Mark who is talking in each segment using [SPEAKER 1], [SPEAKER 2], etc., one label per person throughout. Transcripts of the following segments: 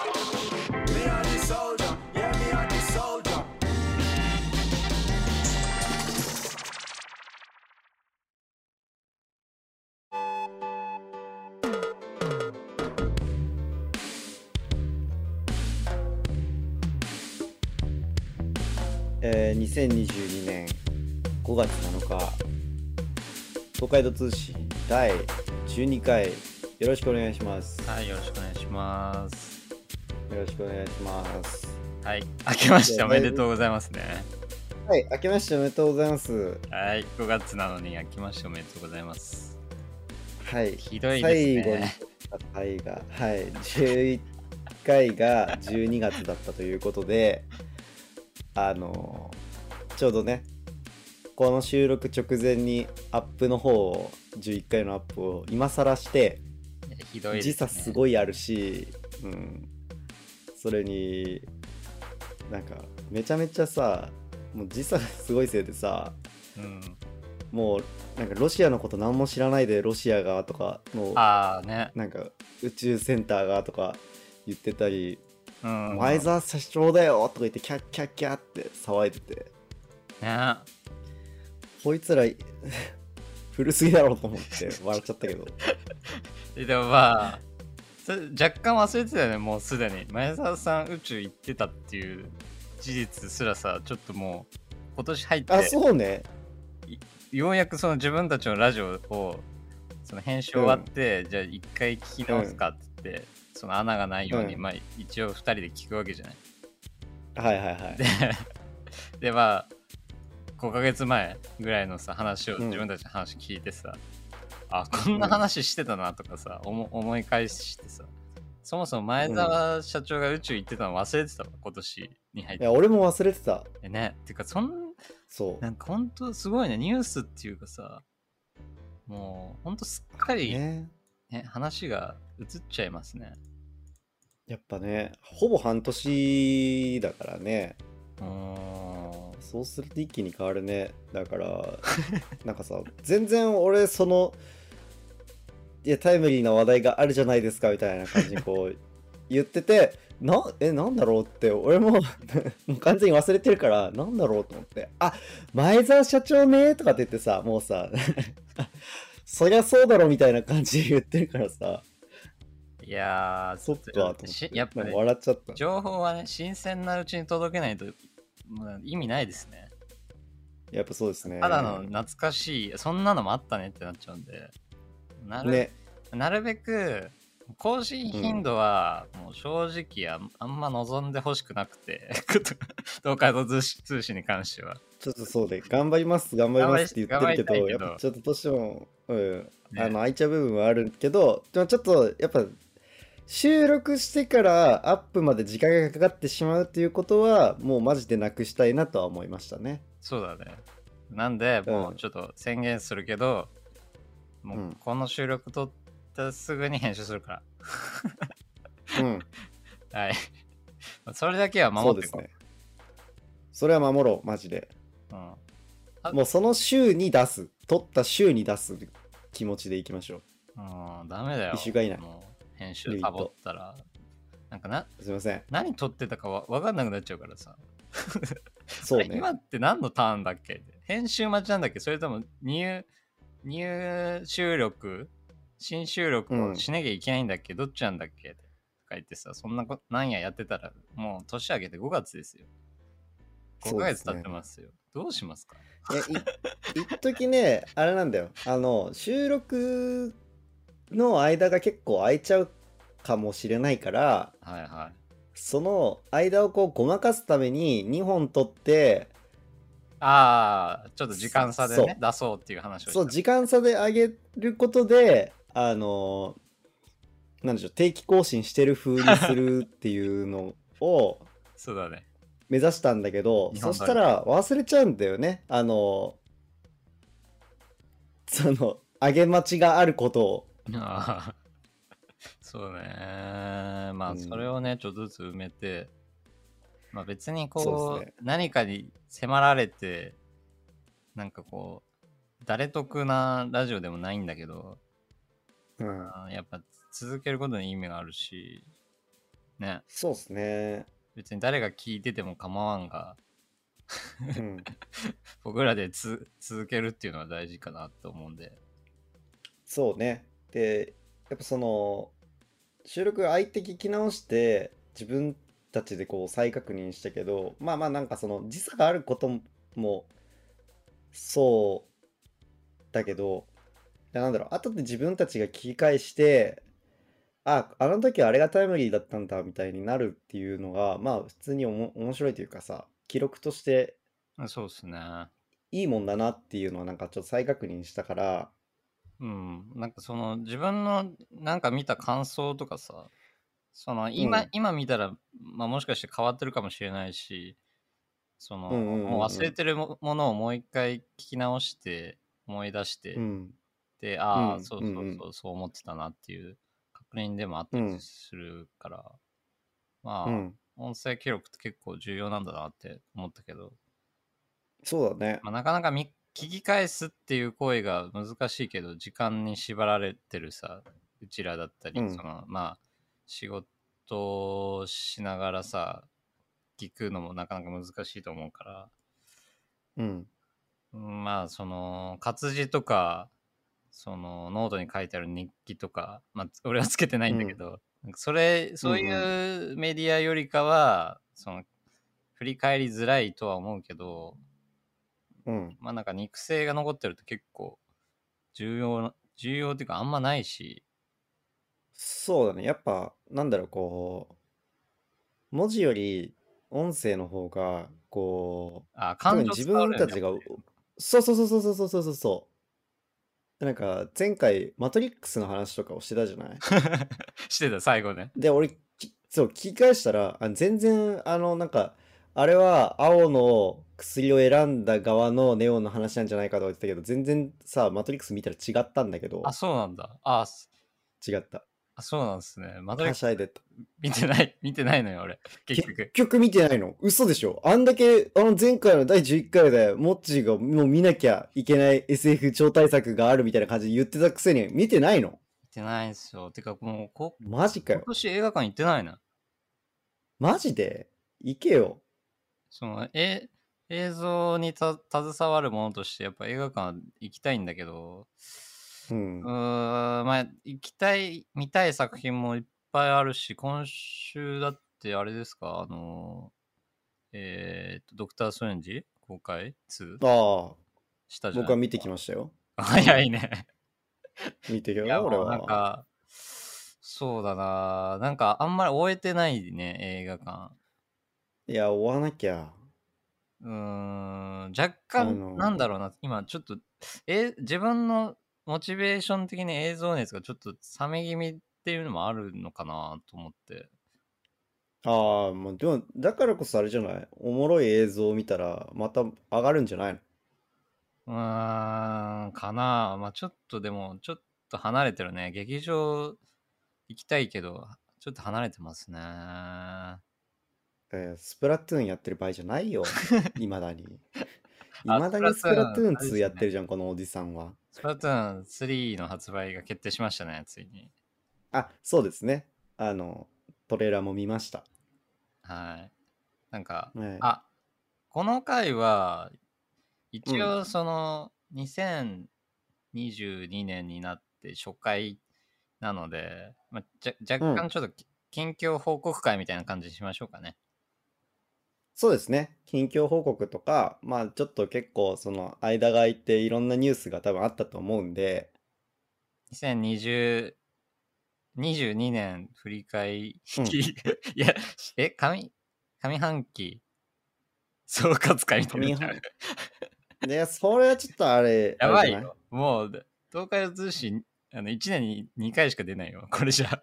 [SPEAKER 1] Me a the soldier, yeah, me a the soldier.
[SPEAKER 2] えー2022年5月7日東海道通信第12回よろしくお願いします
[SPEAKER 3] はい、よろしくお願いします。
[SPEAKER 2] よろしくお願いします
[SPEAKER 3] はい、明けましておめでとうございますね。
[SPEAKER 2] はい明けましておめでとうございます
[SPEAKER 3] はい、5月なのに明けましておめでとうございます。
[SPEAKER 2] はい
[SPEAKER 3] ひどいですね。
[SPEAKER 2] 最後の回がはい11回が12月だったということであのちょうどねこの収録直前にアップの方を11回のアップを今更して
[SPEAKER 3] いやひどいです、ね。
[SPEAKER 2] 時差すごいあるし、うん、それになんかめちゃめちゃさもう時差がすごいせいでさ
[SPEAKER 3] うん、
[SPEAKER 2] もうなんかロシアのこと何も知らないでロシアがとかもう
[SPEAKER 3] ああね。
[SPEAKER 2] なんか宇宙センターがとか言ってたり
[SPEAKER 3] うん。
[SPEAKER 2] 前澤社長だよとか言ってキャッキャッキャッって騒いでて
[SPEAKER 3] ね。
[SPEAKER 2] こいつら 古すぎだろうと思って笑っちゃったけど
[SPEAKER 3] ででもまあ、それ若干忘れてたよね、もうすでに。前澤さん宇宙行ってたっていう事実すらさ、ちょっともう、今年入って
[SPEAKER 2] あ、そうね
[SPEAKER 3] ようやくその自分たちのラジオをその編集終わって、じゃあ一回聞き直すかってって、その穴がないように、
[SPEAKER 2] うん
[SPEAKER 3] まあ一応二人で聞くわけじゃない。
[SPEAKER 2] はいはいはい
[SPEAKER 3] ででまあ5ヶ月前ぐらいのさ話を
[SPEAKER 2] うん
[SPEAKER 3] 自分たちの話聞いてさ、あこんな話してたなとかさ、思思い返してさそもそも前澤社長が宇宙行ってたの忘れてたわ今年に入っ
[SPEAKER 2] い
[SPEAKER 3] て
[SPEAKER 2] や俺も忘れてた
[SPEAKER 3] でねてかそん
[SPEAKER 2] そう
[SPEAKER 3] なんかほんとすごいねニュースっていうかさもうほんとすっかり、ね
[SPEAKER 2] ね、
[SPEAKER 3] 話が移っちゃいますね
[SPEAKER 2] やっぱねほぼ半年だからね
[SPEAKER 3] うーん
[SPEAKER 2] そうすると一気に変わるねだから なんかさ全然俺そのいやタイムリーな話題があるじゃないですかみたいな感じに こう言っててなえなんだろうって俺も もう完全に忘れてるからなんだろうと思って「あ前澤社長ね」とかって言ってさもうさ そりゃそうだろみたいな感じで言ってるからさ
[SPEAKER 3] いやー
[SPEAKER 2] そっか
[SPEAKER 3] ち
[SPEAKER 2] と
[SPEAKER 3] ょ
[SPEAKER 2] 思
[SPEAKER 3] っ
[SPEAKER 2] って
[SPEAKER 3] としやっぱ、ね、
[SPEAKER 2] 笑っちゃった
[SPEAKER 3] 情報はね新鮮なうちに届けないと、まあ、意味ないですね
[SPEAKER 2] やっぱそうですね
[SPEAKER 3] ただの懐かしい、そんなのもあったねってなっちゃうんでなる,、
[SPEAKER 2] ね
[SPEAKER 3] なるべく更新頻度はもう正直あんあんま望んでほしくなくて 東海道通信通信に関しては
[SPEAKER 2] ちょっとそうで、頑張ります、頑張りますって言ってるけど、
[SPEAKER 3] 頑張り
[SPEAKER 2] や
[SPEAKER 3] 頑張りいけど
[SPEAKER 2] ったぱちょっとどうしても、うん、
[SPEAKER 3] ね
[SPEAKER 2] あの、空いちゃう部分はあるけど、でもちょっと、やっぱ、収録してからアップまで時間がかかってしまうということは、もうマジでなくしたいなとは思いましたね。
[SPEAKER 3] そうだねなんで
[SPEAKER 2] うん
[SPEAKER 3] もうちょっと宣言するけど、
[SPEAKER 2] う
[SPEAKER 3] も
[SPEAKER 2] ん
[SPEAKER 3] うこの収録撮ったすぐに編集するか
[SPEAKER 2] うん、
[SPEAKER 3] らはい それだけは
[SPEAKER 2] そ
[SPEAKER 3] 守
[SPEAKER 2] う
[SPEAKER 3] っ
[SPEAKER 2] で
[SPEAKER 3] てい
[SPEAKER 2] す
[SPEAKER 3] こう
[SPEAKER 2] ね。それは守ろう、マジで。
[SPEAKER 3] うん
[SPEAKER 2] もうその週に出す、取った週に出す気持ちでいきましょ
[SPEAKER 3] もうダメだよ。
[SPEAKER 2] 一週間以内
[SPEAKER 3] もう編集サボったら。なんかな
[SPEAKER 2] う。すいません。
[SPEAKER 3] 何撮ってたかわわかんなくなっちゃうからさ。
[SPEAKER 2] そう
[SPEAKER 3] あれ
[SPEAKER 2] ね
[SPEAKER 3] 今。って何のターンだっけ編集待ちなんだっけそれとも入入収録新収録をしなきゃいけないんだっけ、どっちなんだっけとか言ってさ、そんなこなんややってたらもう年明けて5月ですよ。5
[SPEAKER 2] そう
[SPEAKER 3] ヶ
[SPEAKER 2] で
[SPEAKER 3] 月
[SPEAKER 2] すね
[SPEAKER 3] 経ってますよ。どうしますか
[SPEAKER 2] えい一時ねあれなんだよあの収録の間が結構空いちゃうかもしれないから
[SPEAKER 3] はいは
[SPEAKER 2] その間をこうごまかすために2本撮って
[SPEAKER 3] い。ああ、ちょっと時間差でね、出そうっていう話を
[SPEAKER 2] そう
[SPEAKER 3] した。
[SPEAKER 2] 時間差で上げることであのなんでしょう定期更新してる風にするっていうのを
[SPEAKER 3] そうだね。
[SPEAKER 2] 目指したんだけど
[SPEAKER 3] 日
[SPEAKER 2] そ
[SPEAKER 3] 本撮り
[SPEAKER 2] したら忘れちゃうんだよねあのその上げ待ちがあることを。
[SPEAKER 3] ああそうねま
[SPEAKER 2] う
[SPEAKER 3] あ
[SPEAKER 2] ん
[SPEAKER 3] それをね、ちょっとずつ埋めてまあ別に
[SPEAKER 2] そ
[SPEAKER 3] こ
[SPEAKER 2] う
[SPEAKER 3] う
[SPEAKER 2] ですね
[SPEAKER 3] 何かに迫られてなんかこう誰得なラジオでもないんだけど
[SPEAKER 2] うん
[SPEAKER 3] あーやっぱ続けることに意味があるしね
[SPEAKER 2] そうです ね。
[SPEAKER 3] 別に誰が聞いてても構わんが
[SPEAKER 2] うん。
[SPEAKER 3] 僕らでつ続けるっていうのは大事かなと思うんで
[SPEAKER 2] そうね。で、やっぱその、収録相手聞き直して、自分たちでこう再確認したけど、まあまあなんかその時差があることも、そうだけど、いやなんだろう、後で自分たちが聞き返して、あ、あの時はあれがタイムリーだったんだみたいになるっていうのが、まあ普通におも面白いというかさ、記録として
[SPEAKER 3] あそうですね
[SPEAKER 2] いいもんだなっていうのはなんかちょっと再確認したから、
[SPEAKER 3] うんなんかその自分のなんか見た感想とかさその今、
[SPEAKER 2] うん
[SPEAKER 3] 今見たら、まあ、もしかして変わってるかもしれないしその、
[SPEAKER 2] うんうんうんうん
[SPEAKER 3] もう忘れてるもものをもう一回聞き直して思い出して、
[SPEAKER 2] うん、
[SPEAKER 3] でああ、
[SPEAKER 2] うん
[SPEAKER 3] そうそうそう、
[SPEAKER 2] うんう
[SPEAKER 3] そう思ってたなっていう確認でもあったりするから、まあ、
[SPEAKER 2] うん、
[SPEAKER 3] 音声記録って結構重要なんだなって思ったけど、
[SPEAKER 2] そうだね。
[SPEAKER 3] まあ、なかなかみ聞き返すっていう行為が難しいけど時間に縛られてるさうちらだったり、
[SPEAKER 2] うん
[SPEAKER 3] そのまあ仕事をしながらさ聞くのもなかなか難しいと思うから
[SPEAKER 2] うん、
[SPEAKER 3] うんまあその活字とかそのノートに書いてある日記とか、まあ、俺はつけてないんだけど、なんかそれそういうメディアよりかは、その振り返りづらいとは思うけど
[SPEAKER 2] うん、
[SPEAKER 3] まあなんか肉声が残ってると結構重要な重要っていうかあんまないし
[SPEAKER 2] そうだね。やっぱ、なんだろう、こう、文字より音声の方が、こ
[SPEAKER 3] あ
[SPEAKER 2] う、特
[SPEAKER 3] 感
[SPEAKER 2] に
[SPEAKER 3] 情
[SPEAKER 2] 自
[SPEAKER 3] 伝わる
[SPEAKER 2] 分
[SPEAKER 3] よね
[SPEAKER 2] たちが、そうそうそうそうそうそうそうそうそう。なんか、前回、マトリックスの話とかをしてたじゃない
[SPEAKER 3] してた最後ね
[SPEAKER 2] で、俺、きそう、聞き返したら、あ全然、あの、なんか、あれは青の薬を選んだ側のネオンの話なんじゃないかとか言ってたけど、全然さ、マトリックス見たら違ったんだけど
[SPEAKER 3] あ、そうなんだあす
[SPEAKER 2] 違った。
[SPEAKER 3] あそうなんですねまた
[SPEAKER 2] はしゃいでた。
[SPEAKER 3] 見てない見てないのよ俺結
[SPEAKER 2] 結
[SPEAKER 3] 局
[SPEAKER 2] 局見てないの嘘でしょあんだけあの前回の第11回でモッチーがもう見なきゃいけない SF 超大作があるみたいな感じで言ってたくせに見てないの
[SPEAKER 3] 見てないんすよてかもうこ
[SPEAKER 2] マジか
[SPEAKER 3] 今
[SPEAKER 2] よ
[SPEAKER 3] 年映画館行ってないな
[SPEAKER 2] マジで行けよ
[SPEAKER 3] そのえ映像にた携わるものとしてやっぱ映画館行きたいんだけど
[SPEAKER 2] うん
[SPEAKER 3] うーんまあ行きたい見たい作品もいっぱいあるし今週だってあれですかあのえー、っと「ドクター・ストレンジ」公開 2?
[SPEAKER 2] ああ
[SPEAKER 3] したじゃん
[SPEAKER 2] 僕は見てきましたよ
[SPEAKER 3] 早いね
[SPEAKER 2] 見て
[SPEAKER 3] い
[SPEAKER 2] きた
[SPEAKER 3] や
[SPEAKER 2] よ俺
[SPEAKER 3] もうなん
[SPEAKER 2] は
[SPEAKER 3] かそうだななんかあんまり終えてないね映画館
[SPEAKER 2] いや追わなきゃ
[SPEAKER 3] うーん若
[SPEAKER 2] あ
[SPEAKER 3] 干
[SPEAKER 2] の
[SPEAKER 3] なんだろうな今ちょっとえ自分のモチベーション的に映像熱がちょっと冷め気味っていうのもあるのかなと思って
[SPEAKER 2] ああもうでもだからこそあれじゃないおもろい映像を見たらまた上がるんじゃないの
[SPEAKER 3] うーんかなまあちょっとでもちょっと離れてるね劇場行きたいけどちょっと離れてますね
[SPEAKER 2] えースプラトゥーンやってる場合じゃないよ、いまだに。い
[SPEAKER 3] あ
[SPEAKER 2] まだにスプラトゥー
[SPEAKER 3] スプラトゥー
[SPEAKER 2] ン
[SPEAKER 3] ンあれです
[SPEAKER 2] 2
[SPEAKER 3] ね
[SPEAKER 2] やってるじゃん、このおじさんは。
[SPEAKER 3] スプラトゥーン3の発売が決定しましたねついに
[SPEAKER 2] あ、そうですね。あの、トレーラーも見ました。
[SPEAKER 3] はいなんか
[SPEAKER 2] はい、
[SPEAKER 3] あこの回は一応その2022年になって初回なので、まあ、じゃ若
[SPEAKER 2] う
[SPEAKER 3] 干ちょっとき近況報告会みたいな感じにしましょうかね。
[SPEAKER 2] そうですね。近況報告とか、まあちょっと結構その間が空いていろんなニュースが多分あったと思うんで、
[SPEAKER 3] 2020 22年振り返り、
[SPEAKER 2] うん
[SPEAKER 3] いやえ上上半期 総括会みたいになっちゃう
[SPEAKER 2] 上半で、それはちょっとあれ、
[SPEAKER 3] やば
[SPEAKER 2] あれ
[SPEAKER 3] い
[SPEAKER 2] じゃな
[SPEAKER 3] よ。もう東海道通信あの1年に2回しか出ないよこれじゃ あ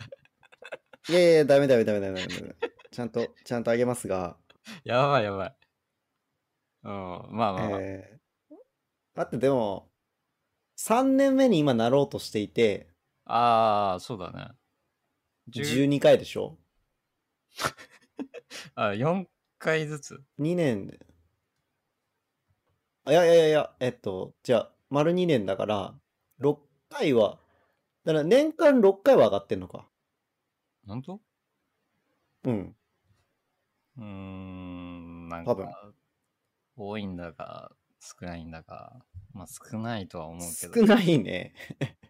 [SPEAKER 2] いいやいや、ダメダメダメダメダメダメ。ちゃんと、ちゃんとあげますが、
[SPEAKER 3] やばいやばい。うん、まあまあ、まあ
[SPEAKER 2] えーだってでも、3年目に今なろうとしていて、
[SPEAKER 3] ああ、そうだね。10
[SPEAKER 2] 12回でしょ
[SPEAKER 3] あ4回ずつ。
[SPEAKER 2] 2年であいやいやいやいやえっとじゃあ丸2年だから6回はだから年間6回は上がってんのか
[SPEAKER 3] 本当
[SPEAKER 2] うん。
[SPEAKER 3] うーん、なん
[SPEAKER 2] 多分
[SPEAKER 3] か、多いんだか、少ないんだか、まあ少ないとは思うけど。
[SPEAKER 2] 少ないね。 だか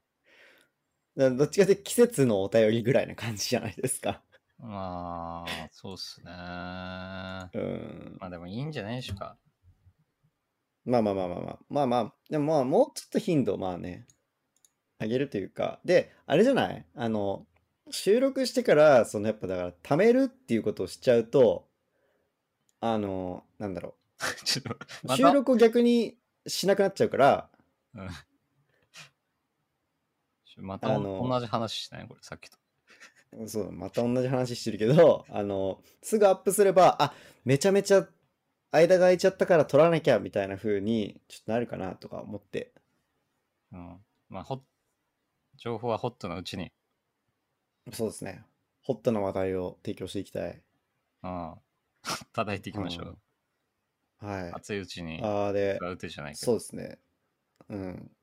[SPEAKER 2] らどっちかって季節のお便りぐらいな感じじゃないですか。
[SPEAKER 3] まあ、そうっすね。ま
[SPEAKER 2] うん。
[SPEAKER 3] あでもいいんじゃないですか。
[SPEAKER 2] まあまあまあまあまあ。まあまあ、でもまあもうちょっと頻度、まあね、上げるというか。で、あれじゃないあの、収録してから、そのやっぱだから、貯めるっていうことをしちゃうと、あの、なんだろ
[SPEAKER 3] ちょっと、
[SPEAKER 2] う。
[SPEAKER 3] また
[SPEAKER 2] 収録を逆にしなくなっちゃうから、
[SPEAKER 3] また
[SPEAKER 2] あの
[SPEAKER 3] 同じ話してないこれ、さっきと。
[SPEAKER 2] そうだまた同じ話してるけどあのすぐアップすればあめちゃめちゃ間が空いちゃったから取らなきゃみたいな風にちょっとなるかなとか思って
[SPEAKER 3] うん。まあ、ほっ情報はホットなうちに。
[SPEAKER 2] そうですねホットな話題を提供していきたい
[SPEAKER 3] うん。 叩いていきましょう。
[SPEAKER 2] はいあ
[SPEAKER 3] 熱いうちに。
[SPEAKER 2] ーで
[SPEAKER 3] 打てじゃないけ
[SPEAKER 2] そう
[SPEAKER 3] ど。
[SPEAKER 2] ですねうん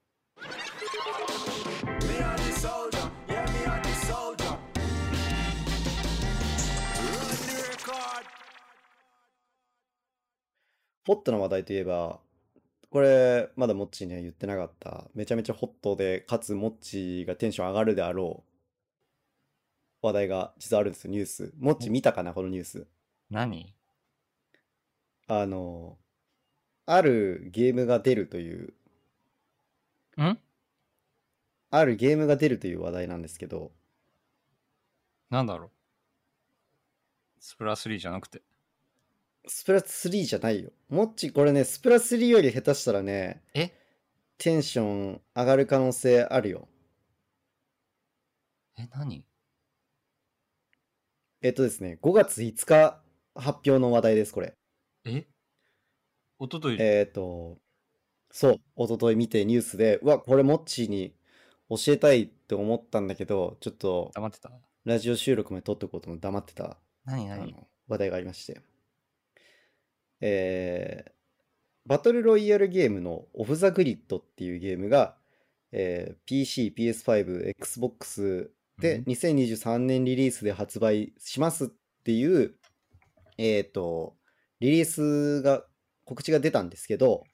[SPEAKER 2] ホットな話題といえばこれまだモッチーには言ってなかっためちゃめちゃホットでかつモッチーがテンション上がるであろう話題が実はあるんですよニュースモッチー見たかなこのニュース
[SPEAKER 3] 何
[SPEAKER 2] あの、あるゲームが出るという、
[SPEAKER 3] ん
[SPEAKER 2] あるゲームが出るという話題なんですけど、
[SPEAKER 3] なんだろうスプラ3じゃなくて。
[SPEAKER 2] スプラ3じゃないよ。もっち、これね、スプラ3より下手したらね、
[SPEAKER 3] え
[SPEAKER 2] テンション上がる可能性あるよ。
[SPEAKER 3] え、何
[SPEAKER 2] えっとですね、5月5日発表の話題です、これ。
[SPEAKER 3] えおととい、
[SPEAKER 2] えっと、そう、一昨日見てニュースで、うわ、これもっちに教えたいって思ったんだけど、ちょっと
[SPEAKER 3] 黙ってた
[SPEAKER 2] ラジオ収録まで撮っておこうと思って黙ってた
[SPEAKER 3] 何
[SPEAKER 2] あ
[SPEAKER 3] 何
[SPEAKER 2] の話題がありまして、えーバトルロイヤルゲームのオフ・ザ・グリッドっていうゲームが、えー PC、PS5、Xbox
[SPEAKER 3] う
[SPEAKER 2] で
[SPEAKER 3] ん
[SPEAKER 2] 2023年リリースで発売しますっていう、えっ、と、リリースが、告知が出たんですけど、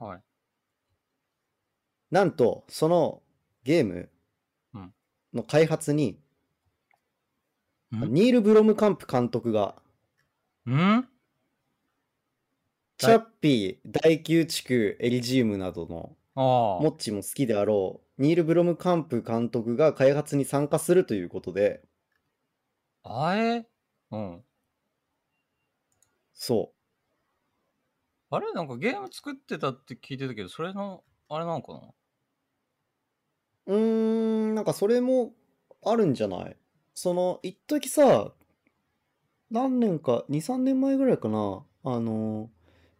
[SPEAKER 3] はい。
[SPEAKER 2] なんと、そのゲーム
[SPEAKER 3] うん
[SPEAKER 2] の開発に、
[SPEAKER 3] ん
[SPEAKER 2] ニール・ブロムカンプ監督が
[SPEAKER 3] ん
[SPEAKER 2] チャッピー、大宮地区、エリジウムなどの、
[SPEAKER 3] あ
[SPEAKER 2] モッチも好きであろう、ニール・ブロムカンプ監督が開発に参加するということで、
[SPEAKER 3] あ。あれうん。
[SPEAKER 2] そ
[SPEAKER 3] あれなんかゲーム作ってたって聞いてたけど、それの、あれなのかな
[SPEAKER 2] う。うーん、なんかそれもあるんじゃないその、一時さ、何年か、2、3年前ぐらいかな、あの、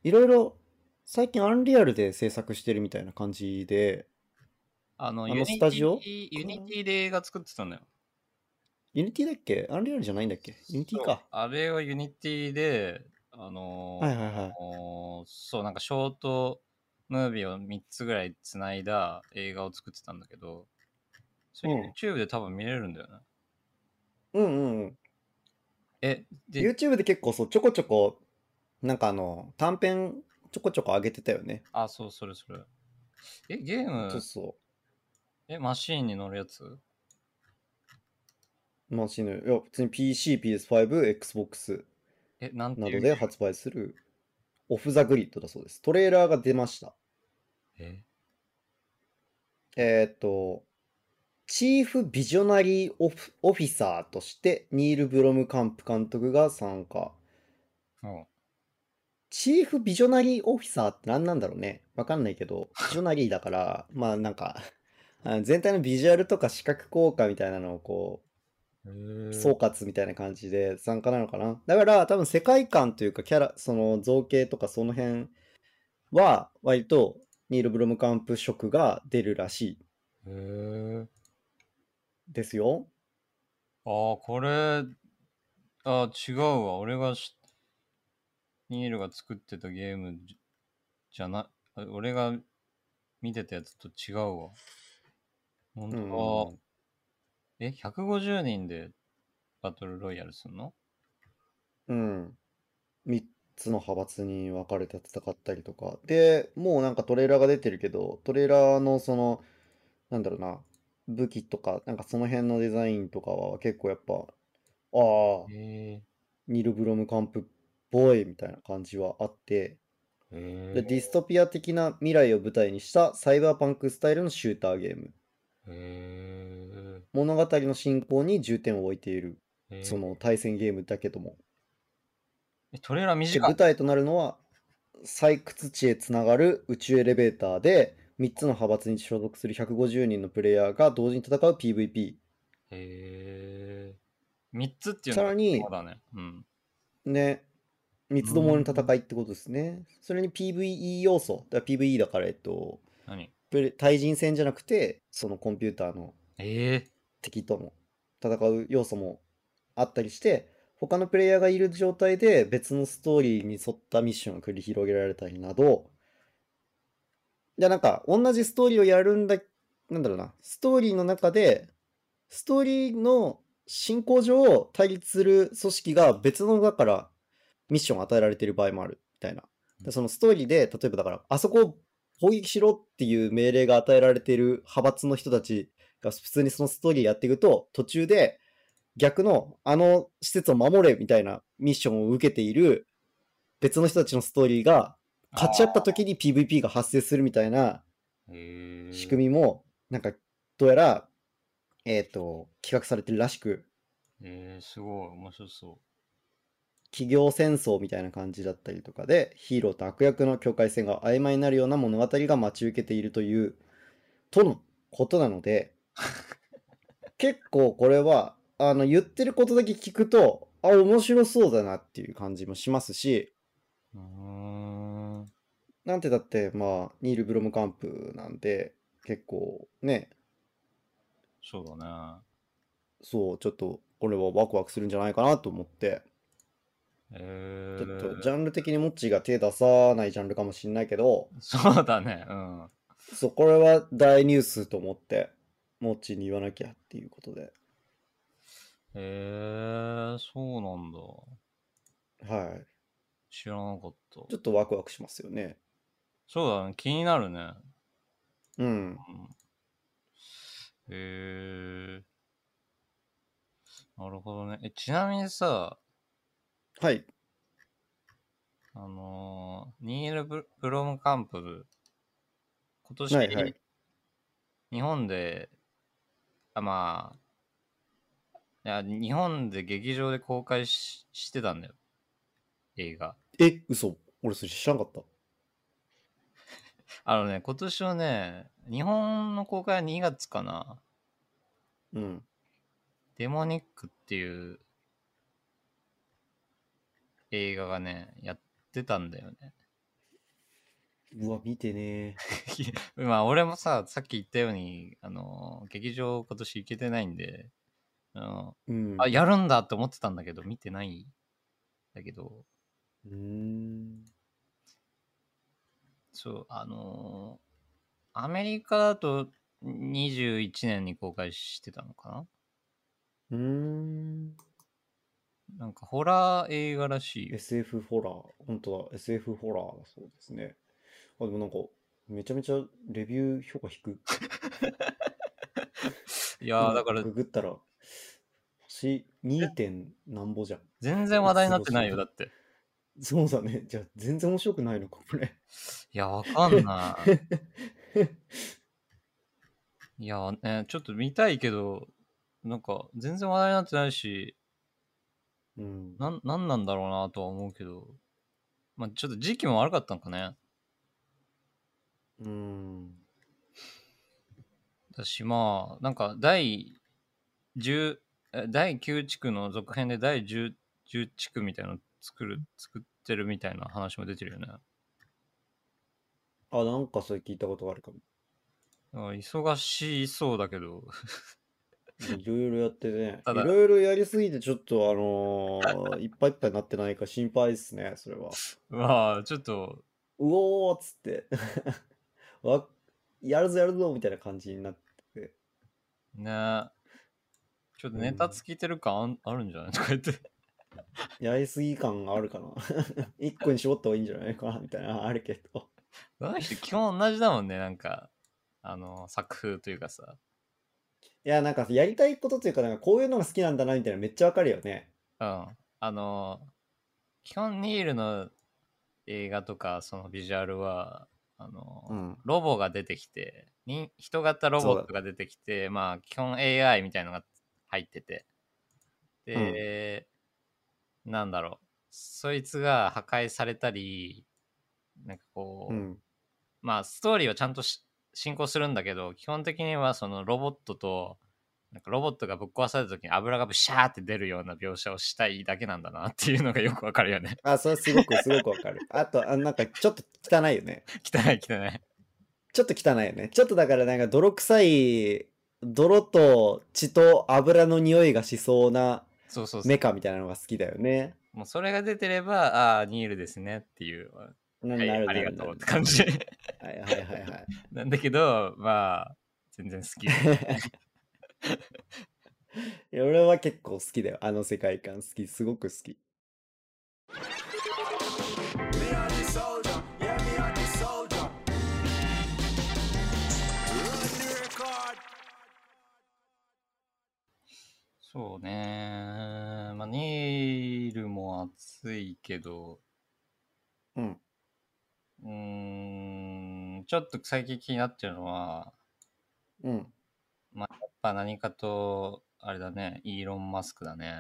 [SPEAKER 2] いろいろ、最近アンリアルで制作してるみたいな感じで、
[SPEAKER 3] あの、
[SPEAKER 2] あの
[SPEAKER 3] ユニティ
[SPEAKER 2] スタジオ
[SPEAKER 3] ユニティで映画作ってたんだよ。
[SPEAKER 2] ユニティだっけアンリアルじゃないんだっけユニティ
[SPEAKER 3] そう
[SPEAKER 2] か。
[SPEAKER 3] あれはユニティで、あのー
[SPEAKER 2] はいはいはい。
[SPEAKER 3] おーそう、なんかショートムービーを3つぐらいつないだ映画を作ってたんだけど、それ
[SPEAKER 2] うん
[SPEAKER 3] YouTube で多分見れるんだよね。
[SPEAKER 2] うんうんうん。
[SPEAKER 3] え、で、
[SPEAKER 2] YouTube で結構そうちょこちょこなんかあの短編ちょこちょこ上げてたよね、
[SPEAKER 3] あ、そう、それそれ。え、ゲー
[SPEAKER 2] そう
[SPEAKER 3] ム、
[SPEAKER 2] そ
[SPEAKER 3] え、マシーンに乗るやつ
[SPEAKER 2] うまあ死ぬいや普通に PCPS5Xbox
[SPEAKER 3] え、なんて
[SPEAKER 2] な
[SPEAKER 3] いう
[SPEAKER 2] どで発売するオフ・ザ・グリッドだそうですトレーラーが出ました
[SPEAKER 3] え
[SPEAKER 2] えーっとチーフビジョナリーオフオフィサーとしてニール・ブロムカンプ監督が参加
[SPEAKER 3] うん
[SPEAKER 2] チーフビジョナリーオフィサーって何なんだろうねわかんないけど、ビジョナリーだから、まあなんか、あ全体のビジュアルとか視覚効果みたいなのをこう、総括みたいな感じで参加なのかな。だから多分世界観というかキャラ、その造形とかその辺は割とニール・ブロムカンプ色が出るらし
[SPEAKER 3] へえ。
[SPEAKER 2] いですよ。
[SPEAKER 3] あー、これ、あー、違うわ。俺がし、ニールが作ってたゲームじじゃな、あ俺が見てたやつと違うわ。本
[SPEAKER 2] うん
[SPEAKER 3] 当だ。え、150人でバトルロイヤルすんの
[SPEAKER 2] うん、3つの派閥に分かれて戦ったりとかでもうなんかトレーラーが出てるけどトレーラーのそのなんだろうな武器とかなんかその辺のデザインとかは結構やっぱああ
[SPEAKER 3] へ
[SPEAKER 2] ニル・ブロムカンプっぽいみたいな感じはあって
[SPEAKER 3] えへ
[SPEAKER 2] でディストピア的な未来を舞台にしたサイバーパンクスタイルのシューターゲーム
[SPEAKER 3] え
[SPEAKER 2] 物語の進行に重点を置いている
[SPEAKER 3] へえ
[SPEAKER 2] その対戦ゲームだけども
[SPEAKER 3] えトレーラー
[SPEAKER 2] で
[SPEAKER 3] 短
[SPEAKER 2] 舞
[SPEAKER 3] い
[SPEAKER 2] 台となるのは採掘地へつながる宇宙エレベーターで3つの派閥に所属する150人のプレイヤーが同時に戦う PVP
[SPEAKER 3] へえ3つっていうの
[SPEAKER 2] さらに
[SPEAKER 3] そうだねうん
[SPEAKER 2] ね三つどもえの戦いってことですねそれに PVE 要素だから PVE だからえっと
[SPEAKER 3] 何
[SPEAKER 2] プレ対人戦じゃなくてそのコンピューターの
[SPEAKER 3] ええ
[SPEAKER 2] 敵とも戦う要素もあったりして他のプレイヤーがいる状態で別のストーリーに沿ったミッションが繰り広げられたりなどでなんか同じストーリーをやるんだなんだろうなストーリーの中でストーリーの進行上対立する組織が別のだからミッションを与えられている場合もあるみたいなでそのストーリーで例えばだからあそこを攻撃しろっていう命令が与えられている派閥の人たちが普通にそのストーリーやっていくと途中で逆のあの施設を守れみたいなミッションを受けている別の人たちのストーリーが勝ち合った時に PVP が発生するみたいな仕組みもなんかどうやらえっ、と企画されてるらしく
[SPEAKER 3] みええすごい面白そ
[SPEAKER 2] 企業戦争みたいな感じだったりとかでヒーローと悪役の境界線が曖昧になるような物語が待ち受けているというとのことなので 結構これはあの言ってることだけ聞くとあ面白そうだなっていう感じもしますし
[SPEAKER 3] ううーん
[SPEAKER 2] なんてだってまあニール・ブロムカンプなんで結構ね
[SPEAKER 3] そうだね
[SPEAKER 2] そうちょっとこれはワクワクするんじゃないかなと思って
[SPEAKER 3] え
[SPEAKER 2] ち
[SPEAKER 3] え
[SPEAKER 2] ょっとジャンル的にモッチーが手出さないジャンルかもしんないけど
[SPEAKER 3] そうだねうん
[SPEAKER 2] そう、これは大ニュースと思って、モッチーに言わなきゃっていうことで。
[SPEAKER 3] ええそうなんだ
[SPEAKER 2] はい。
[SPEAKER 3] 知らなかった
[SPEAKER 2] ちょっとワクワクしますよね。
[SPEAKER 3] そうだね気になるね
[SPEAKER 2] うん。
[SPEAKER 3] うんへえなるほどねえちなみにさ
[SPEAKER 2] はい。
[SPEAKER 3] あのーニールブ・ブロムカンプ今年、
[SPEAKER 2] はいはい
[SPEAKER 3] 日本であまあいや日本で劇場で公開ししてたんだよ映画
[SPEAKER 2] え、嘘。俺それ知らなかっ
[SPEAKER 3] あのね今年はね日本の公開は2月かな
[SPEAKER 2] た。うん。
[SPEAKER 3] デモニックっていう映画がね、やってたんだよね。
[SPEAKER 2] うわ、見てね
[SPEAKER 3] まあ、俺もさ、さっき言ったように、あの、劇場今年行けてないんで、あの、
[SPEAKER 2] ー。うん。
[SPEAKER 3] あ、やるんだって思ってたんだけど、見てない。だけど、
[SPEAKER 2] うーん。
[SPEAKER 3] そう、あのアメリカだと21年に公開してたのかな
[SPEAKER 2] うーん。
[SPEAKER 3] なんかホラー映画らしいよ。
[SPEAKER 2] SF ホラー。本当だ。SF ホラーだそうですね。あ、でもなんか、めちゃめちゃレビュー評価低い。
[SPEAKER 3] いやー、だから
[SPEAKER 2] ググったら、星 2. 点なんぼじゃん。
[SPEAKER 3] 全然話題になってないよ、だって。
[SPEAKER 2] そうだね。じゃあ、全然面白くないのか、これ。
[SPEAKER 3] いや、わかんない。いや、ね、ちょっと見たいけど、なんか、全然話題になってないし、
[SPEAKER 2] うん。
[SPEAKER 3] なん、なんなんだろうなとは思うけど、まあ、ちょっと時期も悪かったんかね。
[SPEAKER 2] うん。
[SPEAKER 3] だし、まあ、なんか、第10、え第9地区の続編で第 10, 10地区みたいなの作る、作ってるみたいな話も出てるよね。
[SPEAKER 2] あ、なんかそれ聞いたことがある かも。
[SPEAKER 3] だから忙しそうだけど、
[SPEAKER 2] いろいろやってね。
[SPEAKER 3] た
[SPEAKER 2] い
[SPEAKER 3] だ
[SPEAKER 2] ろいろやりすぎて、ちょっと、あのーいっぱいいっぱいになってないか心配ですね、それは。
[SPEAKER 3] まあ、ちょっと、
[SPEAKER 2] うおーっつって。 わ、やるぞやるぞみたいな感じになってて。
[SPEAKER 3] ねちょっとネタ
[SPEAKER 2] うん
[SPEAKER 3] つきてる感あんあるんじゃないとか言って。
[SPEAKER 2] やりすぎ感があるかな 一個に絞った方がいいんじゃないかなみたいなのあるけど
[SPEAKER 3] あの人基本同じだもんねなんかあの作風というかさ
[SPEAKER 2] いやなんかやりたいことというかなんかこういうのが好きなんだなみたいなのめっちゃわかるよね
[SPEAKER 3] うんあの基本ニールの映画とかそのビジュアルはあの、
[SPEAKER 2] ん
[SPEAKER 3] ロボが出てきてに人型ロボットが出てきてまあ基本 AI みたいのが入っててで、なんだろうそいつが破壊されたりなんかこう、
[SPEAKER 2] うん
[SPEAKER 3] まあストーリーはちゃんとし進行するんだけど基本的にはそのロボットとなんかロボットがぶっ壊された時に油がブシャーって出るような描写をしたいだけなんだなっていうのがよくわかるよね
[SPEAKER 2] あそれすごくすごくわかるあとあなんかちょっと汚いよね
[SPEAKER 3] 汚い汚い
[SPEAKER 2] ちょっと汚いよねちょっとだからなんか泥臭い泥と血と油の匂いがしそうな
[SPEAKER 3] そうそうそう
[SPEAKER 2] メカみたいなのが好きだよね
[SPEAKER 3] もうそれが出てればああーニールですねっていう
[SPEAKER 2] な
[SPEAKER 3] はい、
[SPEAKER 2] なる
[SPEAKER 3] あ
[SPEAKER 2] な
[SPEAKER 3] りが
[SPEAKER 2] るな
[SPEAKER 3] とう
[SPEAKER 2] る
[SPEAKER 3] って感じ
[SPEAKER 2] はいはいはいはい
[SPEAKER 3] なんだけどまあ全然好き
[SPEAKER 2] いや俺は結構好きだよあの世界観好きすごく好き
[SPEAKER 1] Me are the soldier, yeah, me are the soldier. Run the record.
[SPEAKER 3] そうねまあニールも熱いけど
[SPEAKER 2] うん
[SPEAKER 3] うーんちょっと最近気になってるのは
[SPEAKER 2] うん
[SPEAKER 3] やっぱ何かとあれだねイーロン・マスクだね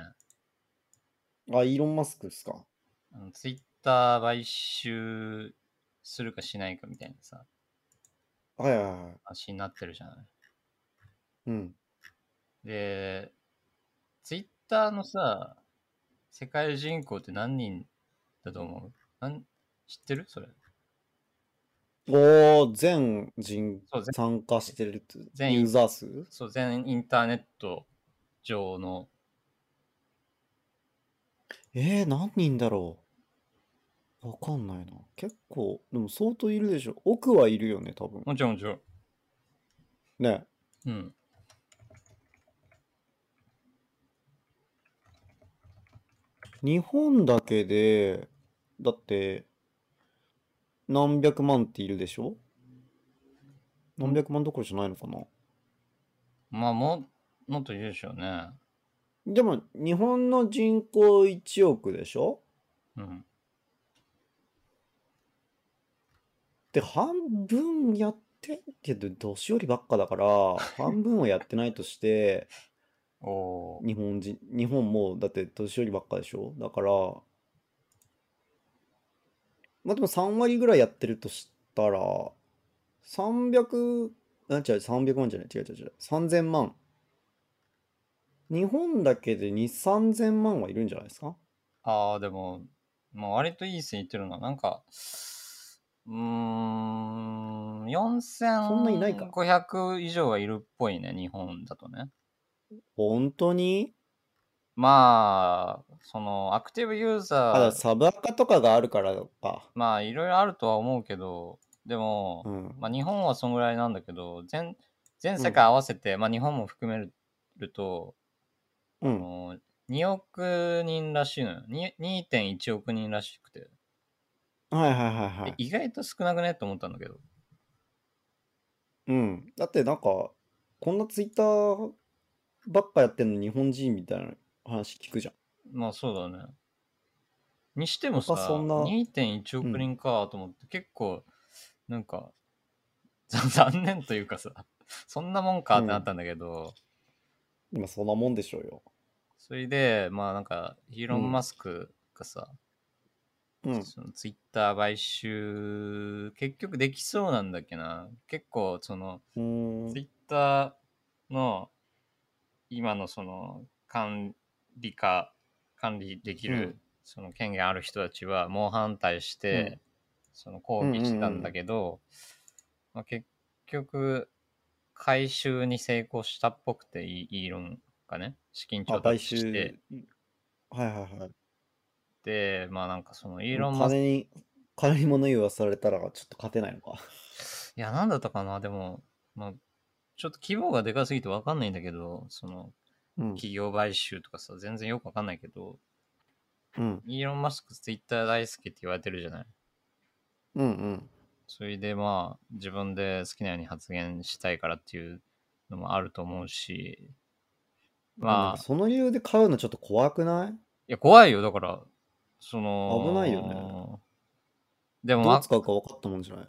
[SPEAKER 2] あイーロン・マスクっすか
[SPEAKER 3] あのツイッター買収するかしないかみたいなさ
[SPEAKER 2] はいはいはい
[SPEAKER 3] 話になってるじゃない
[SPEAKER 2] うん
[SPEAKER 3] で、ツイッターのさ、世界人口って何人だと思うなん知ってるそれ。
[SPEAKER 2] おー全人
[SPEAKER 3] そう全
[SPEAKER 2] 参加してるって
[SPEAKER 3] 全員
[SPEAKER 2] ユーザー数
[SPEAKER 3] そう、全インターネット上の、
[SPEAKER 2] えー、何人だろうわかんないな結構でも相当いるでしょ奥はいるよね多分
[SPEAKER 3] もちろんもちろん。
[SPEAKER 2] ね
[SPEAKER 3] うん。
[SPEAKER 2] 日本だけでだって何百万っているでしょ何百万どころじゃないのかな
[SPEAKER 3] まあ、も、もっといるでしょうね。
[SPEAKER 2] でも日本の人口1億でしょ
[SPEAKER 3] うん。
[SPEAKER 2] で半分やってんけど年寄りばっかだから半分はやってないとして
[SPEAKER 3] おおー。
[SPEAKER 2] 日本人日本もうだって年寄りばっかでしょだからまあでも3割ぐらいやってるとしたら300あ違う300万じゃない違う違う違う3000万日本だけで2 3 0 0 0万はいるんじゃないですか
[SPEAKER 3] ああ、でも、まあ、割といい線いってるな。なんか、うーん、
[SPEAKER 2] そんないないか
[SPEAKER 3] 4500以上はいるっぽいね、日本だとね。
[SPEAKER 2] 本当に
[SPEAKER 3] まあ、その、アクティブユー
[SPEAKER 2] あ
[SPEAKER 3] ザ
[SPEAKER 2] だから
[SPEAKER 3] ー、
[SPEAKER 2] サブアカとかがあるからか
[SPEAKER 3] まあ、いろいろあるとは思うけど、でも、
[SPEAKER 2] うん
[SPEAKER 3] まあ、日本はそんぐらいなんだけど、全、全世界合わせて、まあ、日本も含めると、
[SPEAKER 2] う
[SPEAKER 3] あ
[SPEAKER 2] ん
[SPEAKER 3] の2億人らしいのよ。に2.1億人らしくて、
[SPEAKER 2] はいはいはいは
[SPEAKER 3] え
[SPEAKER 2] い
[SPEAKER 3] 意外と少なくねと思ったんだけど。
[SPEAKER 2] うん。だってなんか、こんなツイッターばっかやってんの日本人みたいな話聞くじゃん。
[SPEAKER 3] まあ、そうだね。にしてもさ、
[SPEAKER 2] やっぱそんな
[SPEAKER 3] 2.1億人かと思って、結構、なんか、 ざ残念というかさ、 そんなもんかってなったんだけど、
[SPEAKER 2] 今そんなもんでしょうよ。
[SPEAKER 3] それで、まあなんか、イーロ
[SPEAKER 2] うん
[SPEAKER 3] ン・マスクがさ、
[SPEAKER 2] うん。
[SPEAKER 3] そのツイッター買収、結局できそうなんだっけな。結構、その、
[SPEAKER 2] うーん
[SPEAKER 3] ツイッターの、今のその、管理か、管理できる、
[SPEAKER 2] うん
[SPEAKER 3] その権限ある人たちは、猛反対して、
[SPEAKER 2] うん
[SPEAKER 3] その、抗議したんだけど、まあ、結局、回収に成功したっぽくて、イイーロンがね、資金調
[SPEAKER 2] あ、買
[SPEAKER 3] 達して。
[SPEAKER 2] 収。はいはいはい。
[SPEAKER 3] で、まあなんかそのイーロン・マス
[SPEAKER 2] 金に、金に物言わされたらちょっと勝てないのか。
[SPEAKER 3] いや、なんだったかな、でも、まあ、ちょっと規模がでかすぎてわかんないんだけど、その
[SPEAKER 2] うん。
[SPEAKER 3] 企業買収とかさ、全然よくわかんないけど、
[SPEAKER 2] うん
[SPEAKER 3] イーロン・マスクツイッター大好きって言われてるじゃない。
[SPEAKER 2] うんうん
[SPEAKER 3] それでまあ自分で好きなように発言したいからっていうのもあると思うし、
[SPEAKER 2] な
[SPEAKER 3] ま
[SPEAKER 2] ん
[SPEAKER 3] あ
[SPEAKER 2] か、その理由で買うのちょっと怖くない
[SPEAKER 3] いや怖いよ、だから、その、
[SPEAKER 2] 危ないよね。
[SPEAKER 3] でも
[SPEAKER 2] ど
[SPEAKER 3] わ
[SPEAKER 2] う使うか分かったもんじゃない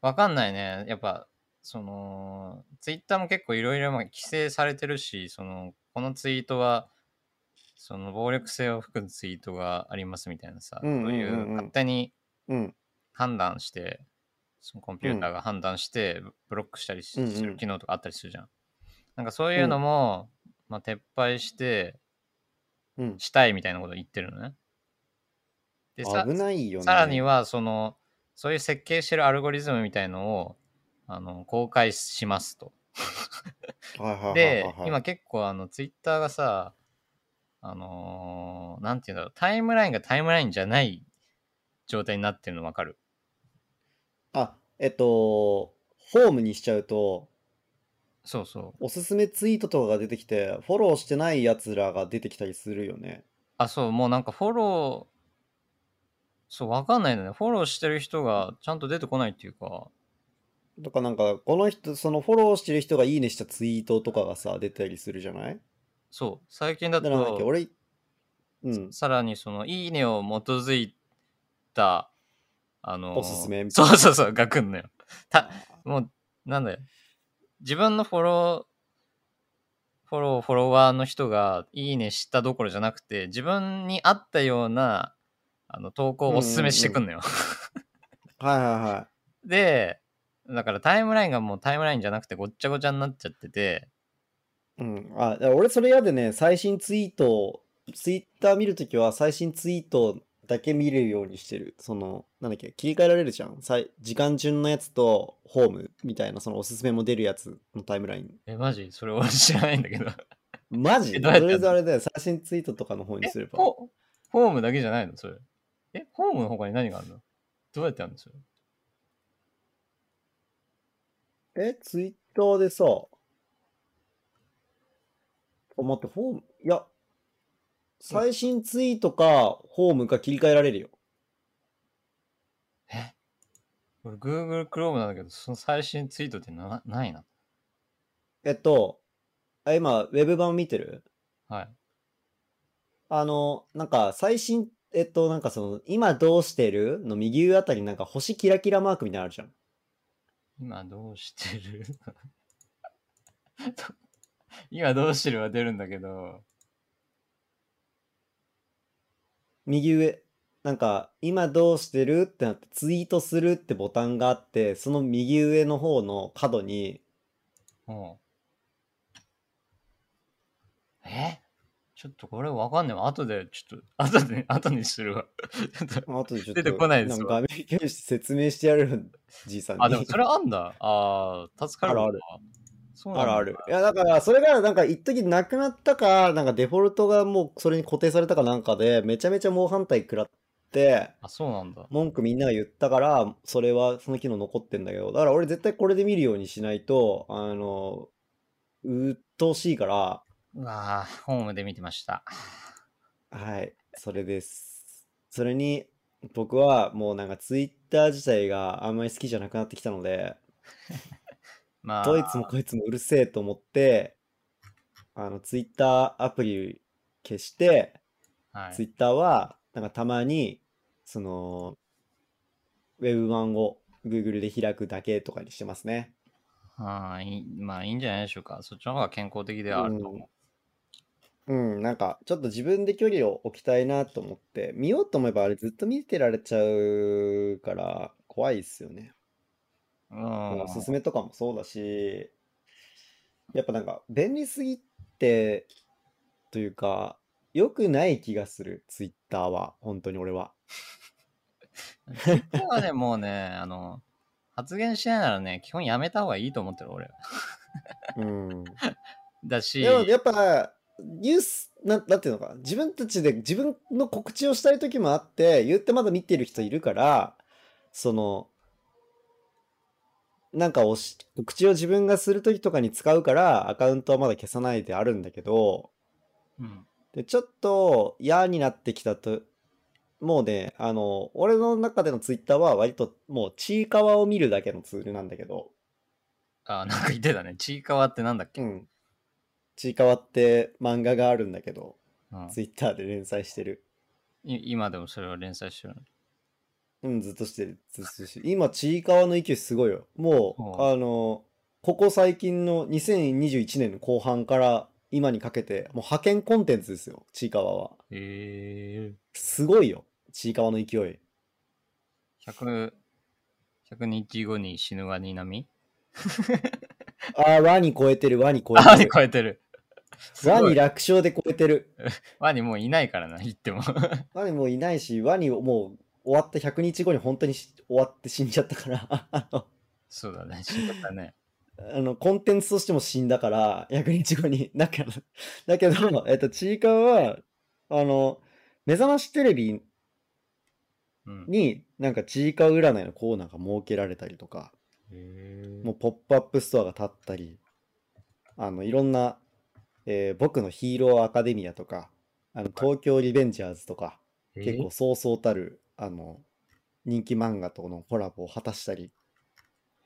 [SPEAKER 3] わかんないね。やっぱ、その、ツイッターも結構いろいろまあ規制されてるし、その、このツイートは、その暴力性を含むツイートがありますみたいなさ、そ
[SPEAKER 2] うんうんうん
[SPEAKER 3] う
[SPEAKER 2] うん
[SPEAKER 3] いう勝手に
[SPEAKER 2] うん
[SPEAKER 3] 判断して、そのコンピューターが判断してブロックしたりし
[SPEAKER 2] うんうん
[SPEAKER 3] する機能とかあったりするじゃん。なんかそういうのも、まあ撤廃して、
[SPEAKER 2] うん
[SPEAKER 3] したいみたいなことを言ってるのね。でさ
[SPEAKER 2] 危ないよね
[SPEAKER 3] さらにはそのそういう設計してるアルゴリズムみたいのをあの公開しますと。
[SPEAKER 2] はいはいはいはいはい
[SPEAKER 3] で今結構あのツイッターがさあのーなんていうんだろうタイムラインがタイムラインじゃない状態になってるの分かる
[SPEAKER 2] あえっとホームにしちゃうと
[SPEAKER 3] そうそう
[SPEAKER 2] おすすめツイートとかが出てきてフォローしてないやつらが出てきたりするよね
[SPEAKER 3] あそうもうなんかフォローそう分かんないんだねフォローしてる人がちゃんと出てこないっていうか
[SPEAKER 2] とかなんかこの人そのフォローしてる人がいいねしたツイートとかがさ出たりするじゃない
[SPEAKER 3] そう最近だ
[SPEAKER 2] だからなんだっけ
[SPEAKER 3] と
[SPEAKER 2] 俺うん
[SPEAKER 3] さらにその「いいね」を基づいたあのー
[SPEAKER 2] おすすめみた
[SPEAKER 3] そ
[SPEAKER 2] いうな
[SPEAKER 3] そうそうがくんのよたもうなんだよ自分のフォローフォローフォロワーの人が「いいね」したどころじゃなくて自分に合ったようなあの投稿をおすすめしてくんのよ、
[SPEAKER 2] はいはいはい
[SPEAKER 3] でだからタイムラインがもうタイムラインじゃなくてごっちゃごちゃになっちゃってて
[SPEAKER 2] うん、あ、だから俺それ嫌でね、最新ツイートを、ツイッター見るときは最新ツイートだけ見れるようにしてる。その、なんだっけ、切り替えられるじゃん。さい時間順のやつと、ホームみたいな、そのおすすめも出るやつのタイムライン。
[SPEAKER 3] えマジそれ俺知らないんだけど
[SPEAKER 2] マジ
[SPEAKER 3] え
[SPEAKER 2] と
[SPEAKER 3] どうやってや
[SPEAKER 2] りあえ
[SPEAKER 3] んの
[SPEAKER 2] ずあれだよ、最新ツイートとかの方にすれば。
[SPEAKER 3] ホホームだけじゃないのそれ。え、ホームの他に何があるのどうやってあるのそれ。
[SPEAKER 2] え、ツイッターでさ、あ、待って、ホーム、いや、最新ツイートか、ホームか切り替えられるよ。
[SPEAKER 3] え俺 Google Chrome なんだけど、その最新ツイートってなないな。
[SPEAKER 2] えっと、あ今、ウェブ版見てる
[SPEAKER 3] はい。
[SPEAKER 2] あの、なんか最新、えっと、なんかその、今どうしてるの右上あたりになんか星キラキラマークみたいなのあるじゃん。
[SPEAKER 3] 今どうしてる 今どうしてるは出るんだけど、
[SPEAKER 2] 右上。なんか、今どうしてるってなって、ツイートするってボタンがあって、その右上の方の角に、
[SPEAKER 3] もう。えちょっとこれわかんないわ。後で、ちょっと、後で、 後にするわ。ちょっと
[SPEAKER 2] あとでちょっ
[SPEAKER 3] 出
[SPEAKER 2] と、
[SPEAKER 3] てこないです
[SPEAKER 2] ん
[SPEAKER 3] わ
[SPEAKER 2] か画面共有して説明してやるじいさんに。
[SPEAKER 3] あ、でもそれあんだ。ああ、助かるわ
[SPEAKER 2] ある
[SPEAKER 3] そうな
[SPEAKER 2] あ
[SPEAKER 3] ん
[SPEAKER 2] る
[SPEAKER 3] だ
[SPEAKER 2] ある。いや、だから、それが、なんか、一時なくなったか、なんか、デフォルトがもう、それに固定されたかなんかで、めちゃめちゃ猛反対食らって、
[SPEAKER 3] あ、そうなんだ。
[SPEAKER 2] 文句みんなが言ったから、それは、その機能残ってんだけど、だから俺絶対これで見るようにしないと、あの、うっとうしいから、
[SPEAKER 3] うわあ、ホームで見てました。
[SPEAKER 2] はい、それです。それに、僕はもうなんかツイッター自体があんまり好きじゃなくなってきたので、
[SPEAKER 3] まあ、
[SPEAKER 2] どいつもこいつもうるせえと思って、あの、ツイッターアプリ消して、
[SPEAKER 3] はい
[SPEAKER 2] ツイッターは、なんかたまに、その、ウェブ版を Google で開くだけとかにしてますね。
[SPEAKER 3] はい、まあいいんじゃないでしょうか。そっちの方が健康的ではあると思う。
[SPEAKER 2] うん、なんか、ちょっと自分で距離を置きたいなと思って、見ようと思えばあれずっと見てられちゃうから、怖いっすよね。
[SPEAKER 3] うん。
[SPEAKER 2] おすすめとかもそうだし、やっぱなんか、便利すぎて、というか、良くない気がする、ツイッターは、本当に俺は。
[SPEAKER 3] ここはね、もうね、あの、発言しないならね、基本やめた方がいいと思ってる、俺。
[SPEAKER 2] うん。
[SPEAKER 3] だし、
[SPEAKER 2] でもやっぱニュースなんなんていうのかな自分たちで自分の告知をしたい時もあって言ってまだ見てる人いるからそのなんかおし告知を自分がする時とかに使うからアカウントはまだ消さないであるんだけど
[SPEAKER 3] うん
[SPEAKER 2] でちょっと嫌になってきたともうね、あの、俺の中でのツイッターは割ともうちいかわを見るだけのツールなんだけど、
[SPEAKER 3] あー、なんか言ってたね。ちいかわってなんだっけ、
[SPEAKER 2] うん。ちいかわって漫画があるんだけど、
[SPEAKER 3] うん
[SPEAKER 2] ツイッターで連載してる。
[SPEAKER 3] い今でもそれを連載してるの
[SPEAKER 2] うん、ずっとしてる。ずっとしてる。今、ちいかわの勢いすごいよ。もう、
[SPEAKER 3] は
[SPEAKER 2] あの、ここ最近の2021年の後半から今にかけて、もう派遣コンテンツですよ、ちいかわは。
[SPEAKER 3] え
[SPEAKER 2] すごいよ、ちいかわの勢い。
[SPEAKER 3] ー、100、100日後に死ぬワニ並み
[SPEAKER 2] あー、ワニ超えてる、ワニ超
[SPEAKER 3] あ、ワ
[SPEAKER 2] え
[SPEAKER 3] ニ
[SPEAKER 2] てる。
[SPEAKER 3] 超えてる。す
[SPEAKER 2] ワ
[SPEAKER 3] ご
[SPEAKER 2] ニ
[SPEAKER 3] い
[SPEAKER 2] 楽勝で超えて る。
[SPEAKER 3] ワニもういないからな、言って も。
[SPEAKER 2] ワニもういないし、ワニもう終わった100日後に本当にし終わって死んじゃったから、 あの、
[SPEAKER 3] そうだね、死んだったね。
[SPEAKER 2] あの、コンテンツとしても死んだから、100日後に。 だけど、だけ ど、えっと、ちいかわは、あの、目覚ましテレビ
[SPEAKER 3] うん。
[SPEAKER 2] に、なんかちいかわ占いのコーナーが設けられたりとか、
[SPEAKER 3] へ
[SPEAKER 2] もうポップアップストアが立ったり、あの、いろんな、えー僕のヒーローアカデミアとか、あの、東京リベンジャーズとか、
[SPEAKER 3] え
[SPEAKER 2] 結構そうそうたる、あの、人気漫画とのコラボを果たしたり、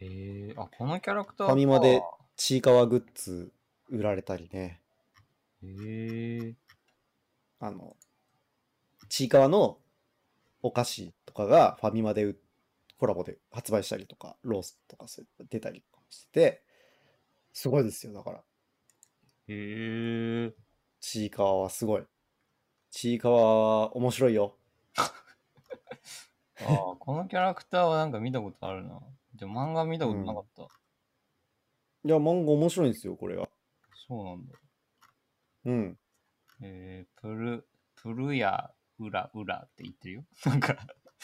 [SPEAKER 3] えー、あ、このキャラクター
[SPEAKER 2] ファミマで
[SPEAKER 3] か
[SPEAKER 2] ちいかわグッズ売られたりね。
[SPEAKER 3] へー
[SPEAKER 2] あの、ちいかわのお菓子とかがファミマでうコラボで発売したりとか、ロースとかそういうの出たりとかしてて、すごいですよ、だから。
[SPEAKER 3] へー
[SPEAKER 2] ちいかわはすごい。ちいかわは面白いよ。
[SPEAKER 3] あーこのキャラクターはなんか見たことあるな。でも漫画見たことなかった。
[SPEAKER 2] いや、漫画面白いんですよ、これが。
[SPEAKER 3] そうなんだ。
[SPEAKER 2] うん。
[SPEAKER 3] えー、プル、プルやウラウラって言ってるよ。なんか、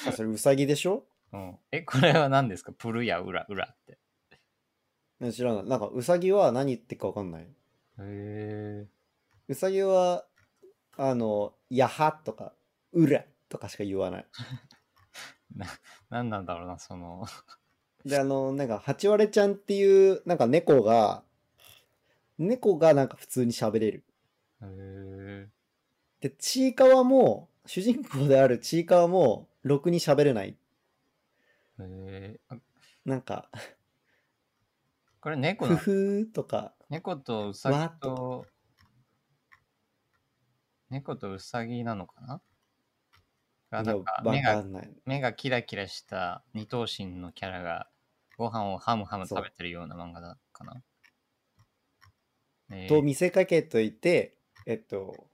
[SPEAKER 2] あそれ、うさぎでしょ
[SPEAKER 3] うん。え、これは何ですかプルやウラウラって。
[SPEAKER 2] ね知らない。なんか、うさぎは何言ってるかわかんない。
[SPEAKER 3] へ
[SPEAKER 2] うさぎは、あの、やはとか、うらとかしか言わない。
[SPEAKER 3] ー、なんなんだろうな、その、
[SPEAKER 2] で、あの、なんか、ハチワレちゃんっていう、なんか猫が、猫がなんか普通に喋れる。
[SPEAKER 3] へー
[SPEAKER 2] で、ちいかわも、主人公であるちいかわも、ろくに喋れない。
[SPEAKER 3] へーあ
[SPEAKER 2] なんか、
[SPEAKER 3] これ猫な
[SPEAKER 2] ふ
[SPEAKER 3] の
[SPEAKER 2] ふーとか、
[SPEAKER 3] 猫とウサ
[SPEAKER 2] わー
[SPEAKER 3] ギ
[SPEAKER 2] っと
[SPEAKER 3] と、猫とウサギなのかながなんか
[SPEAKER 2] わ
[SPEAKER 3] 目
[SPEAKER 2] か
[SPEAKER 3] が
[SPEAKER 2] んない。
[SPEAKER 3] 目がキラキラした二頭身のキャラがご飯をハムハム
[SPEAKER 2] そう
[SPEAKER 3] 食べてるような漫画だかな。えー
[SPEAKER 2] と見せかけといて、えっと、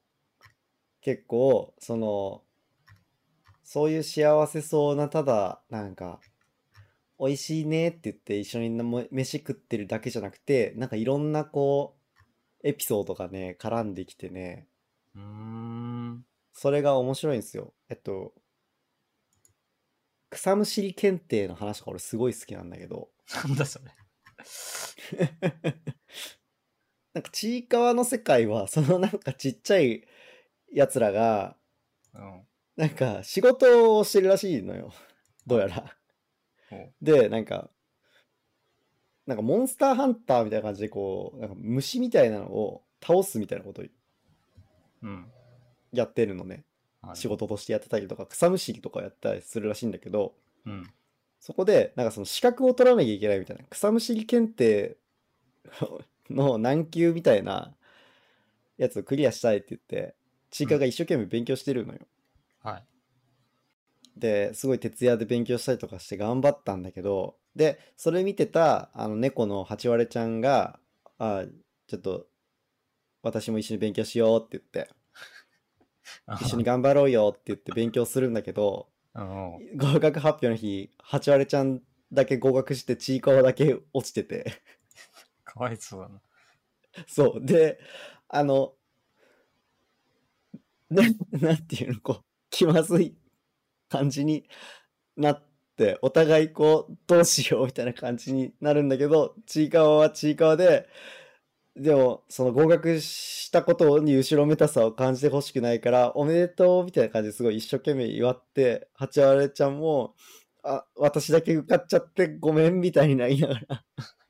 [SPEAKER 2] 結構、その、そういう幸せそうな、ただ、なんか、美味しいねって言って一緒にも飯食ってるだけじゃなくて、なんかいろんなこう、エピソードがね、絡んできてね、
[SPEAKER 3] うーん。
[SPEAKER 2] それが面白いんですよ。えっと、草むしり検定の話が俺すごい好きなんだけど、
[SPEAKER 3] なんだそれ。
[SPEAKER 2] なんかちいかわの世界は、そのなんかちっちゃいやつらが、
[SPEAKER 3] うん。
[SPEAKER 2] なんか仕事をしてるらしい のよ。どうやら。
[SPEAKER 3] ほう
[SPEAKER 2] で、なんか、なんかモンスターハンターみたいな感じでこう、なんか虫みたいなのを倒すみたいなことを
[SPEAKER 3] うん。
[SPEAKER 2] やってるのね。
[SPEAKER 3] はい
[SPEAKER 2] 仕事としてやってたりとか、草むしりとかやったりするらしいんだけど、
[SPEAKER 3] うん。
[SPEAKER 2] そこで、なんかその資格を取らなきゃいけないみたいな、草むしり検定の難級みたいなやつをクリアしたいって言って、ちいかが一生懸命勉強してるのよ。
[SPEAKER 3] はい。
[SPEAKER 2] ですごい徹夜で勉強したりとかして頑張ったんだけどでそれ見てたあの猫のハチワレちゃんが「あちょっと私も一緒に勉強しよう」って言って「一緒に頑張ろうよ」って言って勉強するんだけど
[SPEAKER 3] うん
[SPEAKER 2] 合格発表の日ハチワレちゃんだけ合格してちいかわだけ落ちてて
[SPEAKER 3] かわいそうだな。
[SPEAKER 2] そうであのな なんていうのこう気まずい感じになってお互いこうどうしようみたいな感じになるんだけどちいかわはちいかわででもその合格したことに後ろめたさを感じてほしくないからおめでとうみたいな感じですごい一生懸命祝ってハチワレちゃんもあ私だけ受かっちゃってごめんみたいになりながら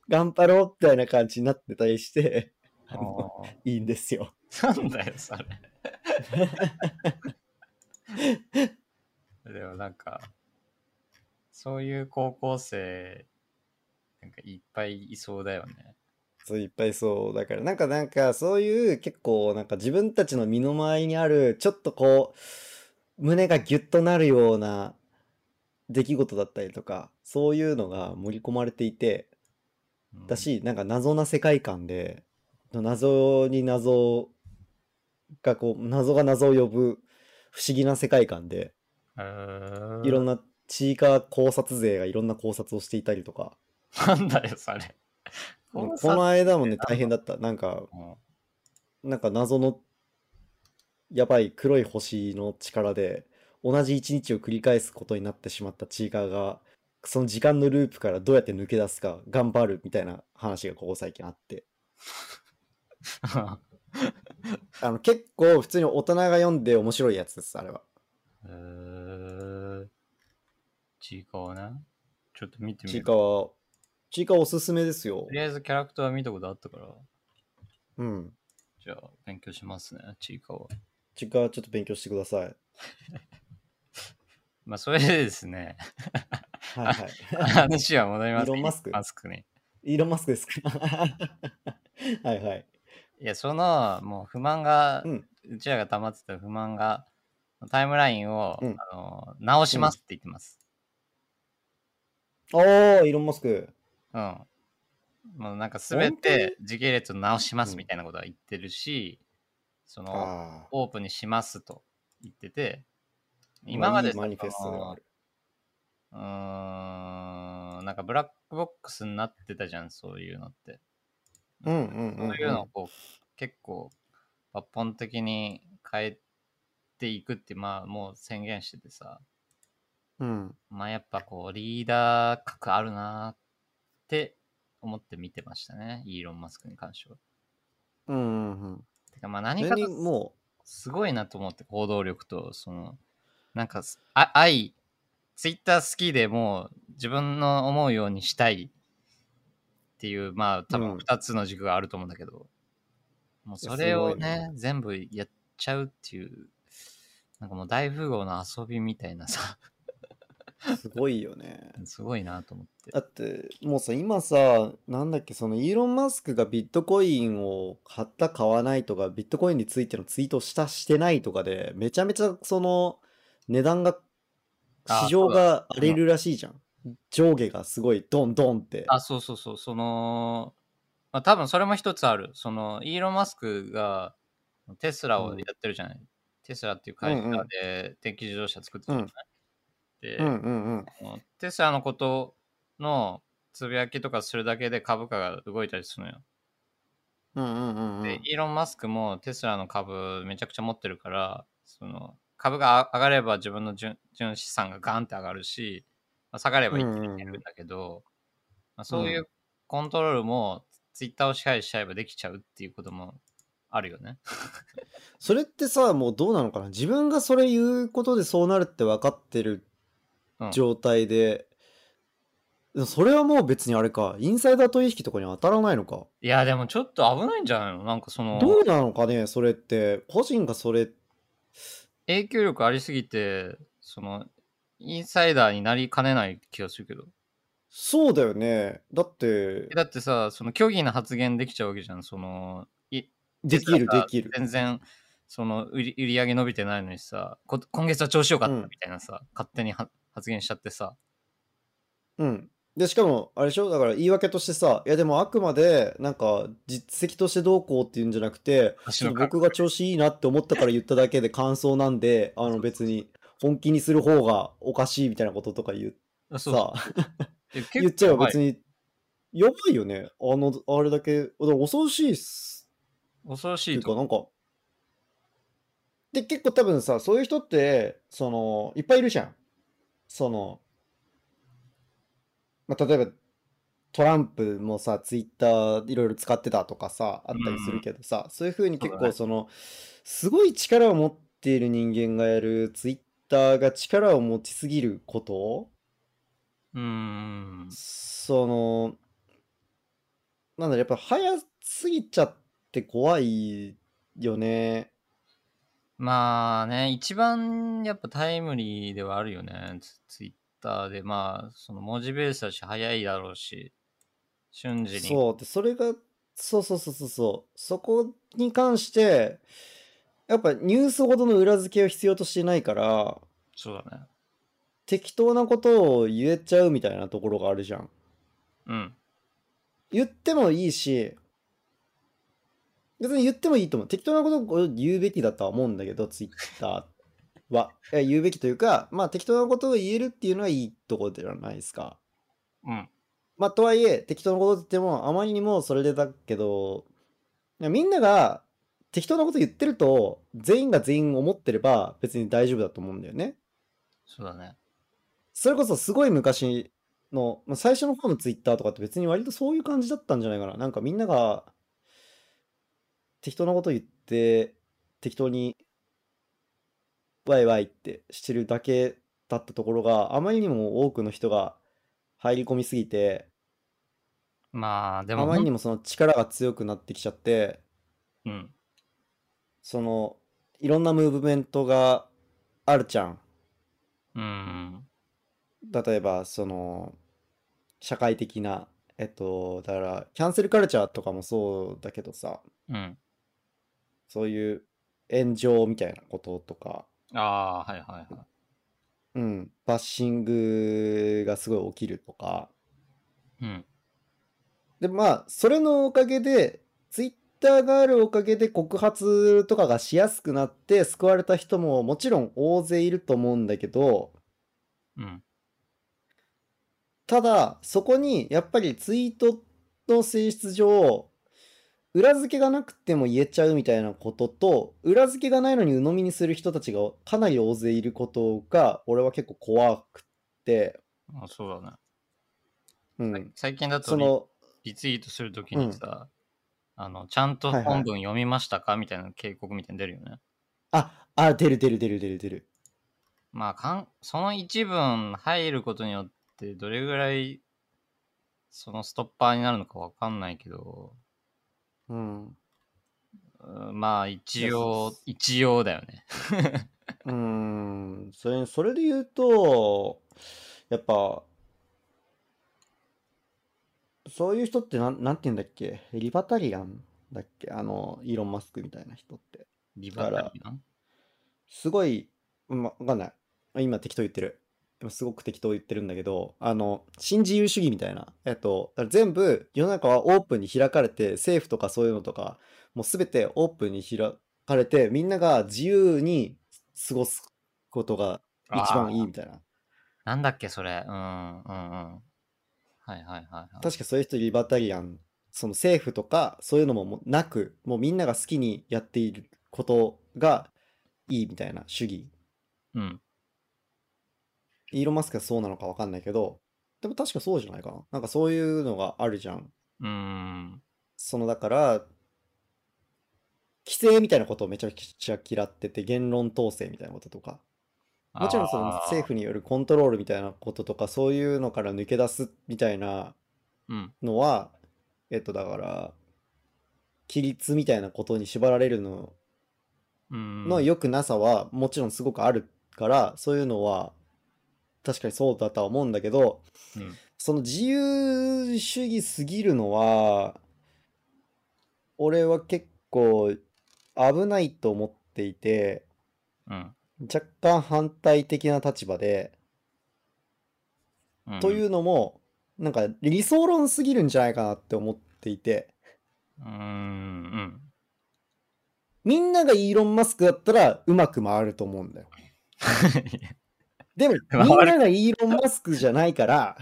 [SPEAKER 2] 頑張ろうみたいな感じになってたりしてあ
[SPEAKER 3] あ
[SPEAKER 2] の
[SPEAKER 3] ー
[SPEAKER 2] いいん ですよ。
[SPEAKER 3] なんだよ、それ。ど、なんか、そういう高校生、なんかいっぱいいそうだよね。
[SPEAKER 2] そういっぱいそうだからなんかなんかそういう結構なんか自分たちの身の回りにあるちょっとこう胸がギュッとなるような出来事だったりとかそういうのが盛り込まれていて
[SPEAKER 3] うん
[SPEAKER 2] だ、しなんか謎な世界観で謎に謎がこう謎が謎を呼ぶ不思議な世界観でい
[SPEAKER 3] い
[SPEAKER 2] ろん
[SPEAKER 3] な。
[SPEAKER 2] な地位化考察勢がいろんな考察をしていたりとか
[SPEAKER 3] なんだよ、それ。
[SPEAKER 2] こ
[SPEAKER 3] 考察
[SPEAKER 2] の間もね大変だったなんか
[SPEAKER 3] も
[SPEAKER 2] なんか謎のやばい黒い星の力で同じ一日を繰り返すことになってしまったチーカーがその時間のループからどうやって抜け出すか頑張るみたいな話がここ最近あってあの結構普通に大人が読んで面白いやつですあれは
[SPEAKER 3] うへー。ちいかわね。ちょっと見てみ
[SPEAKER 2] チ
[SPEAKER 3] る。
[SPEAKER 2] ーカーはチーカーおすすめですよ
[SPEAKER 3] とりあえずキャラクターは見たことあったから、
[SPEAKER 2] うん
[SPEAKER 3] じゃあ勉強しますね、ちいかわ。
[SPEAKER 2] チーカーちょっと勉強してください
[SPEAKER 3] まあ、それでですね、
[SPEAKER 2] はいはい
[SPEAKER 3] 話は戻ります。
[SPEAKER 2] イーロンマスク
[SPEAKER 3] マスクに。
[SPEAKER 2] イーロン・マスクですか はいはい
[SPEAKER 3] いや、その、もう不満が、
[SPEAKER 2] う
[SPEAKER 3] うんちらが溜まってた不満が、タイムラインを、
[SPEAKER 2] うん
[SPEAKER 3] あの直しますって言ってます。
[SPEAKER 2] おーイーロン・マスク
[SPEAKER 3] うん。もうなんかすべて時系列を直しますみたいなことは言ってるし、その、
[SPEAKER 2] ああ
[SPEAKER 3] オープンにしますと言ってて、今まで
[SPEAKER 2] マニフェストではある
[SPEAKER 3] そのうーん、なんかブラックボックスになってたじゃん、そういうのって。
[SPEAKER 2] うんうんうん、うん、
[SPEAKER 3] そういうのをこう結構抜本的に変えていくって、まあもう宣言しててさ、
[SPEAKER 2] うん。
[SPEAKER 3] まあやっぱこうリーダー格あるなーって思って見てましたね、イーロン・マスクに関しては。
[SPEAKER 2] うんうんうん。
[SPEAKER 3] てかまあ
[SPEAKER 2] そ
[SPEAKER 3] 何
[SPEAKER 2] れ
[SPEAKER 3] か
[SPEAKER 2] にも
[SPEAKER 3] すごいなと思って、行動力と、その、なんかす、あ愛、ツイッター好きでもう自分の思うようにしたいっていう、まあ多
[SPEAKER 2] うん
[SPEAKER 3] 分2つの軸があると思うんだけど、もう
[SPEAKER 2] いや
[SPEAKER 3] それを
[SPEAKER 2] すごいね
[SPEAKER 3] ね、全部やっちゃうっていう、なんかもう大富豪の遊びみたいなさ、
[SPEAKER 2] うすごいよね。
[SPEAKER 3] すごいなと思って。
[SPEAKER 2] だってもうさ今さなんだっけそのイーロン・マスクがビットコインを買った買わないとかビットコインについてのツイートしたしてないとかでめちゃめちゃその値段が
[SPEAKER 3] あ
[SPEAKER 2] 市場が荒れるらしいじゃん。上下がすごいドンドンって。
[SPEAKER 3] あ、そうそうそう、その、まあ多分それも一つある。その、イーロン・マスクがテスラを
[SPEAKER 2] うん
[SPEAKER 3] やってるじゃない。テスラっていう会社
[SPEAKER 2] うんうん
[SPEAKER 3] で電気自動車作ってるじゃない。で、
[SPEAKER 2] うんうんうん。
[SPEAKER 3] そのテスラのことのつぶやきとかするだけで株価が動いたりするのよ。
[SPEAKER 2] うんうんうんうん
[SPEAKER 3] で、イーロン・マスクもテスラの株めちゃくちゃ持ってるから、その株が上がれば自分の純純資産がガンって上がるし、まあ、下がれば一気に減るんだけど、まあ、そういううコントロールもツイッターを支配しちゃえばできちゃうっていうこともあるよね。
[SPEAKER 2] それってさもうどうなのかな自分がそれ言うことでそうなるって分かってる
[SPEAKER 3] うん
[SPEAKER 2] 状態で、でもそれはもう別にあれかインサイダー取引とかには当たらないのか
[SPEAKER 3] いや、でもちょっと危ないんじゃないのなんかその
[SPEAKER 2] どうなのかねそれって個人がそれ
[SPEAKER 3] 影響力ありすぎて、そのインサイダーになりかねない気がするけど。
[SPEAKER 2] そうだよねだって
[SPEAKER 3] だってさ、その虚偽な発言できちゃうわけじゃん。そのい
[SPEAKER 2] でき
[SPEAKER 3] 実
[SPEAKER 2] る
[SPEAKER 3] は
[SPEAKER 2] で
[SPEAKER 3] さ
[SPEAKER 2] きる
[SPEAKER 3] 全然、その売り、売り上げ伸びてないのにさ、こ今月は調子よかった
[SPEAKER 2] うん
[SPEAKER 3] みたいなさ、勝手には発言しちゃってさ。
[SPEAKER 2] うんでしかもあれでしょだから言い訳としてさいやでもあくまでなんか実績としてどうこうっていうんじゃなくて
[SPEAKER 3] 私
[SPEAKER 2] ち
[SPEAKER 3] の
[SPEAKER 2] ょっと僕が調子いいなって思ったから言っただけで感想なん であの別に本気にする方がおかしいみたいなこととか言って
[SPEAKER 3] あそう
[SPEAKER 2] さ
[SPEAKER 3] え結構
[SPEAKER 2] 言っちゃえば別
[SPEAKER 3] はい
[SPEAKER 2] に、やばいよね。あの、あれだけ、だから恐ろしいっす。
[SPEAKER 3] 恐ろし
[SPEAKER 2] ってい
[SPEAKER 3] いう
[SPEAKER 2] か、
[SPEAKER 3] と。
[SPEAKER 2] なんか。で、結構多分さ、そういう人って、その、いっぱいいるじゃん。その、まあ、例えば、トランプもさ、ツイッターいろいろ使ってたとかさ、あったりするけどさ、そういうふうに
[SPEAKER 3] そ
[SPEAKER 2] 結
[SPEAKER 3] うだ
[SPEAKER 2] 構
[SPEAKER 3] ね
[SPEAKER 2] その、すごい力を持っている人間がやる、ツイッターが力を持ちすぎること
[SPEAKER 3] うーん。
[SPEAKER 2] そのなんだろうやっぱ早すぎちゃって怖いよね
[SPEAKER 3] まあね、一番やっぱタイムリーではあるよね。ツツイッターで、まあ、その文字ベースだし、早いだろうし、瞬時に。
[SPEAKER 2] そうでそれがそうそうそうそうそうそこに関してやっぱニュースほどの裏付けを必要としてないから
[SPEAKER 3] そうだね。
[SPEAKER 2] 適当なことを言えちゃうみたいなところがあるじゃん
[SPEAKER 3] うん。
[SPEAKER 2] 言ってもいいし別に言ってもいいと思う適当なことを言うべきだとは思うんだけどツイッターはいや言うべきというかまあ適当なことを言えるっていうのはいいところじゃないですか
[SPEAKER 3] うん。
[SPEAKER 2] まあ、とはいえ、適当なことって言っても、あまりにもそれでだけど、いやみんなが適当なこと言ってると、全員が全員思ってれば別に大丈夫だと思うんだよね。
[SPEAKER 3] そうだね。
[SPEAKER 2] それこそすごい昔の、まあ、最初の方のツイッターとかって別に割とそういう感じだったんじゃないかな。なんかみんなが適当なこと言って、適当にワイワイってしてるだけだったところがあまりにも多くの人が入り込みすぎて、
[SPEAKER 3] まあ、で
[SPEAKER 2] あ
[SPEAKER 3] も、
[SPEAKER 2] まりにもその力が強くなってきちゃって
[SPEAKER 3] うん。
[SPEAKER 2] そのいろんなムーブメントがあるじゃん
[SPEAKER 3] うん。
[SPEAKER 2] 例えばその社会的なえっとだからキャンセルカルチャーとかもそうだけどさ
[SPEAKER 3] うん。
[SPEAKER 2] そういう炎上みたいなこととか、
[SPEAKER 3] ああー、はいはいはい。
[SPEAKER 2] うん、バッシングがすごい起きるとか
[SPEAKER 3] うん。
[SPEAKER 2] でまあそれのおかげでツイッターがあるおかげで告発とかがしやすくなって救われた人ももちろん大勢いると思うんだけど
[SPEAKER 3] うん。
[SPEAKER 2] ただそこにやっぱりツイートの性質上裏付けがなくても言えちゃうみたいなことと裏付けがないのに鵜呑みにする人たちがかなり大勢いることが俺は結構怖くって、
[SPEAKER 3] あそうだね。
[SPEAKER 2] うん
[SPEAKER 3] 最近だと
[SPEAKER 2] そ
[SPEAKER 3] リ
[SPEAKER 2] の
[SPEAKER 3] リツイートするときにさ、あの、ちゃんと
[SPEAKER 2] はいはい
[SPEAKER 3] 本文読みましたかみたいな警告みたいなの出るよね。
[SPEAKER 2] ああ出る出る出る出る出る
[SPEAKER 3] まあかん、その一文入ることによって、どれぐらい、そのストッパーになるのかわかんないけど、
[SPEAKER 2] うん
[SPEAKER 3] うんまあ一
[SPEAKER 2] そう
[SPEAKER 3] 応
[SPEAKER 2] そう、
[SPEAKER 3] 一応だよね。
[SPEAKER 2] うーん、それ、それで言うと、やっぱ、そういう人ってなん、なんて言うんだっけリバタリアンだっけあの、イーロン・マスクみたいな人って。
[SPEAKER 3] リバタリアン
[SPEAKER 2] すごい、ま、わかんない。今適当言ってる。今すごく適当言ってるんだけど、あの、新自由主義みたいな。えっと、だから全部世の中はオープンに開かれて、政府とかそういうのとか、もうすべてオープンに開かれて、みんなが自由に過ごすことが一番いい
[SPEAKER 3] あー
[SPEAKER 2] みたいな。
[SPEAKER 3] なんだっけ、それ。うん、うん、うん。はいはいはい、はい。
[SPEAKER 2] 確かそういう人リバタリアン、その政府とかそういうのももうなく、もうみんなが好きにやっていることがいいみたいな主義。
[SPEAKER 3] うん。
[SPEAKER 2] イーロン・マスクがそうなのかわかんないけど、でも確かそうじゃないかな。なんかそういうのがあるじゃん。
[SPEAKER 3] うーん。
[SPEAKER 2] そのだから、規制みたいなことをめちゃくちゃ嫌ってて、言論統制みたいなこととか。もちろんその
[SPEAKER 3] あー
[SPEAKER 2] 政府によるコントロールみたいなこととか、そういうのから抜け出すみたいな
[SPEAKER 3] うん。
[SPEAKER 2] のは、えっとだから、規律みたいなことに縛られるの
[SPEAKER 3] うん。
[SPEAKER 2] の良くなさはもちろんすごくあるから、そういうのは確かにそうだとは思うんだけど、
[SPEAKER 3] うん
[SPEAKER 2] その自由主義すぎるのは、俺は結構危ないと思っていて、
[SPEAKER 3] うん。
[SPEAKER 2] 若干反対的な立場で、
[SPEAKER 3] うん。。
[SPEAKER 2] といううのも、なんか理想論すぎるんじゃないかなって思っていて、
[SPEAKER 3] うん。うん。
[SPEAKER 2] みんながイーロン・マスクだったらうまく回ると思うんだよ。でも、み
[SPEAKER 3] 回る
[SPEAKER 2] んながイーロン・マスクじゃないから、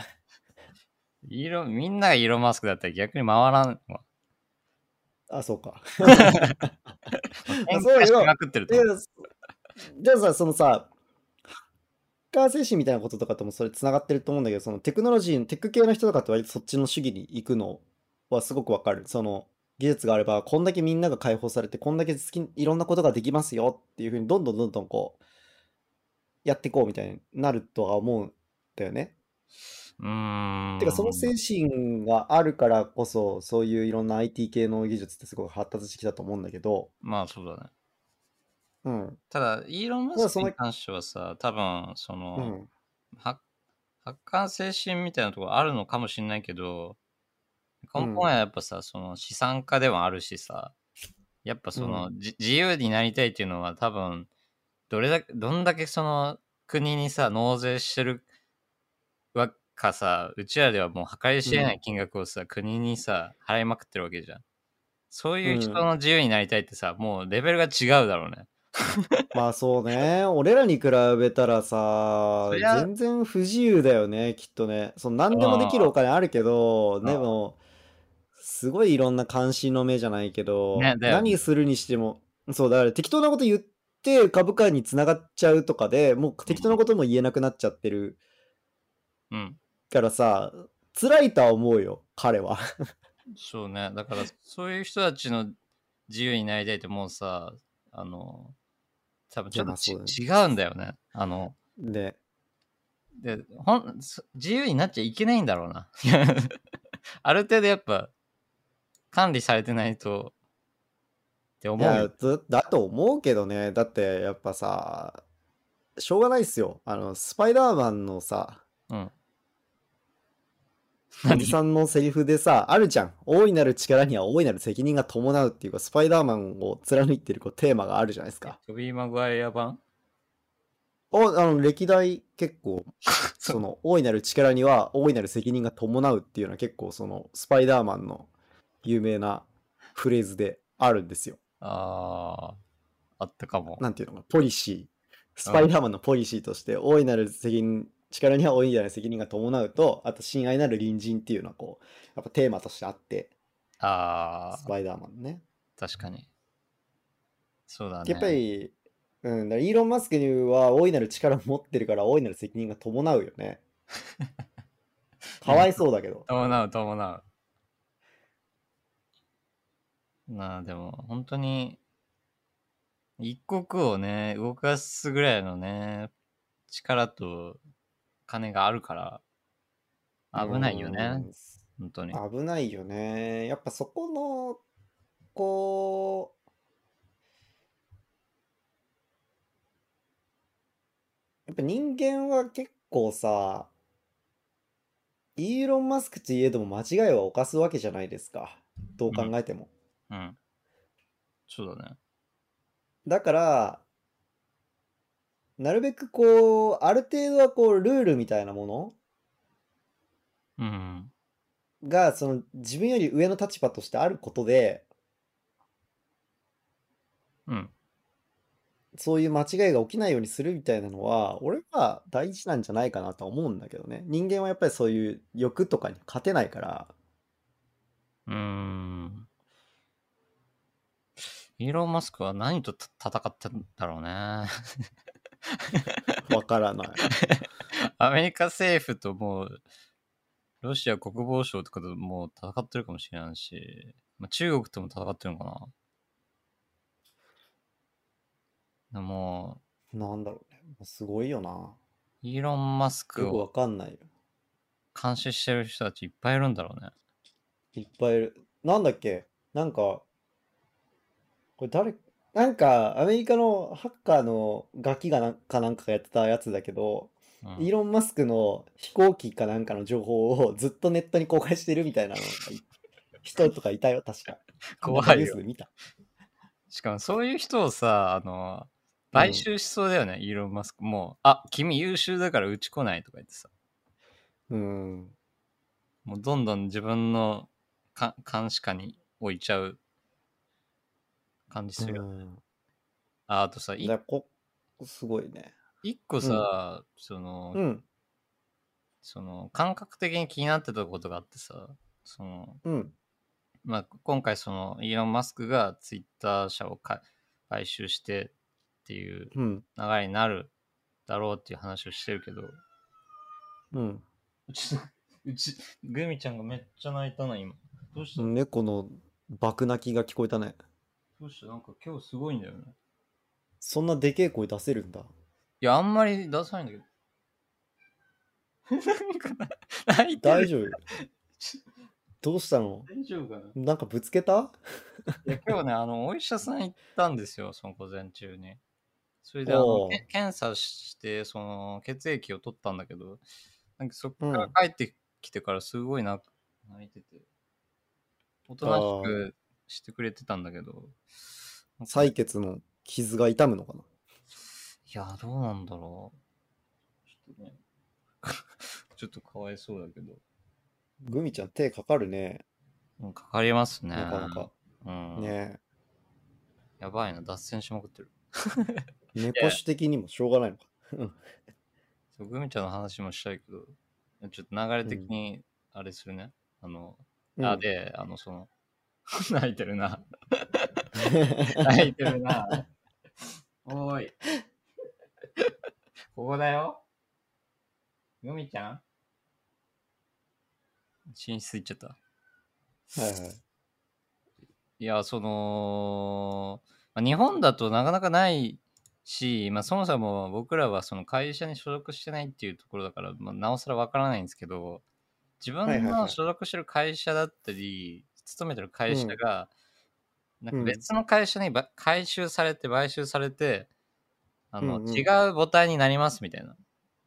[SPEAKER 3] 色、みんなが色マスクだったら逆に回らん わ。
[SPEAKER 2] あ、そうか。
[SPEAKER 3] 喧
[SPEAKER 2] そう
[SPEAKER 3] 嘩
[SPEAKER 2] よ
[SPEAKER 3] しまくってると
[SPEAKER 2] で
[SPEAKER 3] 思う。
[SPEAKER 2] じゃあさ、そのさ、ハッカー精神みたいなこととかともそれつながってると思うんだけど、そのテクノロジーの、テック系の人とかって割とそっちの主義に行くのはすごくわかる。その技術があれば、こんだけみんなが解放されて、こんだけ好き、いろんなことができますよっていうふうに、どんどんどんどんこう、やっていこうみたいになるとは思うんだよね。
[SPEAKER 3] うーん。
[SPEAKER 2] てかその精神があるからこそそういういろんな IT 系の技術ってすごい発達してきたと思うんだけど
[SPEAKER 3] まあそうだね。
[SPEAKER 2] うん。
[SPEAKER 3] ただ、イーロン・マ
[SPEAKER 2] まあ
[SPEAKER 3] ス
[SPEAKER 2] そ
[SPEAKER 3] ク
[SPEAKER 2] の
[SPEAKER 3] に関してはさ、多分、その、
[SPEAKER 2] うん。
[SPEAKER 3] は発汗精神みたいなところあるのかもしれないけど
[SPEAKER 2] うん
[SPEAKER 3] 根本はやっぱさ、その資産家でもあるしさやっぱその、じ自由になりたいっていうのは多分どれだけどんだけその国にさ納税してるわかさうちらではもう計り知れない金額をさ、国にさ払いまくってるわけじゃんそういう人の自由になりたいってさ、もうレベルが違うだろうね
[SPEAKER 2] まあそうね。俺らに比べたらさ
[SPEAKER 3] そり、ゃ
[SPEAKER 2] 全然不自由だよね、きっとね。その何でもできるお金あるけど、
[SPEAKER 3] ん
[SPEAKER 2] でも、すごいいろんな関心の目じゃないけど、
[SPEAKER 3] ねだよね
[SPEAKER 2] 何するにしても、そう、だから適当なこと言って株価につながっちゃうとかでもう適当なことも言えなくなっちゃってる
[SPEAKER 3] うん
[SPEAKER 2] からさ、辛いとは思うよ、彼は。
[SPEAKER 3] そうね。だから、そういう人たちの自由になりたいってもうさ、あの、多分ちょっ
[SPEAKER 2] いやま
[SPEAKER 3] と
[SPEAKER 2] あ
[SPEAKER 3] ち、
[SPEAKER 2] そうだ
[SPEAKER 3] 違
[SPEAKER 2] ね
[SPEAKER 3] うんだよね。あの、
[SPEAKER 2] ね。
[SPEAKER 3] で、ほん、そ自由になっちゃいけないんだろうな。 ある程度やっぱ、管理されてないと、って
[SPEAKER 2] い
[SPEAKER 3] 思う
[SPEAKER 2] や
[SPEAKER 3] よ。
[SPEAKER 2] だだと思うけどねだってやっぱさしょうがないっすよあのスパイダーマンのさ
[SPEAKER 3] うん。
[SPEAKER 2] おじさんのセリフでさあるじゃん大いなる力には大いなる責任が伴うっていうかスパイダーマンを貫いてるこうテーマがあるじゃないですか
[SPEAKER 3] トビー・マグワイア版
[SPEAKER 2] おあの歴代結構その大いなる力には大いなる責任が伴うっていうのは結構そのスパイダーマンの有名なフレーズであるんですよ
[SPEAKER 3] ああ、あったかも。
[SPEAKER 2] なんていうのか、ポリシー。スパイダーマンのポリシーとして、大いなる責任、力には大いなる責任が伴うと、あと、親愛なる隣人っていうのは、こう、やっぱテーマとしてあって、
[SPEAKER 3] あ
[SPEAKER 2] ス
[SPEAKER 3] あ、
[SPEAKER 2] パイダーマンね。
[SPEAKER 3] 確かに。そうだね。
[SPEAKER 2] やっぱり、うん、だからイーロン・マスクには大いなる力を持ってるから、大いなる責任が伴うよね。かわいそうだけど。
[SPEAKER 3] 伴う伴うなあでも本当に一国をね動かすぐらいのね力と金があるから危ないよね本当に
[SPEAKER 2] うん。危ないよね。やっぱそこの、こう、やっぱ人間は結構さ、イーロン・マスクといえども間違いは犯すわけじゃないですか。どう考えても。
[SPEAKER 3] うんそうだね
[SPEAKER 2] だから、なるべくこう、ある程度はこう、ルールみたいなも
[SPEAKER 3] うん
[SPEAKER 2] のが、その自分より上の立場としてあることで、
[SPEAKER 3] うん
[SPEAKER 2] そういう間違いが起きないようにするみたいなのは、俺は大事なんじゃないかなとは思うんだけどね。人間はやっぱりそういう欲とかに勝てないから、
[SPEAKER 3] うーんイーロン・マスクは何とた戦ってんだろうね
[SPEAKER 2] わからない。
[SPEAKER 3] アメリカ政府ともう、ロシア国防省とかともう戦ってるかもしれないし、まあ、中国とも戦ってるのかな。でも
[SPEAKER 2] なんだろうね。もうすごいよな。
[SPEAKER 3] う、イーロン・マス
[SPEAKER 2] よ
[SPEAKER 3] ク
[SPEAKER 2] くわ
[SPEAKER 3] を
[SPEAKER 2] かんないよ。
[SPEAKER 3] 監視してる人たちいっぱいいるんだろうね。
[SPEAKER 2] いっぱいいる。なんだっけなんか、これ誰、なんかアメリカのハッカーのガキがなんかなんかがやってたやつだけど、
[SPEAKER 3] うん
[SPEAKER 2] イーロン・マスクの飛行機かなんかの情報を ずっとネットに公開してるみたいなのがい人とかいたよ、確か。
[SPEAKER 3] 怖い
[SPEAKER 2] ニュース
[SPEAKER 3] よ。
[SPEAKER 2] で見た。
[SPEAKER 3] しかもそういう人をさ、あの、買収しそうだよね、イーロン・マスク。もう、あ、君優秀だからうち来ないとか言ってさ、
[SPEAKER 2] うん。
[SPEAKER 3] もうどんどん自分のか監視下に置いちゃう感じするよね
[SPEAKER 2] うん
[SPEAKER 3] ああとさ、い
[SPEAKER 2] だからこすごいね。
[SPEAKER 3] 一個さ、その、
[SPEAKER 2] うん。
[SPEAKER 3] その、感覚的に気になってたことがあってさ、その、
[SPEAKER 2] うん。
[SPEAKER 3] まあ、今回その、イーロン・マスクがツイッター社を買買収してっていう
[SPEAKER 2] うん。
[SPEAKER 3] 流れになるだろうっていう話をしてるけど、
[SPEAKER 2] うん。
[SPEAKER 3] うち、 うち、グミちゃんがめっちゃ泣いたな、今。どうした、
[SPEAKER 2] 猫の爆泣きが聞こえたね。
[SPEAKER 3] どうしたなんか今日すごいんだよね。
[SPEAKER 2] そんなでけえ声出せるんだ。
[SPEAKER 3] いや、あんまり出さないんだけど。 なんかな、泣いて
[SPEAKER 2] 大
[SPEAKER 3] る。
[SPEAKER 2] 丈夫どうしたの
[SPEAKER 3] 大丈夫かな
[SPEAKER 2] なんかぶつけた
[SPEAKER 3] いや今日ね、あの、お医者さん行ったんですよ、その午前中に。それであの
[SPEAKER 2] おう
[SPEAKER 3] け検査してその血液を取ったんだけどなんかそこ
[SPEAKER 2] うん
[SPEAKER 3] から帰ってきてからすごいな泣いてておとなしくしてくれてたんだけどなんか
[SPEAKER 2] 採血の傷が痛むのかない
[SPEAKER 3] やどうなんだろうちょっとね ちょっとかわいそうだけど、
[SPEAKER 2] グミちゃん手かかるね
[SPEAKER 3] うん、かかりますね
[SPEAKER 2] なかなか
[SPEAKER 3] うん
[SPEAKER 2] ね
[SPEAKER 3] やばいな脱線しまくってる
[SPEAKER 2] 猫種的にもしょうがないのか
[SPEAKER 3] そう、グミちゃんの話もしたいけど、ちょっと流れ的に、あれするね。あの、あ、で、あの、その、 泣いてる な。泣いてるな。 お ーい。ここだよ。グミちゃん寝室行っちゃった。
[SPEAKER 2] うんはいはい
[SPEAKER 3] いや、その、まあ、日本だとなかなかないし、まあ、そもそも僕らはその会社に所属してないっていうところだから、まあ、なおさらわからないんですけど、自
[SPEAKER 2] はい
[SPEAKER 3] 分
[SPEAKER 2] はいは
[SPEAKER 3] の
[SPEAKER 2] い
[SPEAKER 3] 所属してる会社だったり、勤めてる会社が、なんか
[SPEAKER 2] うん
[SPEAKER 3] 別の会社にば回収されて、買収されて、あの
[SPEAKER 2] うんうん
[SPEAKER 3] 違う母体になりますみたいな。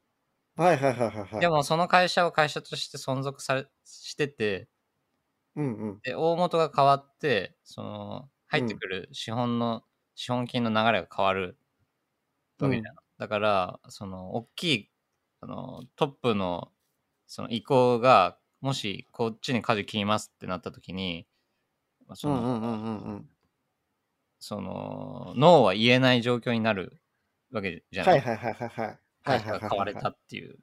[SPEAKER 2] はいはいはいはいはい
[SPEAKER 3] でもその会社は会社として存続されしてて、
[SPEAKER 2] うんうん
[SPEAKER 3] で大元が変わってその入ってくる資本の、資本金の流れが変わるわけじゃん、だからその大きいあのトップのその意向がもしこっちに舵切りますってなった時にまあ
[SPEAKER 2] う
[SPEAKER 3] その、
[SPEAKER 2] んうんうんうんうん
[SPEAKER 3] そのノーは言えない状況になるわけじゃな
[SPEAKER 2] はい
[SPEAKER 3] い、
[SPEAKER 2] はいはいはいはいはいはいは
[SPEAKER 3] 会
[SPEAKER 2] い
[SPEAKER 3] 社が
[SPEAKER 2] は
[SPEAKER 3] 変わ
[SPEAKER 2] い
[SPEAKER 3] れたっていう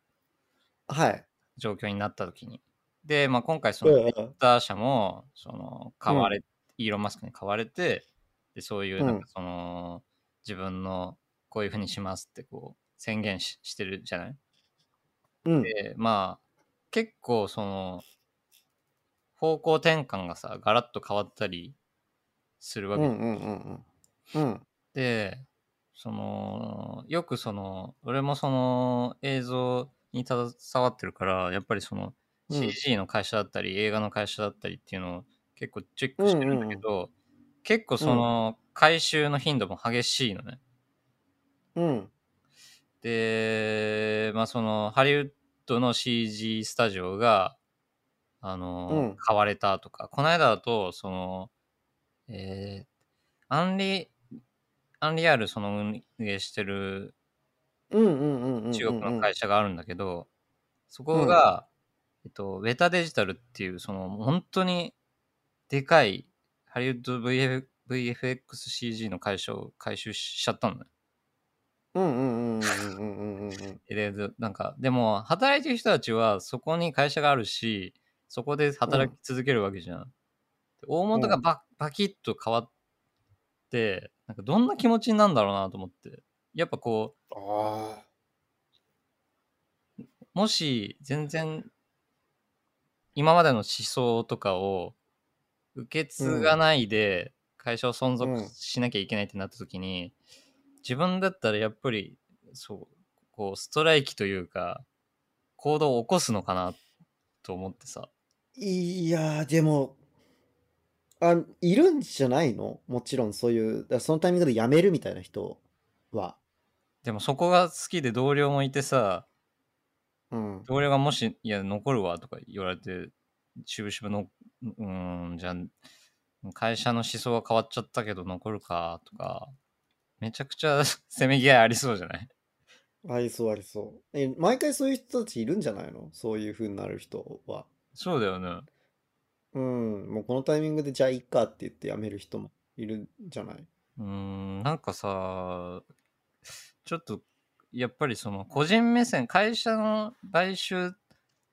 [SPEAKER 2] はい
[SPEAKER 3] 状況になった時にで、まあ、今回その
[SPEAKER 2] うんうん
[SPEAKER 3] ツイッター社もその買われ、イーロン・マスクに買われてでそういう
[SPEAKER 2] うん
[SPEAKER 3] なんかその、自分のこういうふうにしますってこう宣言ししてるじゃない
[SPEAKER 2] うん
[SPEAKER 3] でまあ結構その方向転換がさガラッと変わったりするわ
[SPEAKER 2] うん
[SPEAKER 3] け
[SPEAKER 2] うんうんうんうん
[SPEAKER 3] でそのよくその俺もその映像に携わってるからやっぱりその
[SPEAKER 2] うん
[SPEAKER 3] CG の会社だったり、映画の会社だったりっていうのを結構チェックしてるんだけど、結構その回収の頻度も激しいのね。
[SPEAKER 2] うん
[SPEAKER 3] で、まあそのハリウッドの CG スタジオが、あの、
[SPEAKER 2] うん
[SPEAKER 3] 買われたとか、この間だと、その、えーアンリ、アンリアルその運営してる
[SPEAKER 2] うんうんうんうん
[SPEAKER 3] 中国の会社があるんだけど、そこが、えっと、ウェタデジタルっていう、その、本当にでかいハリウッド VF VFXCG の会社を回収しちゃったのね。
[SPEAKER 2] うんうんうんうんうんうんうんうん
[SPEAKER 3] で、でなんか、でも、働いてる人たちはそこに会社があるし、そこで働き続けるわけじゃん。で大元がバ,、バキッと変わって、なんかどんな気持ちになるんだろうなと思って。やっぱこう、
[SPEAKER 2] ああ
[SPEAKER 3] もし全然今までの思想とかを受け継がないで会社を存
[SPEAKER 2] うん
[SPEAKER 3] 続しなきゃいけないってなった時に、自分だったらやっぱりそうこうストライキというか行動を起こすのかなと思ってさ
[SPEAKER 2] いやーでもあいるんじゃないのもちろんそういうだからそのタイミングで辞めるみたいな人は
[SPEAKER 3] でもそこが好きで同僚もいてさ
[SPEAKER 2] うん
[SPEAKER 3] 同僚がもし「いや残るわ」とか言われてしぶしぶのうーんじゃあ会社の思想は変わっちゃったけど残るかとかめちゃくちゃ せめぎ合いありそうじゃない
[SPEAKER 2] ありそうありそうえ毎回そういう人たちいるんじゃないのそういう風になる人は
[SPEAKER 3] そうだよね
[SPEAKER 2] うんもうこのタイミングでじゃあいっかって言って辞める人もいるんじゃないう
[SPEAKER 3] ーんなんかさちょっとやっぱりその個人目線会社の買収っ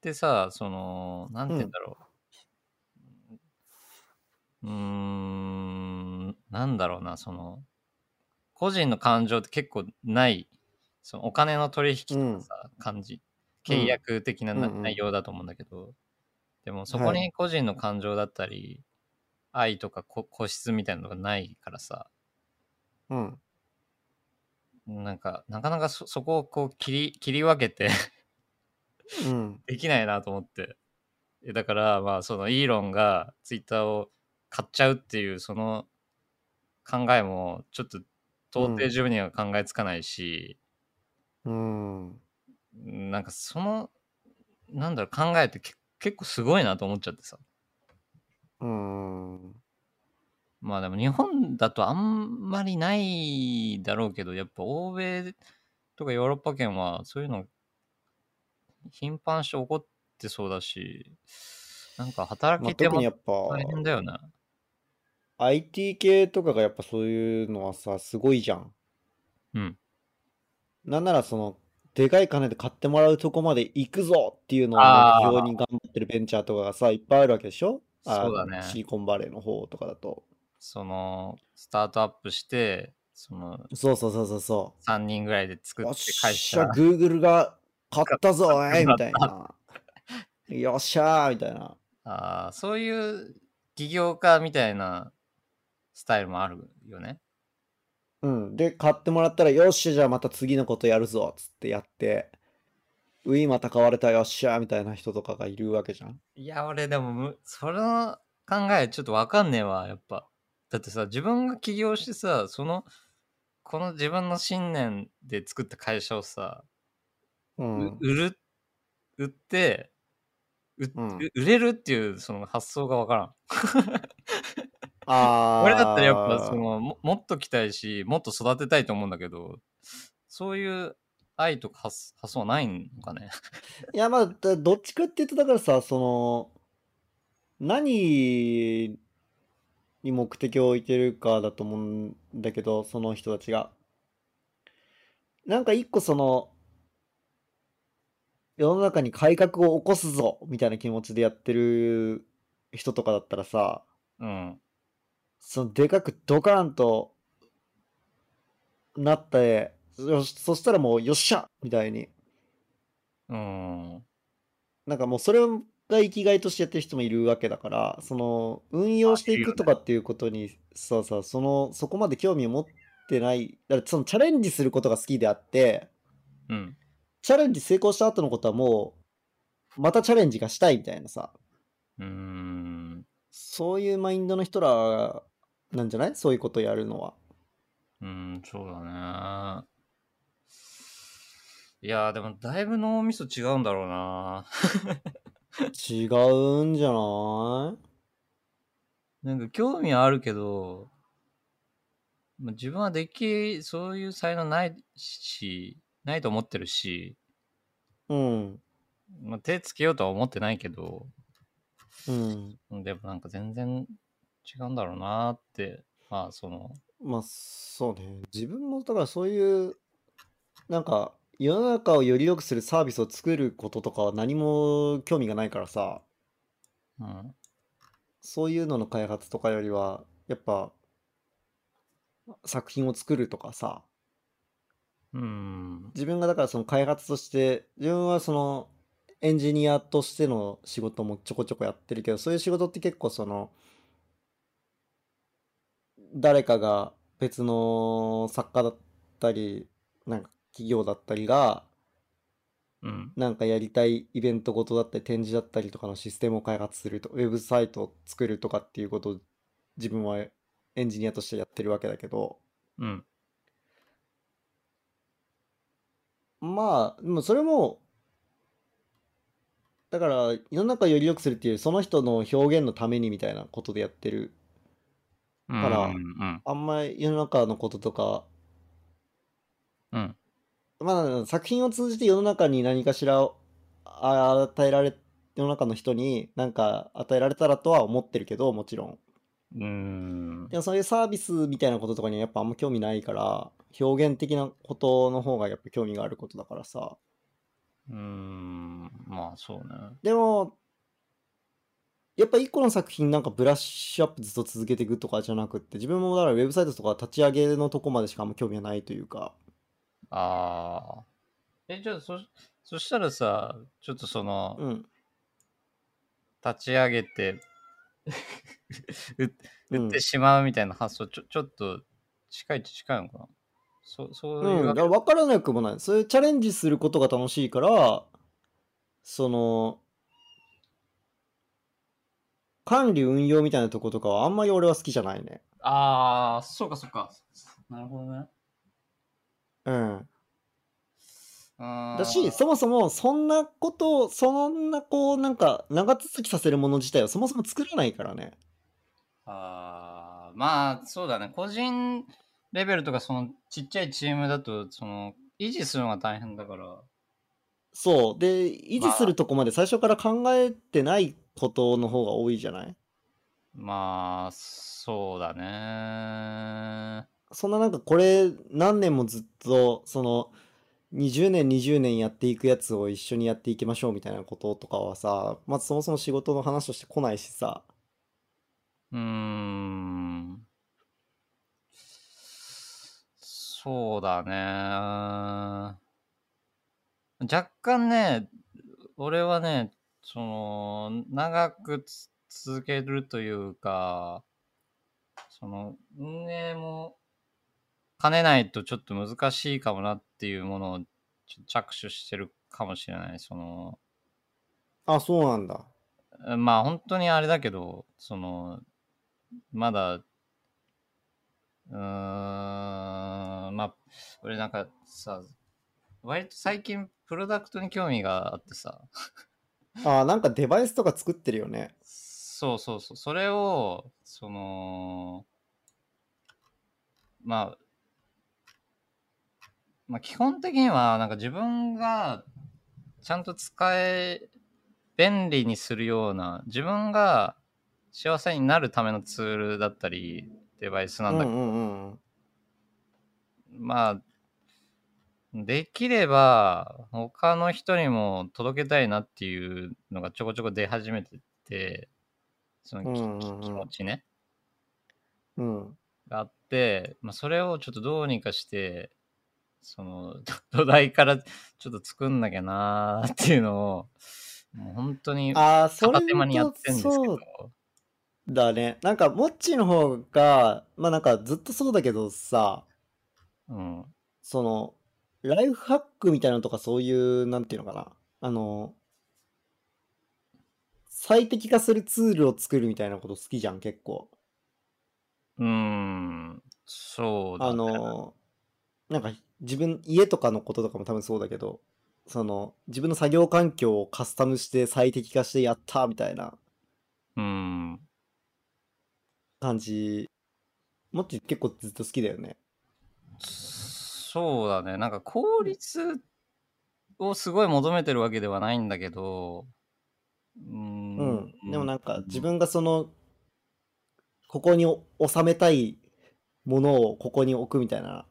[SPEAKER 3] てさそのなんて言うんだろううーんなんだろうなその個人の感情って結構ないそのお金の取引とかさ、感じ契約的なな
[SPEAKER 2] うんうん
[SPEAKER 3] 内容だと思うんだけど、でもそこ
[SPEAKER 2] は
[SPEAKER 3] に個人の感情だったり、愛とかこ個室みたいなのがないからさ
[SPEAKER 2] うん
[SPEAKER 3] なんかなかなかそそこをこう切り切り分けて
[SPEAKER 2] うん
[SPEAKER 3] できないなと思ってえだからまあそのイーロンがツイッターを買っちゃうっていうその考えもちょっと到底自分には考えつかないし、
[SPEAKER 2] うん。
[SPEAKER 3] なんかその、なんだろう、考えてけ結構すごいなと思っちゃってさ。
[SPEAKER 2] うん。
[SPEAKER 3] まあでも日本だとあんまりないだろうけど、やっぱ欧米とかヨーロッパ圏はそういうの頻繁して起こってそうだし、なんか働
[SPEAKER 2] まあ、
[SPEAKER 3] き手
[SPEAKER 2] 特
[SPEAKER 3] も
[SPEAKER 2] にやっぱ、
[SPEAKER 3] 大変だよね。
[SPEAKER 2] IT 系とかがやっぱそういうのはさ、すごいじゃん。
[SPEAKER 3] うん。
[SPEAKER 2] なんならその、でかい金で買ってもらうとこまで行くぞっていうのを
[SPEAKER 3] あー
[SPEAKER 2] 目標に頑張ってるベンチャーとかがさ、いっぱいあるわけでしょあ
[SPEAKER 3] そうだね
[SPEAKER 2] のシリコンバレーの方とかだと。
[SPEAKER 3] その、スタートアップして、その、
[SPEAKER 2] そうそうそうそうそ
[SPEAKER 3] 3人ぐらいで作
[SPEAKER 2] う。
[SPEAKER 3] っ
[SPEAKER 2] よってし
[SPEAKER 3] 会
[SPEAKER 2] ゃ、
[SPEAKER 3] 社
[SPEAKER 2] Google が買ったぞ、お
[SPEAKER 3] 買っ
[SPEAKER 2] い
[SPEAKER 3] た
[SPEAKER 2] みたい な。よっしゃーみたいな。
[SPEAKER 3] あーそういう起業家みたいなスタイルもあるよね。
[SPEAKER 2] うん。で、買ってもらったら、よっしゃ、じゃあまた次のことやるぞ、つってやって、うい、また買われた、よっしゃーみたいな人とかがいるわけじゃん。
[SPEAKER 3] いや、俺でもむ、その考えちょっとわかんねえわ、やっぱ。だってさ、自分が起業してさ、その、この自分の信念で作った会社をさ、
[SPEAKER 2] う。
[SPEAKER 3] うん売る、売って、う
[SPEAKER 2] うん
[SPEAKER 3] 売れるっていうその発想がわからん。
[SPEAKER 2] あー
[SPEAKER 3] 俺だったらやっぱそのももっと来たいしもっと育てたいと思うんだけどそういう愛とか発発想はないのかね
[SPEAKER 2] いやまあだどっちかっていうとだからさその何に目的を置いてるかだと思うんだけどその人たちがなんか一個その世の中に改革を起こすぞみたいな気持ちでやってる人とかだったらさ
[SPEAKER 3] うん
[SPEAKER 2] そのでかくドカーンとなってよしそしたらもうよっしゃみたいに
[SPEAKER 3] うん
[SPEAKER 2] なんかもうそれが生きがいとしてやってる人もいるわけだから、その運用していくとかっていうことに、そうそう、その、そこまで興味を持ってない、だからそのチャレンジすることが好きであって、
[SPEAKER 3] うん
[SPEAKER 2] チャレンジ成功した後のことはもう、またチャレンジがしたいみたいなさ、
[SPEAKER 3] うーん
[SPEAKER 2] そういうマインドの人らなんじゃないそういうことやるのは。
[SPEAKER 3] うんそうだねいやーでもだいぶ脳みそ違うんだろうな
[SPEAKER 2] 違うんじゃな
[SPEAKER 3] なんか興味はあるけどまあ自分はできそういう才能ないしないと思ってるし、
[SPEAKER 2] いうん。
[SPEAKER 3] まあ、手つけようとは思ってないけど
[SPEAKER 2] うん。
[SPEAKER 3] うんでもなんか全然違うんだろうなーって、まあその、
[SPEAKER 2] まあそうね自分もだからそういうなんか世の中をより良くするサービスを作ることとかは何も興味がないからさ
[SPEAKER 3] うん、
[SPEAKER 2] そういうのの開発とかよりはやっぱ作品を作るとかさ
[SPEAKER 3] うん、
[SPEAKER 2] 自分がだからその開発として自分はそのエンジニアとしての仕事もちょこちょこやってるけどそういう仕事って結構その誰かが別の作家だったりなんか企業だったりが
[SPEAKER 3] うん、
[SPEAKER 2] なんかやりたいイベントごとだったり展示だったりとかのシステムを開発するとウェブサイトを作るとかっていうことを自分はエンジニアとしてやってるわけだけど
[SPEAKER 3] うん、
[SPEAKER 2] まあでもそれもだから世の中をより良くするっていうよりその人の表現のためにみたいなことでやってる
[SPEAKER 3] うん、
[SPEAKER 2] から
[SPEAKER 3] うん、
[SPEAKER 2] あんまり世の中のこととか
[SPEAKER 3] うん、
[SPEAKER 2] まあ作品を通じて世の中に何かしらをあ与えられ世の中の人に何か与えられたらとは思ってるけどもちろん
[SPEAKER 3] うん、
[SPEAKER 2] でもそういうサービスみたいなこととかにはやっぱあんま興味ないから表現的なことの方がやっぱ興味があることだからさ
[SPEAKER 3] うん、まあそうね。
[SPEAKER 2] でも、やっぱ一個の作品なんかブラッシュアップずっと続けていくとかじゃなくって、自分もだからウェブサイトとか立ち上げのとこまでしかあんま興味がないというか。
[SPEAKER 3] ああ。え、じゃあそ、そしたらさ、ちょっとその、
[SPEAKER 2] うん。
[SPEAKER 3] 立ち上げて、う
[SPEAKER 2] うん
[SPEAKER 3] 売ってしまうみたいな発想、ちょちょっと近いっちゃ近いのかなそそういう
[SPEAKER 2] うん。だ
[SPEAKER 3] わ
[SPEAKER 2] か
[SPEAKER 3] け
[SPEAKER 2] ら分からなくもない。そういうチャレンジすることが楽しいから、その、管理運用みたいなとことかはあんまり俺は好きじゃないね。
[SPEAKER 3] ああ、そうかそうか。なるほどね。
[SPEAKER 2] うん。
[SPEAKER 3] だ
[SPEAKER 2] だし、そもそもそんなことを、そんなこう、なんか長続きさせるもの自体をそもそも作らないからね。
[SPEAKER 3] あーまあそうだね個人レベルとかそのちっちゃいチームだとその維持するのが大変だから
[SPEAKER 2] そう。で、維持するとこまで最初から考えてないことの方が多いじゃない
[SPEAKER 3] まあそうだね
[SPEAKER 2] そんななんかこれ何年もずっとその20年20年やっていくやつを一緒にやっていきましょうみたいなこととかはさまずそもそも仕事の話として来ないしさ
[SPEAKER 3] うーんそうだね若干ね俺はねその長くつ続けるというかその運営も兼ねないとちょっと難しいかもなっていうものをちょ着手してるかもしれないその
[SPEAKER 2] あそうなんだ
[SPEAKER 3] まあ本当にあれだけど、その、まだ、うーん、まあ、俺なんかさ、割と最近プロダクトに興味があってさ、
[SPEAKER 2] あなんかデバイスとか作ってるよね
[SPEAKER 3] そうそうそう、それを、その、まあ、まあ基本的にはなんか自分がちゃんと使え、便利にするような、自分が幸せになるためのツールだったり、デバイス
[SPEAKER 2] う
[SPEAKER 3] なん
[SPEAKER 2] ん
[SPEAKER 3] だ
[SPEAKER 2] う
[SPEAKER 3] けど、
[SPEAKER 2] んうん
[SPEAKER 3] まあ、できれば他の人にも届けたいなっていうのがちょこちょこ出始めてて、そのき
[SPEAKER 2] うんうんうん
[SPEAKER 3] 気持ちね。
[SPEAKER 2] うん
[SPEAKER 3] があって、まあ、それをちょっとどうにかして、その 土台からちょっと作んなきゃなーっていうのを、もう本当に
[SPEAKER 2] あーそれ
[SPEAKER 3] 逆手間にやってんですけ
[SPEAKER 2] そ
[SPEAKER 3] ど
[SPEAKER 2] う、だねなんかモッチーの方がまあなんかずっとそうだけどさ
[SPEAKER 3] うん、
[SPEAKER 2] そのライフハックみたいなのとかそういうなんていうのかなあの最適化するツールを作るみたいなこと好きじゃん結構
[SPEAKER 3] うーん、そうだ、ね。
[SPEAKER 2] あのなんか自分家とかのこととかも多分そうだけどその自分の作業環境をカスタムして最適化してやったみたいな
[SPEAKER 3] うん、
[SPEAKER 2] 感じもっち結構ずっと好きだよね
[SPEAKER 3] そうだね。なんか効率をすごい求めてるわけではないんだけど、うーん
[SPEAKER 2] うん、でもなんか自分がそのここにお収めたいものをここに置くみたいな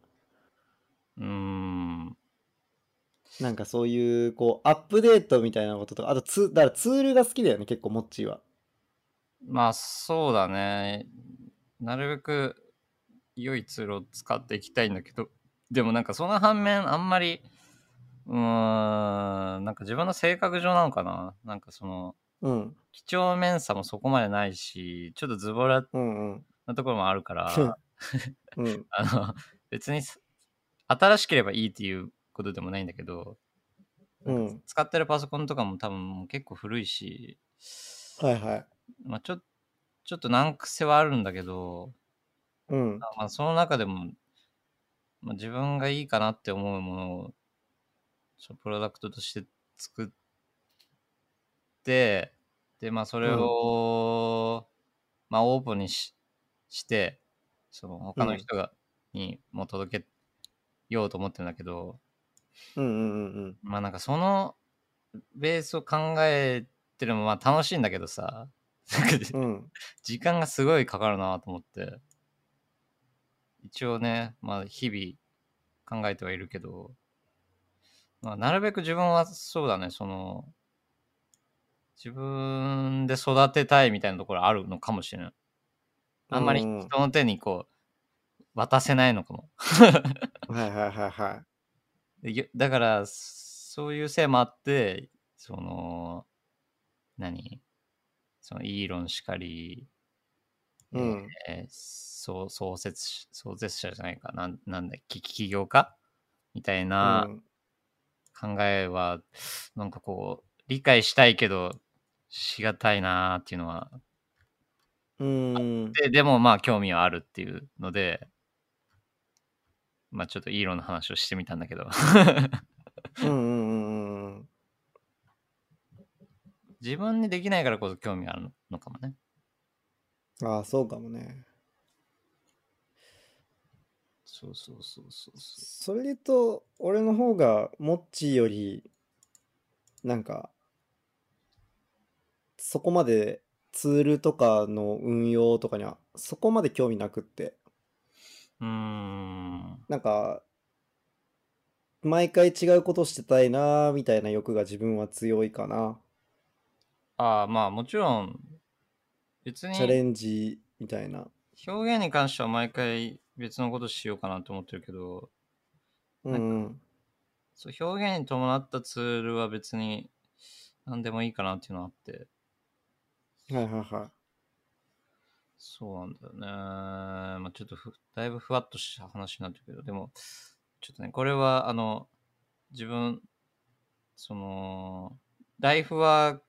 [SPEAKER 3] うーん、
[SPEAKER 2] なんかそういうこうアップデートみたいなこととかあとツだからツールが好きだよね結構モッチーは
[SPEAKER 3] まあそうだね。なるべく良いツールを使っていきたいんだけど、でもなんかその反面あんまり、うーん、なんか自分の性格上なのかな。なんかその、
[SPEAKER 2] うん
[SPEAKER 3] 几帳面さもそこまでないし、ちょっとズボラ
[SPEAKER 2] うんうん
[SPEAKER 3] なところもある から、
[SPEAKER 2] うん
[SPEAKER 3] あの、 別にす新しければいいっていうことでもないんだけど、
[SPEAKER 2] うん
[SPEAKER 3] 使ってるパソコンとかも多分もう結構古いし、
[SPEAKER 2] はいはい
[SPEAKER 3] まあちょちょっと難癖はあるんだけど、
[SPEAKER 2] うん
[SPEAKER 3] まあ、その中でも、まあ、自分がいいかなって思うものをそうプロダクトとして作ってでまあそれを、まあオープンにししてその他の人が、にも届けようと思ってるんだけど
[SPEAKER 2] うんうんうんうん
[SPEAKER 3] まあなんかそのベースを考えてるのもまあ楽しいんだけどさなんか
[SPEAKER 2] うん
[SPEAKER 3] 時間がすごいかかるなと思って。一応ね、まあ日々考えてはいるけど、まあなるべく自分はそうだね、その、自分で育てたいみたいなところあるのかもしれない。あんまり
[SPEAKER 2] うん
[SPEAKER 3] 人の手にこう、渡せないのかも。
[SPEAKER 2] はいはいはいはい
[SPEAKER 3] でよだから、そういうせいもあって、その、何その、イーロンしかり、
[SPEAKER 2] うん
[SPEAKER 3] えーそう創設し創設者じゃないかなんなんだ起起業家みたいうなん考えは、なんかこう理解したいけどしがたいなーっていうのは
[SPEAKER 2] うん
[SPEAKER 3] ででもまあ興味はあるっていうのでまあちょっとイーロンの話をしてみたんだけど
[SPEAKER 2] うんうんうんうん
[SPEAKER 3] 自分にできないからこそ興味があるのかもね
[SPEAKER 2] うん。ああ、そうかもね。
[SPEAKER 3] そうそうそうそうそ
[SPEAKER 2] それで言うと、俺の方が、モッチーより、なんか、そこまでツールとかの運用とかには、そこまで興味なくって、
[SPEAKER 3] ううーん
[SPEAKER 2] なんか、毎回違うことしてたいなーみたいな欲が自分は強いかな。
[SPEAKER 3] ああまあもちろん別に
[SPEAKER 2] チャレンジみたいな。
[SPEAKER 3] 表現に関しては毎回別のことしようかなと思ってるけど
[SPEAKER 2] うんうん。
[SPEAKER 3] そう表現に伴ったツールは別に何でもいいかなっていうのはあって
[SPEAKER 2] はいはいはい。
[SPEAKER 3] そうなんだよね。まあ、ちょっとふ、だいぶふわっとした話になってるけど、でも、ちょっとね、これは、あの、自分、その、ライフワー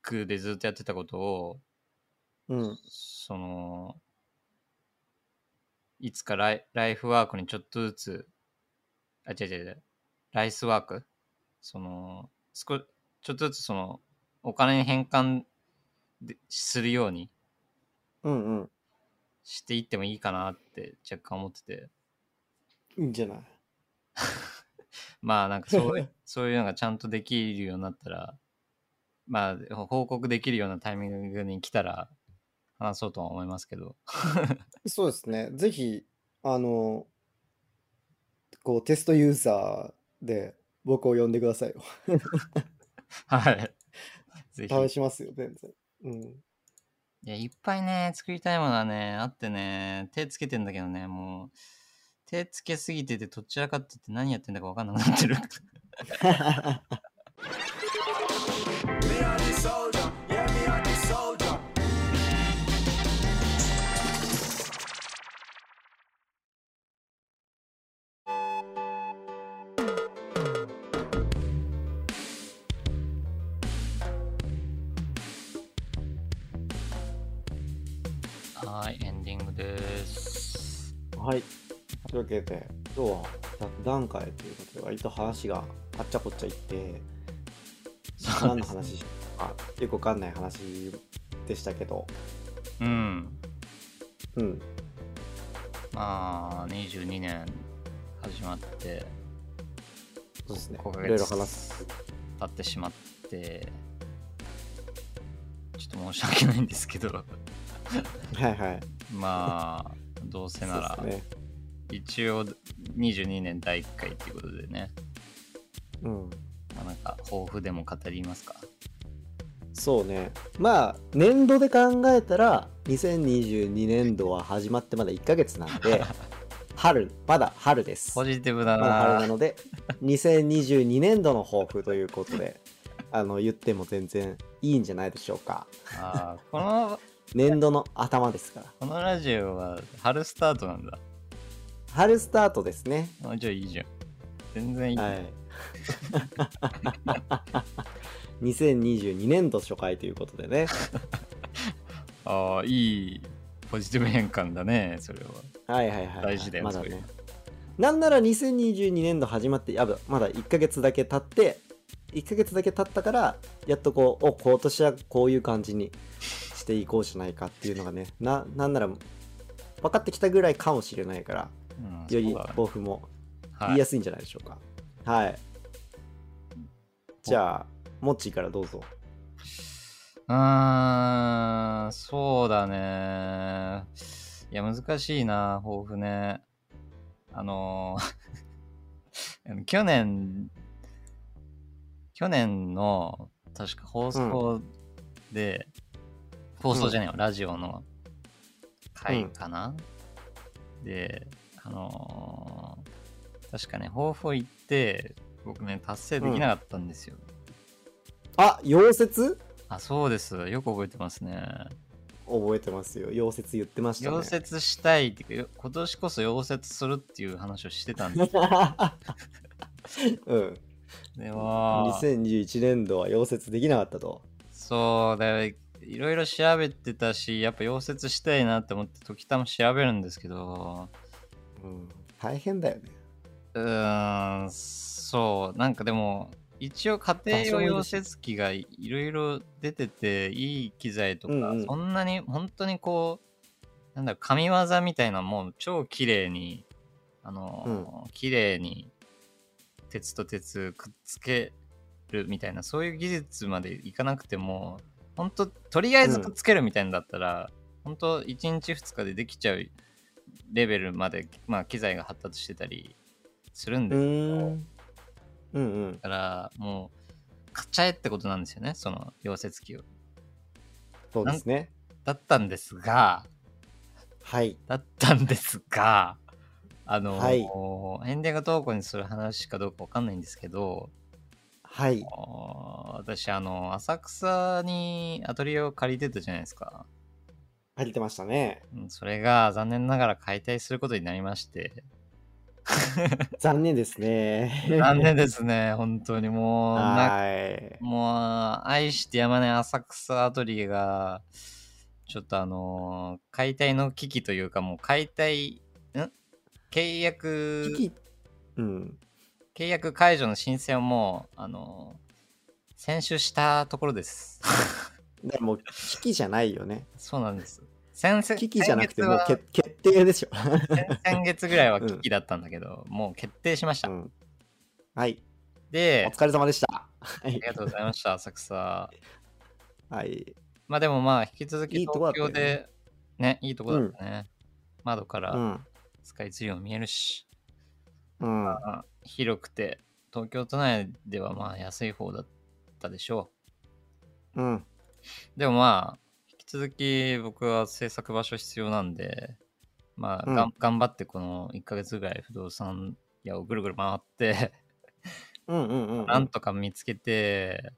[SPEAKER 3] クでずっとやってたことを、
[SPEAKER 2] うん。
[SPEAKER 3] その、いつかライライフワークにちょっとずつ、あ、違う違う違う、ライスワークその、少ちょっとずつその、お金に変換でするように、
[SPEAKER 2] うんうん。
[SPEAKER 3] していってもいいかなって若干思ってて
[SPEAKER 2] いいんじゃない
[SPEAKER 3] まあなんかそうそういうのがちゃんとできるようになったらまあ報告できるようなタイミングに来たら話そうとは思いますけど
[SPEAKER 2] そうですね。ぜひ、あの、こう、テストユーザーで僕を呼んでくださいよ。
[SPEAKER 3] はいぜひ
[SPEAKER 2] 試しますよ、全然。うん。
[SPEAKER 3] いやいっぱいね作りたいものはねあってね手つけてんだけどねもう手つけすぎててどちらかってて何やってんだか分かんなくなってる
[SPEAKER 1] Me a the soldier, yeah, me a the soldier.
[SPEAKER 3] はいエンディングです
[SPEAKER 2] はい。というわけで、今日は雑談会ということで、割と話があっちゃこっちゃいって、
[SPEAKER 3] そう
[SPEAKER 2] 何
[SPEAKER 3] で
[SPEAKER 2] の
[SPEAKER 3] す
[SPEAKER 2] 話しあよくわかんない話でしたけど、
[SPEAKER 3] うん
[SPEAKER 2] うん。
[SPEAKER 3] まあ、22年始まって、
[SPEAKER 2] そうですね。
[SPEAKER 3] 5ヶ
[SPEAKER 2] い
[SPEAKER 3] 月
[SPEAKER 2] ろいろ話す。
[SPEAKER 3] 経ってしまって、ちょっと申し訳ないんですけど、
[SPEAKER 2] はいはい。
[SPEAKER 3] まあ、どうせなら
[SPEAKER 2] そう、ですね。
[SPEAKER 3] 一応22年第1回っていうことでね、
[SPEAKER 2] うん。
[SPEAKER 3] まあ、なんか抱負でも語りますか。
[SPEAKER 2] そうねまあ年度で考えたら2022年度は始まってまだ1ヶ月なん で春まだ春です
[SPEAKER 3] ポ
[SPEAKER 2] ま
[SPEAKER 3] ジティブだ
[SPEAKER 2] だ春な
[SPEAKER 3] な。
[SPEAKER 2] ので2022年度の抱負ということであの言っても全然いいんじゃないでしょうか
[SPEAKER 3] あーこの
[SPEAKER 2] 年度の頭ですから
[SPEAKER 3] このラジオは春スタートなんだ。
[SPEAKER 2] 春スタートですね
[SPEAKER 3] あじゃあいいじゃん。全然いい。
[SPEAKER 2] はい 2022年度初回ということでね
[SPEAKER 3] ああ、いいポジティブ変換だね、それは。
[SPEAKER 2] はいはいはい、はい、
[SPEAKER 3] 大事だよ
[SPEAKER 2] まだ
[SPEAKER 3] それ
[SPEAKER 2] ねなんなら2022年度始まってやばまだ1ヶ月だけ経って1ヶ月だけ経ったからやっとこうお今年はこういう感じにしていこうじゃないかっていうのがね ななんなら分かってきたぐらいかもしれないから
[SPEAKER 3] うん、
[SPEAKER 2] より
[SPEAKER 3] そうだね
[SPEAKER 2] 抱負も
[SPEAKER 3] は
[SPEAKER 2] 言いやすいんじゃないでしょうかはい、じゃあモッチーからどうぞ
[SPEAKER 3] うーん、そうだね。いや、難しいな、抱負ね。あのー 去年、去年の、確か放送で、放送じゃないよ、ラジオの回かな、で、あのー確かね、抱負を言って、僕ね、達成できなかったんですよ。
[SPEAKER 2] あ溶接
[SPEAKER 3] あ、そうです。よく覚えてますね。
[SPEAKER 2] 覚えてますよ溶接言ってましたね
[SPEAKER 3] 溶接したいっていうかよ今年こそ溶接するっていう話をしてたんです
[SPEAKER 2] うん
[SPEAKER 3] で は
[SPEAKER 2] 2021年度は溶接できなかったと
[SPEAKER 3] そうだよいろいろ調べてたしやっぱ溶接したいなって思って時たま調べるんですけど
[SPEAKER 2] うん大変だよね。
[SPEAKER 3] うーん、そう、なんかでも、一応家庭用溶接機がいろいろ出てて、いい機材とか、
[SPEAKER 2] うんうん
[SPEAKER 3] そんなに本当にこう、なんだろう、神業みたいなもう超綺麗に、あの、綺麗に鉄と鉄くっつけるみたいな、そういう技術までいかなくても、本当とりあえずくっつけるみたいなんだったら、本当1日2日でできちゃうレベルまで、まあ、機材が発達してたりするん
[SPEAKER 2] う
[SPEAKER 3] です
[SPEAKER 2] ーん。うんうん。
[SPEAKER 3] から、もう買っちゃえってことなんですよねその溶接機を
[SPEAKER 2] そうですね。
[SPEAKER 3] だったんですが
[SPEAKER 2] はい。
[SPEAKER 3] だったんですがあの、
[SPEAKER 2] はい
[SPEAKER 3] エンディング投稿にする話かどうかわかんないんですけど
[SPEAKER 2] はい。
[SPEAKER 3] あー私あの浅草にアトリエを借りてたじゃないですか
[SPEAKER 2] 借りてましたね。
[SPEAKER 3] うんそれが残念ながら解体することになりまして
[SPEAKER 2] 残念ですね。
[SPEAKER 3] 残 念ですね、本当にもう、な
[SPEAKER 2] はい。
[SPEAKER 3] もう、愛してやまない浅草アトリエが、ちょっとあのー解体の危機というか、もう解体、ん契約、
[SPEAKER 2] 危機うん。
[SPEAKER 3] 契約解除の申請をもう、あのー先週したところです。
[SPEAKER 2] でも、危機じゃないよね。
[SPEAKER 3] そうなんです。先々
[SPEAKER 2] 危機じゃなくて、
[SPEAKER 3] 先
[SPEAKER 2] もう
[SPEAKER 3] 月は
[SPEAKER 2] 決決定でしょ。
[SPEAKER 3] 先先月ぐらいは
[SPEAKER 2] うん
[SPEAKER 3] 危機だったんだけど、もう決定しまし
[SPEAKER 2] う
[SPEAKER 3] た。
[SPEAKER 2] ん。はい。お
[SPEAKER 3] で、
[SPEAKER 2] 疲れ様でした。は
[SPEAKER 3] あ
[SPEAKER 2] い
[SPEAKER 3] り。がとうございました、浅草。
[SPEAKER 2] はい。
[SPEAKER 3] まあでもまあ引き続き
[SPEAKER 2] いいとこだ
[SPEAKER 3] 東
[SPEAKER 2] ったよ
[SPEAKER 3] 京
[SPEAKER 2] ね
[SPEAKER 3] でね、いいとこだったね。窓か
[SPEAKER 2] う
[SPEAKER 3] ら
[SPEAKER 2] ん。
[SPEAKER 3] スカイツリーも見えるし、
[SPEAKER 2] うん。
[SPEAKER 3] まあ広くて、東京都内ではまあ安い方だったでしょ
[SPEAKER 2] うん。
[SPEAKER 3] う。でもまあ、引き続き僕は制作場所必要なんで、まあ、がん
[SPEAKER 2] うん
[SPEAKER 3] 頑張ってこの1ヶ月ぐらい不動産屋をぐるぐる回って、
[SPEAKER 2] うんうんうんうん。
[SPEAKER 3] なんとか見つけて、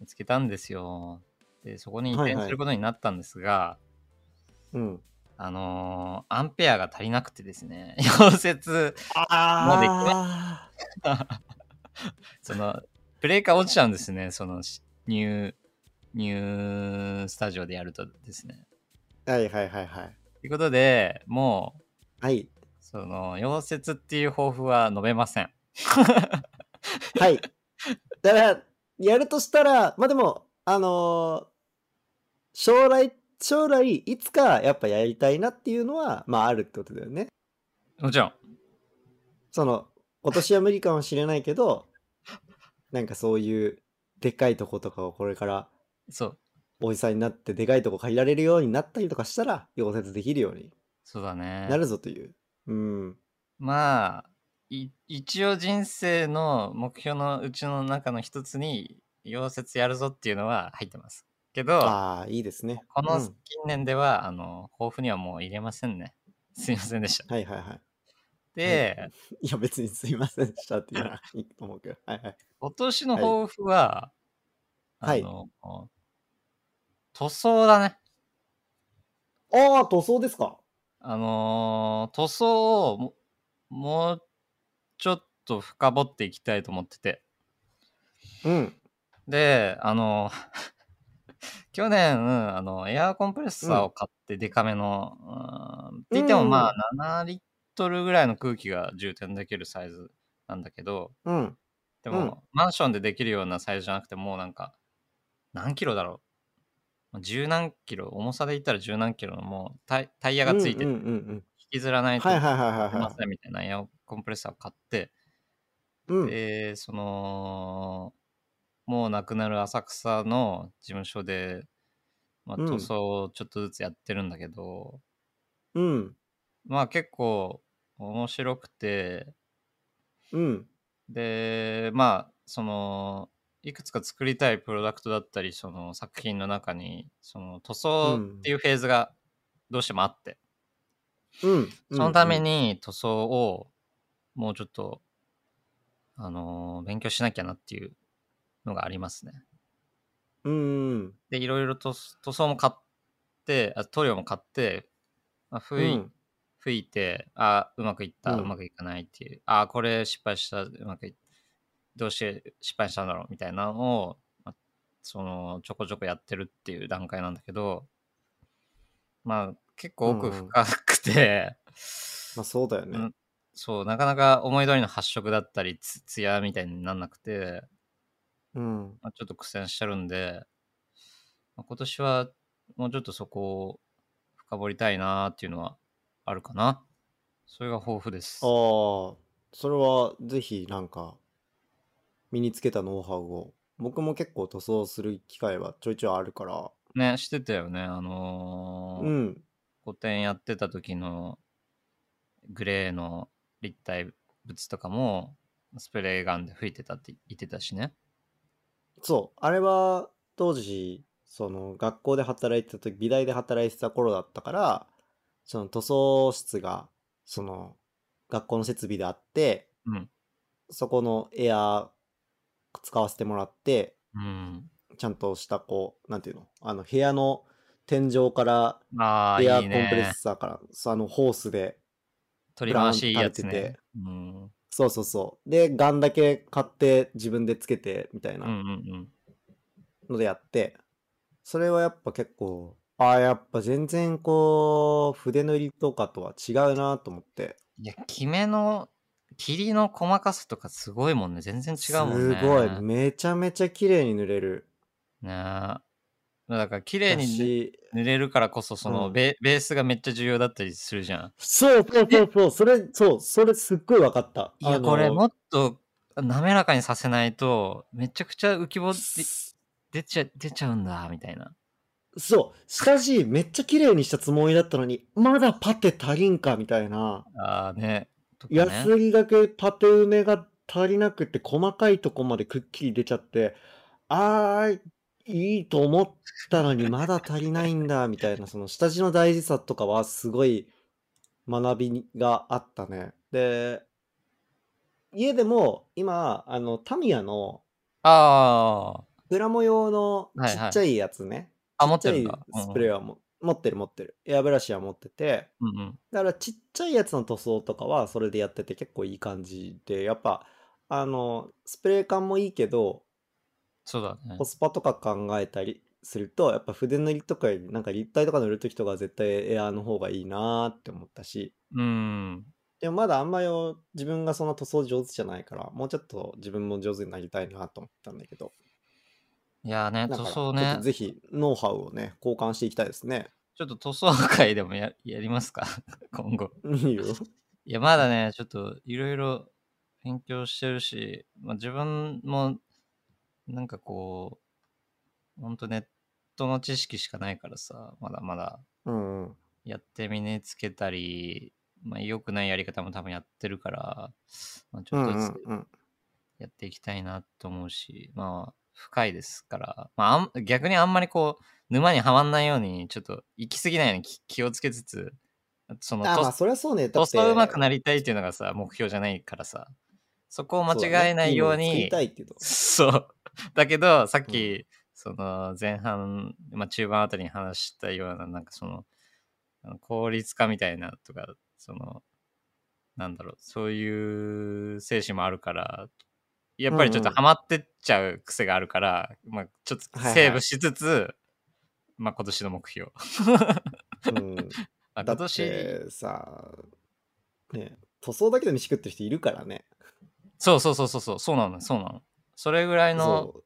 [SPEAKER 3] 見つけたんですよ。で、そこに移
[SPEAKER 2] はい
[SPEAKER 3] 転
[SPEAKER 2] はい
[SPEAKER 3] することになったんですが、
[SPEAKER 2] うん。
[SPEAKER 3] あのーアンペアが足りなくてですね、 溶接、もうでき
[SPEAKER 2] あ
[SPEAKER 3] その、ブレーカー落ちちゃうんですね、その、しニュー、ニュースタジオでやるとですね。
[SPEAKER 2] あ。はいはいはいはい。
[SPEAKER 3] ということで、もう、
[SPEAKER 2] はい。
[SPEAKER 3] その、溶接っていう抱負は述べません。
[SPEAKER 2] はい。だから、やるとしたら、まあでも、あのー将来、将来、いつかやっぱやりたいなっていうのは、まああるってことだよね。
[SPEAKER 3] もちろん。
[SPEAKER 2] その、今年は無理かもしれないけど、なんかそういう、でっかいとことかをこれから、
[SPEAKER 3] そう、
[SPEAKER 2] おじさんになって、でかいとこ借りられるようになったりとかしたら、溶接できるように
[SPEAKER 3] そうだね。
[SPEAKER 2] なるぞという。うん。
[SPEAKER 3] まあ、い一応人生の目標のうちの中の一つに、溶接やるぞっていうのは入ってます。けど、
[SPEAKER 2] ああ、いいですね。
[SPEAKER 3] この
[SPEAKER 2] うん
[SPEAKER 3] 近年では、あの、抱負にはもう入れませんね。すいませんでした。
[SPEAKER 2] はいはいはい。
[SPEAKER 3] で、
[SPEAKER 2] いや、別にすいませんでしたっていうのはいいと思うけど。はいはい。
[SPEAKER 3] 今年の抱負は、
[SPEAKER 2] はい
[SPEAKER 3] あの、塗装だね。
[SPEAKER 2] ああ、塗装ですか。
[SPEAKER 3] あのー塗装をももうちょっと深掘っていきたいと思ってて。
[SPEAKER 2] うん。
[SPEAKER 3] で、あの 去年、あの、エアーコンプレッサーを買ってデカめの、うんって言ってもまあ、7リットルぐらいの空気が充填できるサイズなんだけど、
[SPEAKER 2] うん。
[SPEAKER 3] で
[SPEAKER 2] うん
[SPEAKER 3] も、マンションでできるようなサイズじゃなくて、もうなんか、何キロだろう。十何キロ、重さで言ったら十何キロのもうタイタイヤがついて
[SPEAKER 2] う
[SPEAKER 3] る
[SPEAKER 2] んうんうん
[SPEAKER 3] 引きずらな
[SPEAKER 2] う
[SPEAKER 3] い
[SPEAKER 2] ん。
[SPEAKER 3] と
[SPEAKER 2] はい
[SPEAKER 3] 出
[SPEAKER 2] はいはいはい
[SPEAKER 3] ま
[SPEAKER 2] は
[SPEAKER 3] せんみたいなエアコンプレッサーを買って、
[SPEAKER 2] い。うん。
[SPEAKER 3] で、その、もうなくなる浅草の事務所で、まあ、
[SPEAKER 2] うん
[SPEAKER 3] 塗装をちょっとずつやってるんだけど、
[SPEAKER 2] うん。
[SPEAKER 3] まあ結構面白くて、
[SPEAKER 2] うん。
[SPEAKER 3] でまあそのいくつか作りたいプロダクトだったりその作品の中にその塗装っていうフェーズがどうしてもあって、
[SPEAKER 2] うん。
[SPEAKER 3] そのために塗装をもうちょっと、あのー勉強しなきゃなっていうのがありますね。
[SPEAKER 2] うん。うん。
[SPEAKER 3] でいろいろ塗塗装も買ってあ塗料も買って、まあ、
[SPEAKER 2] う
[SPEAKER 3] 拭い
[SPEAKER 2] ん。
[SPEAKER 3] 吹いて、あうまくいった、う
[SPEAKER 2] う
[SPEAKER 3] んまくいかないっていう、あこれ失敗した、うまくいどうして失敗したんだろうみたいなのを、まあその、ちょこちょこやってるっていう段階なんだけど、まあ、結構奥
[SPEAKER 2] うんうん
[SPEAKER 3] 深くて、
[SPEAKER 2] まあそうだよね。
[SPEAKER 3] うんそう、なかなか思い通りの発色だったり、つ、ツヤみたいになんなくて、
[SPEAKER 2] うん。
[SPEAKER 3] まあ、ちょっと苦戦してるんで、まあ今年はもうちょっとそこを深掘りたいなーっていうのはあるかな。それが豊富です
[SPEAKER 2] あ。あ、それはぜひなんか身につけたノウハウを。僕も結構塗装する機会はちょいちょいあるから。
[SPEAKER 3] ね、してたよね。あのー
[SPEAKER 2] うん。
[SPEAKER 3] 個展やってた時のグレーの立体物とかもスプレーガンで吹いてたって言ってたしね。
[SPEAKER 2] そう。あれは当時、その学校で働いてた時、美大で働いてた頃だったから、その塗装室が、その学校の設備であって、
[SPEAKER 3] うん
[SPEAKER 2] そこのエアー使わせてもらって、
[SPEAKER 3] うん。
[SPEAKER 2] ちゃんとしたこう、なんていうのあの部屋の天井から
[SPEAKER 3] ああ、
[SPEAKER 2] エアー
[SPEAKER 3] い
[SPEAKER 2] コ
[SPEAKER 3] い
[SPEAKER 2] ンプレッ
[SPEAKER 3] ね。
[SPEAKER 2] サーから、そうあのホースで、
[SPEAKER 3] 取り回しいいやつ
[SPEAKER 2] ブラウン垂れ
[SPEAKER 3] ね
[SPEAKER 2] て。
[SPEAKER 3] うん。
[SPEAKER 2] そうそうそう。で、ガンだけ買って自分でつけてみたい
[SPEAKER 3] うんう
[SPEAKER 2] なんのでやって、それはやっぱ結構、ああ、やっぱ全然こう、筆塗りとかとは違うなと思って。
[SPEAKER 3] うん。いや、キメの、霧の細かさとかすごいもんね。全然違うもんね。
[SPEAKER 2] すごい。めちゃめちゃ綺麗に塗れる。
[SPEAKER 3] ねえだから、綺麗
[SPEAKER 2] だ
[SPEAKER 3] に
[SPEAKER 2] し、
[SPEAKER 3] 塗れるからこそ、その
[SPEAKER 2] うん
[SPEAKER 3] ベ、ベースがめっちゃ重要だったりするじゃん。
[SPEAKER 2] そうそうそうそう、それ、そう、それすっごい分かった。
[SPEAKER 3] いや、
[SPEAKER 2] あの
[SPEAKER 3] これもっと滑らかにさせないと、めちゃくちゃ浮き彫り出ちゃ出ちゃうんだ、みたいな。
[SPEAKER 2] そう、下地めっちゃ綺麗にしたつもりだったのに、まだパテ足りんかみたいな、
[SPEAKER 3] ああね。とかね
[SPEAKER 2] やすりがけパテ埋めが足りなくて、細かいとこまでくっきり出ちゃって、あー、いいと思ったのにまだ足りないんだ、みたいな、その下地の大事さとかはすごい学びがあったね。で、家でも今、あの、タミヤの
[SPEAKER 3] ああ。
[SPEAKER 2] プラモ用の
[SPEAKER 3] はい
[SPEAKER 2] ち
[SPEAKER 3] はい
[SPEAKER 2] っちゃいやつね、
[SPEAKER 3] あ、持っ
[SPEAKER 2] ち
[SPEAKER 3] て
[SPEAKER 2] っちゃ
[SPEAKER 3] るん
[SPEAKER 2] い
[SPEAKER 3] だ。
[SPEAKER 2] スプレーはも、持ってる持ってるエアブラシは持ってて
[SPEAKER 3] うんうん。
[SPEAKER 2] だからちっちゃいやつの塗装とかはそれでやってて結構いい感じでやっぱあのスプレー感もいいけど
[SPEAKER 3] そうだね
[SPEAKER 2] コ。スパとか考えたりするとやっぱ筆塗りとかよりなんか立体とか塗る時とかは絶対エアーの方がいいなーって思ったし
[SPEAKER 3] うん。
[SPEAKER 2] でもまだあんまり自分がそんな塗装上手じゃないからもうちょっと自分も上手になりたいなと思ったんだけど
[SPEAKER 3] いやーね、
[SPEAKER 2] だか
[SPEAKER 3] 塗
[SPEAKER 2] らち
[SPEAKER 3] 装
[SPEAKER 2] ょっ
[SPEAKER 3] ね
[SPEAKER 2] と。ぜひノウハウをね交換していきたいですね
[SPEAKER 3] ちょっと塗装会でもややりますか 今後。
[SPEAKER 2] いいよ
[SPEAKER 3] いや、まだね、ちょっといろいろ勉強してるし、まあ、自分もなんかこう、ほんとネットの知識しかないからさ、まだまだ
[SPEAKER 2] うんうん
[SPEAKER 3] やって身につけたり、まあ、良くないやり方も多分やってるから、まあ、ちょっとずつ
[SPEAKER 2] うんうんうん
[SPEAKER 3] やっていきたいなと思うし、まあ、深いですから、まああん、逆にあんまりこう、沼にはまんないように、ちょっと行き過ぎないように気気をつけつつ、その、
[SPEAKER 2] あまあ
[SPEAKER 3] と
[SPEAKER 2] そりゃそうねだ
[SPEAKER 3] 塗
[SPEAKER 2] って
[SPEAKER 3] 装うまくなりたいっていうのがさ、目標じゃないからさ、そこを間
[SPEAKER 2] そうだね
[SPEAKER 3] 違えないよう
[SPEAKER 2] いもの作
[SPEAKER 3] に
[SPEAKER 2] り、たいけど
[SPEAKER 3] そう。だけど、さっき、
[SPEAKER 2] う
[SPEAKER 3] その前半、まあ、中盤あたりに話したような、なんかその、あの効率化みたいなとか、その、なんだろう、そういう精神もあるから、やっぱりちょっと
[SPEAKER 2] うんうん
[SPEAKER 3] ハマってっちゃう癖があるから、まあ、ちょっと
[SPEAKER 2] はいはい
[SPEAKER 3] セーブしつつ、まあ、今年の目標。
[SPEAKER 2] うん、
[SPEAKER 3] まあ今
[SPEAKER 2] だっ
[SPEAKER 3] 年、
[SPEAKER 2] てさね塗装だけで飯食ってる人いるからね
[SPEAKER 3] そうそうそうそうそう、そうなの、そうなの。それぐらいの、
[SPEAKER 2] そ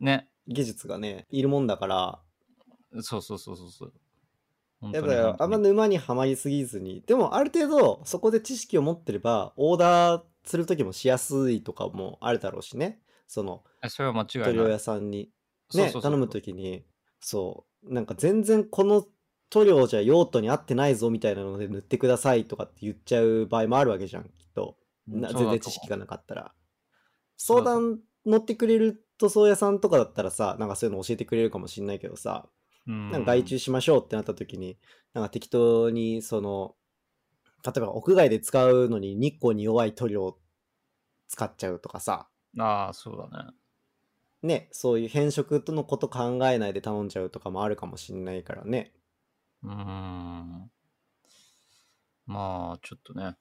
[SPEAKER 2] う
[SPEAKER 3] ね、
[SPEAKER 2] 技術がねいるもんだから
[SPEAKER 3] そうそうそうそうそう。本当
[SPEAKER 2] やっ
[SPEAKER 3] に本
[SPEAKER 2] ぱ
[SPEAKER 3] 当
[SPEAKER 2] あん
[SPEAKER 3] に
[SPEAKER 2] ま沼にはまりすぎずにでもある程度そこで知識を持ってればオーダーする時もしやすいとかもあるだろうしねその
[SPEAKER 3] あそれは間違い
[SPEAKER 2] 塗
[SPEAKER 3] ない
[SPEAKER 2] 料。屋さんに
[SPEAKER 3] そう
[SPEAKER 2] ね
[SPEAKER 3] そうそう
[SPEAKER 2] 頼む時にそうなんか全然この塗料じゃ用途に合ってないぞみたいなので塗ってくださいとかって言っちゃう場合もあるわけじゃんきっとな
[SPEAKER 3] そうだと
[SPEAKER 2] 全然知識がなかったら
[SPEAKER 3] そう
[SPEAKER 2] 相
[SPEAKER 3] だと
[SPEAKER 2] 談乗ってくれる塗装屋さんとかだったらさなんかそういうの教えてくれるかもしんないけどさ
[SPEAKER 3] うん
[SPEAKER 2] なんか外注しましょうってなった時になんか適当にその例えば屋外で使うのに日光に弱い塗料使っちゃうとかさ
[SPEAKER 3] ああ、そうだね。
[SPEAKER 2] ね、そういう変色とのこと考えないで頼んじゃうとかもあるかもしんないからね。
[SPEAKER 3] うーん。まあ、ちょっとね、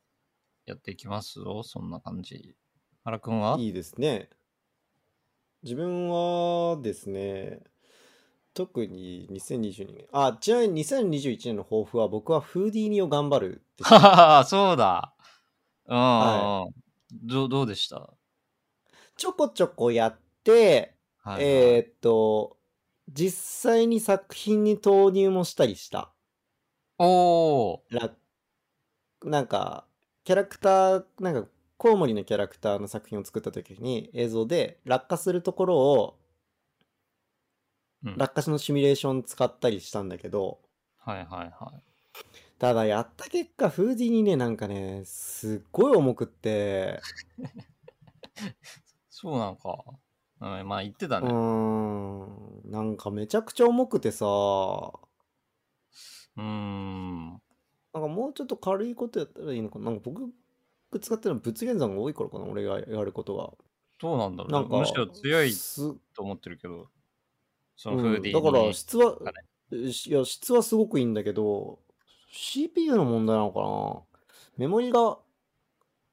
[SPEAKER 3] やっていきますぞ、そんな感じ。原くんはい
[SPEAKER 2] いですね。自分はですね、特に2022年。あ、ちなみに2021年の抱負は僕はフーディーニを頑張るです
[SPEAKER 3] は ははは、そうだ。うんうんうんどうどうでした
[SPEAKER 2] ちょこちょこやって、
[SPEAKER 3] はい
[SPEAKER 2] えーっと実際に作品に投入もしたりした
[SPEAKER 3] おー
[SPEAKER 2] らなんかキャラクターなんかコウモリのキャラクターの作品を作った時に映像で落下するところを、
[SPEAKER 3] うん
[SPEAKER 2] 落下しのシミュレーション使ったりしたんだけど
[SPEAKER 3] はいはいはい。
[SPEAKER 2] ただやった結果フーディにねなんかねすっごい重くって
[SPEAKER 3] そうなのか。うん、まあ言ってた
[SPEAKER 2] う
[SPEAKER 3] ね。
[SPEAKER 2] ーんなんかめちゃくちゃ重くてさ
[SPEAKER 3] うーん。
[SPEAKER 2] なんかもうちょっと軽いことやったらいいのかななんか僕使ってるのは物原算が多いからかな俺がやること
[SPEAKER 3] どうなんだろう。
[SPEAKER 2] なんか
[SPEAKER 3] むしろ
[SPEAKER 2] が。
[SPEAKER 3] 強い
[SPEAKER 2] すう
[SPEAKER 3] と思ってるけど、そのフー
[SPEAKER 2] ん
[SPEAKER 3] ディーに、
[SPEAKER 2] だから質は
[SPEAKER 3] か、
[SPEAKER 2] いや質はすごくいいんだけど CPU の問題なのかなメモリが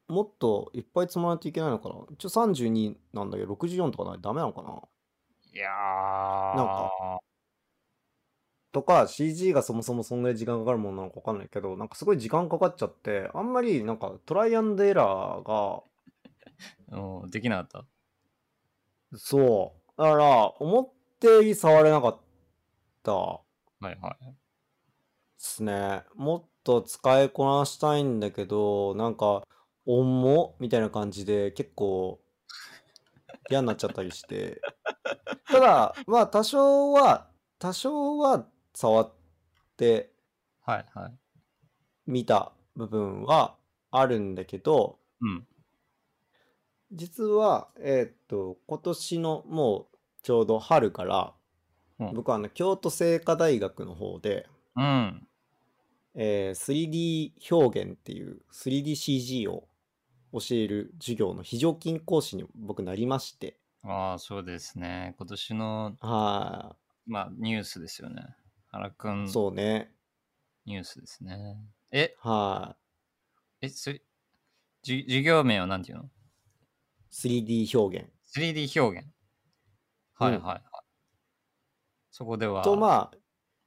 [SPEAKER 2] もっといっぱい積まないといけないのかな一応32なんだけど64とかないダメなのかない
[SPEAKER 3] や
[SPEAKER 2] なんかとか CG がそもそもそんぐらい時間かかるもんなのか分かんないけどなんかすごい時間かかっちゃってあんまりなんかトライアンドエラーが
[SPEAKER 3] ー、うん、できなかっ。
[SPEAKER 2] そう。だから、思ったより触れなかったった
[SPEAKER 3] はいはい。
[SPEAKER 2] すね。もっと使いこなしたいんだけど、なんか、重っみたいな感じで、結構、嫌になっちゃったりして。ただ、まあ、多少は、多少は触って
[SPEAKER 3] はいはい。
[SPEAKER 2] みた部分はあるんだけど、
[SPEAKER 3] うん。
[SPEAKER 2] 実は、えーっと、今年のもうちょうど春から、
[SPEAKER 3] うん
[SPEAKER 2] 僕はあの京都精華大学の方で、
[SPEAKER 3] うん。
[SPEAKER 2] えー 3D 表現っていう 3DCG を教える授業の非常勤講師に僕なりまして、
[SPEAKER 3] ああ、そうですね。今年の、
[SPEAKER 2] は
[SPEAKER 3] まあ、ニュースですよね。原く
[SPEAKER 2] い、
[SPEAKER 3] ん、
[SPEAKER 2] そうね、
[SPEAKER 3] ニュースですね。え、
[SPEAKER 2] は
[SPEAKER 3] え、それ、じ授業名は何て言うの
[SPEAKER 2] い、3D 表現
[SPEAKER 3] ?3D 表現。はいはいはい。そこでは、
[SPEAKER 2] とまあ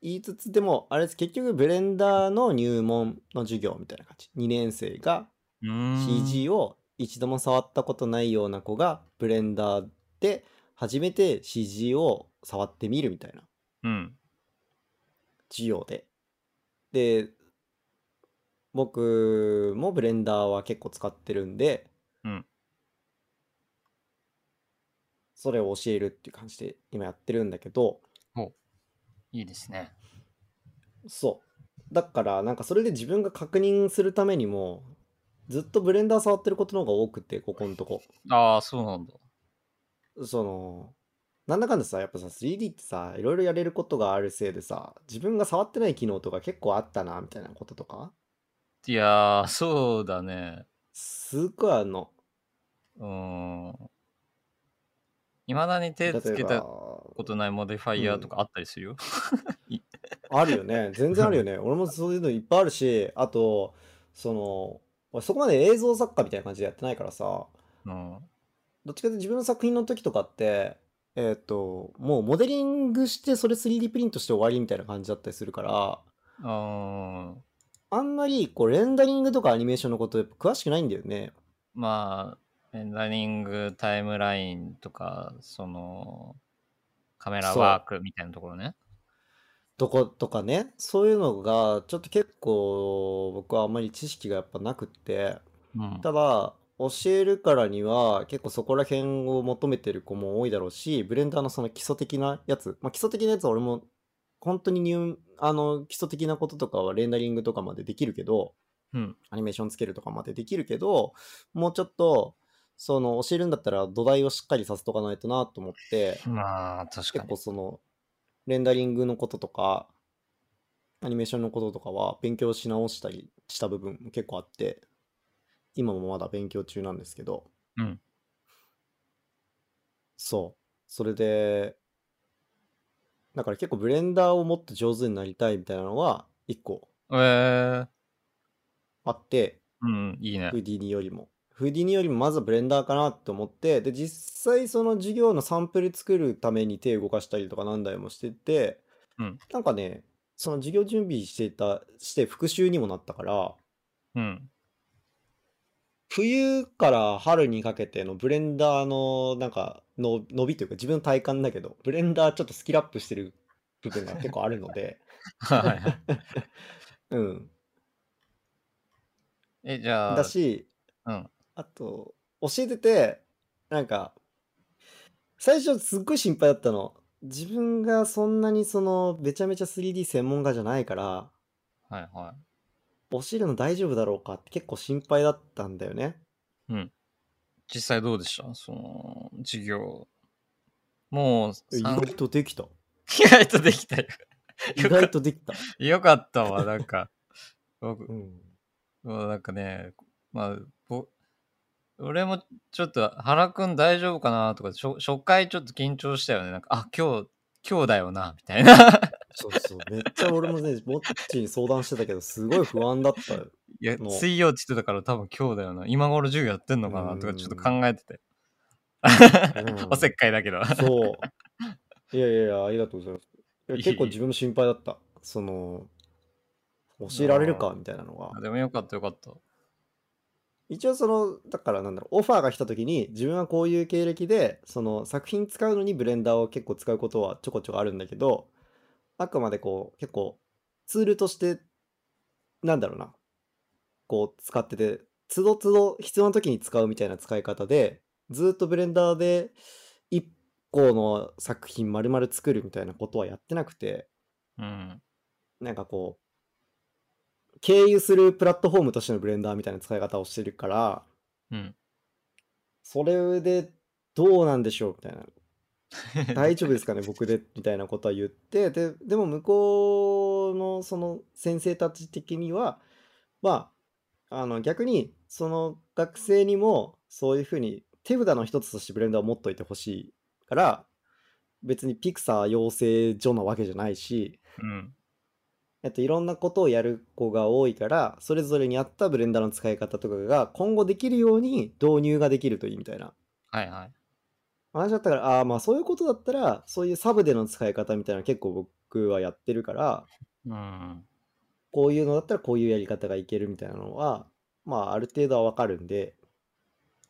[SPEAKER 2] 言いつつでもあれです結局ブレンダーの入門の授業みたいな感じ2年生が
[SPEAKER 3] うーん
[SPEAKER 2] CG を一度も触ったことないような子がブレンダーで初めて CG を触ってみるみたいな
[SPEAKER 3] うん。
[SPEAKER 2] 授業で。で、僕もブレンダーは結構使ってるんで、
[SPEAKER 3] うん
[SPEAKER 2] それを教えるっていう感じで今やってるんだけど、
[SPEAKER 3] いいですね。
[SPEAKER 2] そう。だから、なんかそれで自分が確認するためにも、ずっとブレンダー触ってることの方が多くて、ここのとこ。
[SPEAKER 3] ああ、そうなんだ。
[SPEAKER 2] そのなんだかんださやっぱさ 3D ってさいろいろやれることがあるせいでさ自分が触ってない機能とか結構あったなみたいなこととか
[SPEAKER 3] いやー、そうだね。
[SPEAKER 2] すっごいあんの
[SPEAKER 3] うーん。いまだに
[SPEAKER 2] 例
[SPEAKER 3] 手つ
[SPEAKER 2] え
[SPEAKER 3] けた
[SPEAKER 2] ば
[SPEAKER 3] ことないモディファイヤーとかあったりするよ。
[SPEAKER 2] あるよね全然ある よね俺もそういうのいっぱいあるしあとその俺そこまで映像作家みたいな感じでやってないからさ
[SPEAKER 3] うん。
[SPEAKER 2] どっちかというと自分の作品の時とかってえっ、ともうモデリングしてそれ 3D プリントして終わりみたいな感じだったりするから
[SPEAKER 3] あー
[SPEAKER 2] あんまりこうレンダリングとかアニメーションのことやっぱ詳しくないんだよね。
[SPEAKER 3] まあ、レンダリング、タイムラインとか、その、カメラ
[SPEAKER 2] そう
[SPEAKER 3] ワークみたいなところね。
[SPEAKER 2] どことかねそういうのがちょっと結構僕はあんまり知識がやっぱなくって
[SPEAKER 3] うん。
[SPEAKER 2] ただ教えるからには結構そこら辺を求めてる子も多いだろうしブレンダーのその基礎的なやつ、まあ、基礎的なやつは俺も本当に入あの基礎的なこととかはレンダリングとかまでできるけど、
[SPEAKER 3] うん。
[SPEAKER 2] アニメーションつけるとかまでできるけど、もうちょっと、その、教えるんだったら土台をしっかりさせとかないとなと思って、
[SPEAKER 3] まあ、確か
[SPEAKER 2] 結
[SPEAKER 3] に
[SPEAKER 2] 構。その、レンダリングのこととか、アニメーションのこととかは勉強し直したりした部分も結構あって、今もまだ勉強中なんですけど、
[SPEAKER 3] うん
[SPEAKER 2] そう。それで、だから結構ブレンダーをもっと上手になりたいみたいなのは一個
[SPEAKER 3] えー、
[SPEAKER 2] あって、
[SPEAKER 3] うん、いいね
[SPEAKER 2] フ。ーディニよりも。フーディニよりもまずはブレンダーかなと思って、で、実際その授業のサンプル作るために手動かしたりとか何台もしてて、
[SPEAKER 3] うん
[SPEAKER 2] なんかね、その授業準備していた、して復習にもなったから、
[SPEAKER 3] うん。
[SPEAKER 2] 冬から春にかけてのブレンダーのなんかの伸びというか自分の体感だけどブレンダーちょっとスキルアップしてる部分が結構あるので
[SPEAKER 3] はいはい
[SPEAKER 2] うん
[SPEAKER 3] え、じゃあ、
[SPEAKER 2] だし
[SPEAKER 3] うん。
[SPEAKER 2] あと教えててなんか最初すっごい心配だったの自分がそんなにそのめちゃめちゃ 3D 専門家じゃないから
[SPEAKER 3] はいは
[SPEAKER 2] 教えるの大丈夫だろうかって結構心配だったんだよね
[SPEAKER 3] い。うん。実際どうでしたその、授業。もう、
[SPEAKER 2] 意
[SPEAKER 3] 三
[SPEAKER 2] 外とで きた
[SPEAKER 3] 意外とできたよ。
[SPEAKER 2] 意外とでき た、
[SPEAKER 3] よかったわ、なんか。僕
[SPEAKER 2] う、ん、
[SPEAKER 3] もうなんかね、まあ、ぼ俺もちょっと、原くん大丈夫かなとか、しょ初回ちょっと緊張したよね。なんか、あ、今日、今日だよな、みたいな。
[SPEAKER 2] そうそうめっちゃ俺もねぼっちに相談してたけどすごい不安だっ たよ
[SPEAKER 3] いや
[SPEAKER 2] も、う
[SPEAKER 3] 水曜って言ってたから多分今日だよな。今頃授業やってんのかなとか、ちょっと考えてて。
[SPEAKER 2] うん
[SPEAKER 3] おせっかいだけど。
[SPEAKER 2] そう。いやいやいや、ありがとうございます。いや
[SPEAKER 3] いえいえ
[SPEAKER 2] 結構自分も心配だった。その、教えられるかみたいなのが
[SPEAKER 3] あ。でもよかったよかった。
[SPEAKER 2] 一応その、だからなんだろう、オファーが来た時に、自分はこういう経歴で、その作品使うのにブレンダーを結構使うことはちょこちょこあるんだけど、あくまでこう、結構ツールとして、なんだろうな、こう使ってて、つどつど必要な時に使うみたいな使い方で、ずーっとブレンダーで1個の作品丸々作るみたいなことはやってなくて、
[SPEAKER 3] うん。
[SPEAKER 2] なんかこう、経由するプラットフォームとしてのブレンダーみたいな使い方をしてるから、
[SPEAKER 3] うん。
[SPEAKER 2] それでどうなんでしょうみたいな。大丈夫ですかね僕でみたいなことは言ってででも向こうのその先生たち的にはまああの逆にその学生にもそういうふうに手札の一つとしてブレンダーを持っといてほしいから別にピクサー養成所なわけじゃないし
[SPEAKER 3] うん。
[SPEAKER 2] えっと、いろんなことをやる子が多いから、それぞれに合ったブレンダーの使い方とかが今後できるように導入ができるといいみたいな
[SPEAKER 3] はいはい。
[SPEAKER 2] 話だったから、ああー、まあそういうことだったら、そういうサブでの使い方みたいなの結構僕はやってるから、
[SPEAKER 3] うん。
[SPEAKER 2] こういうのだったらこういうやり方がいけるみたいなのは、まあある程度はわかるんで、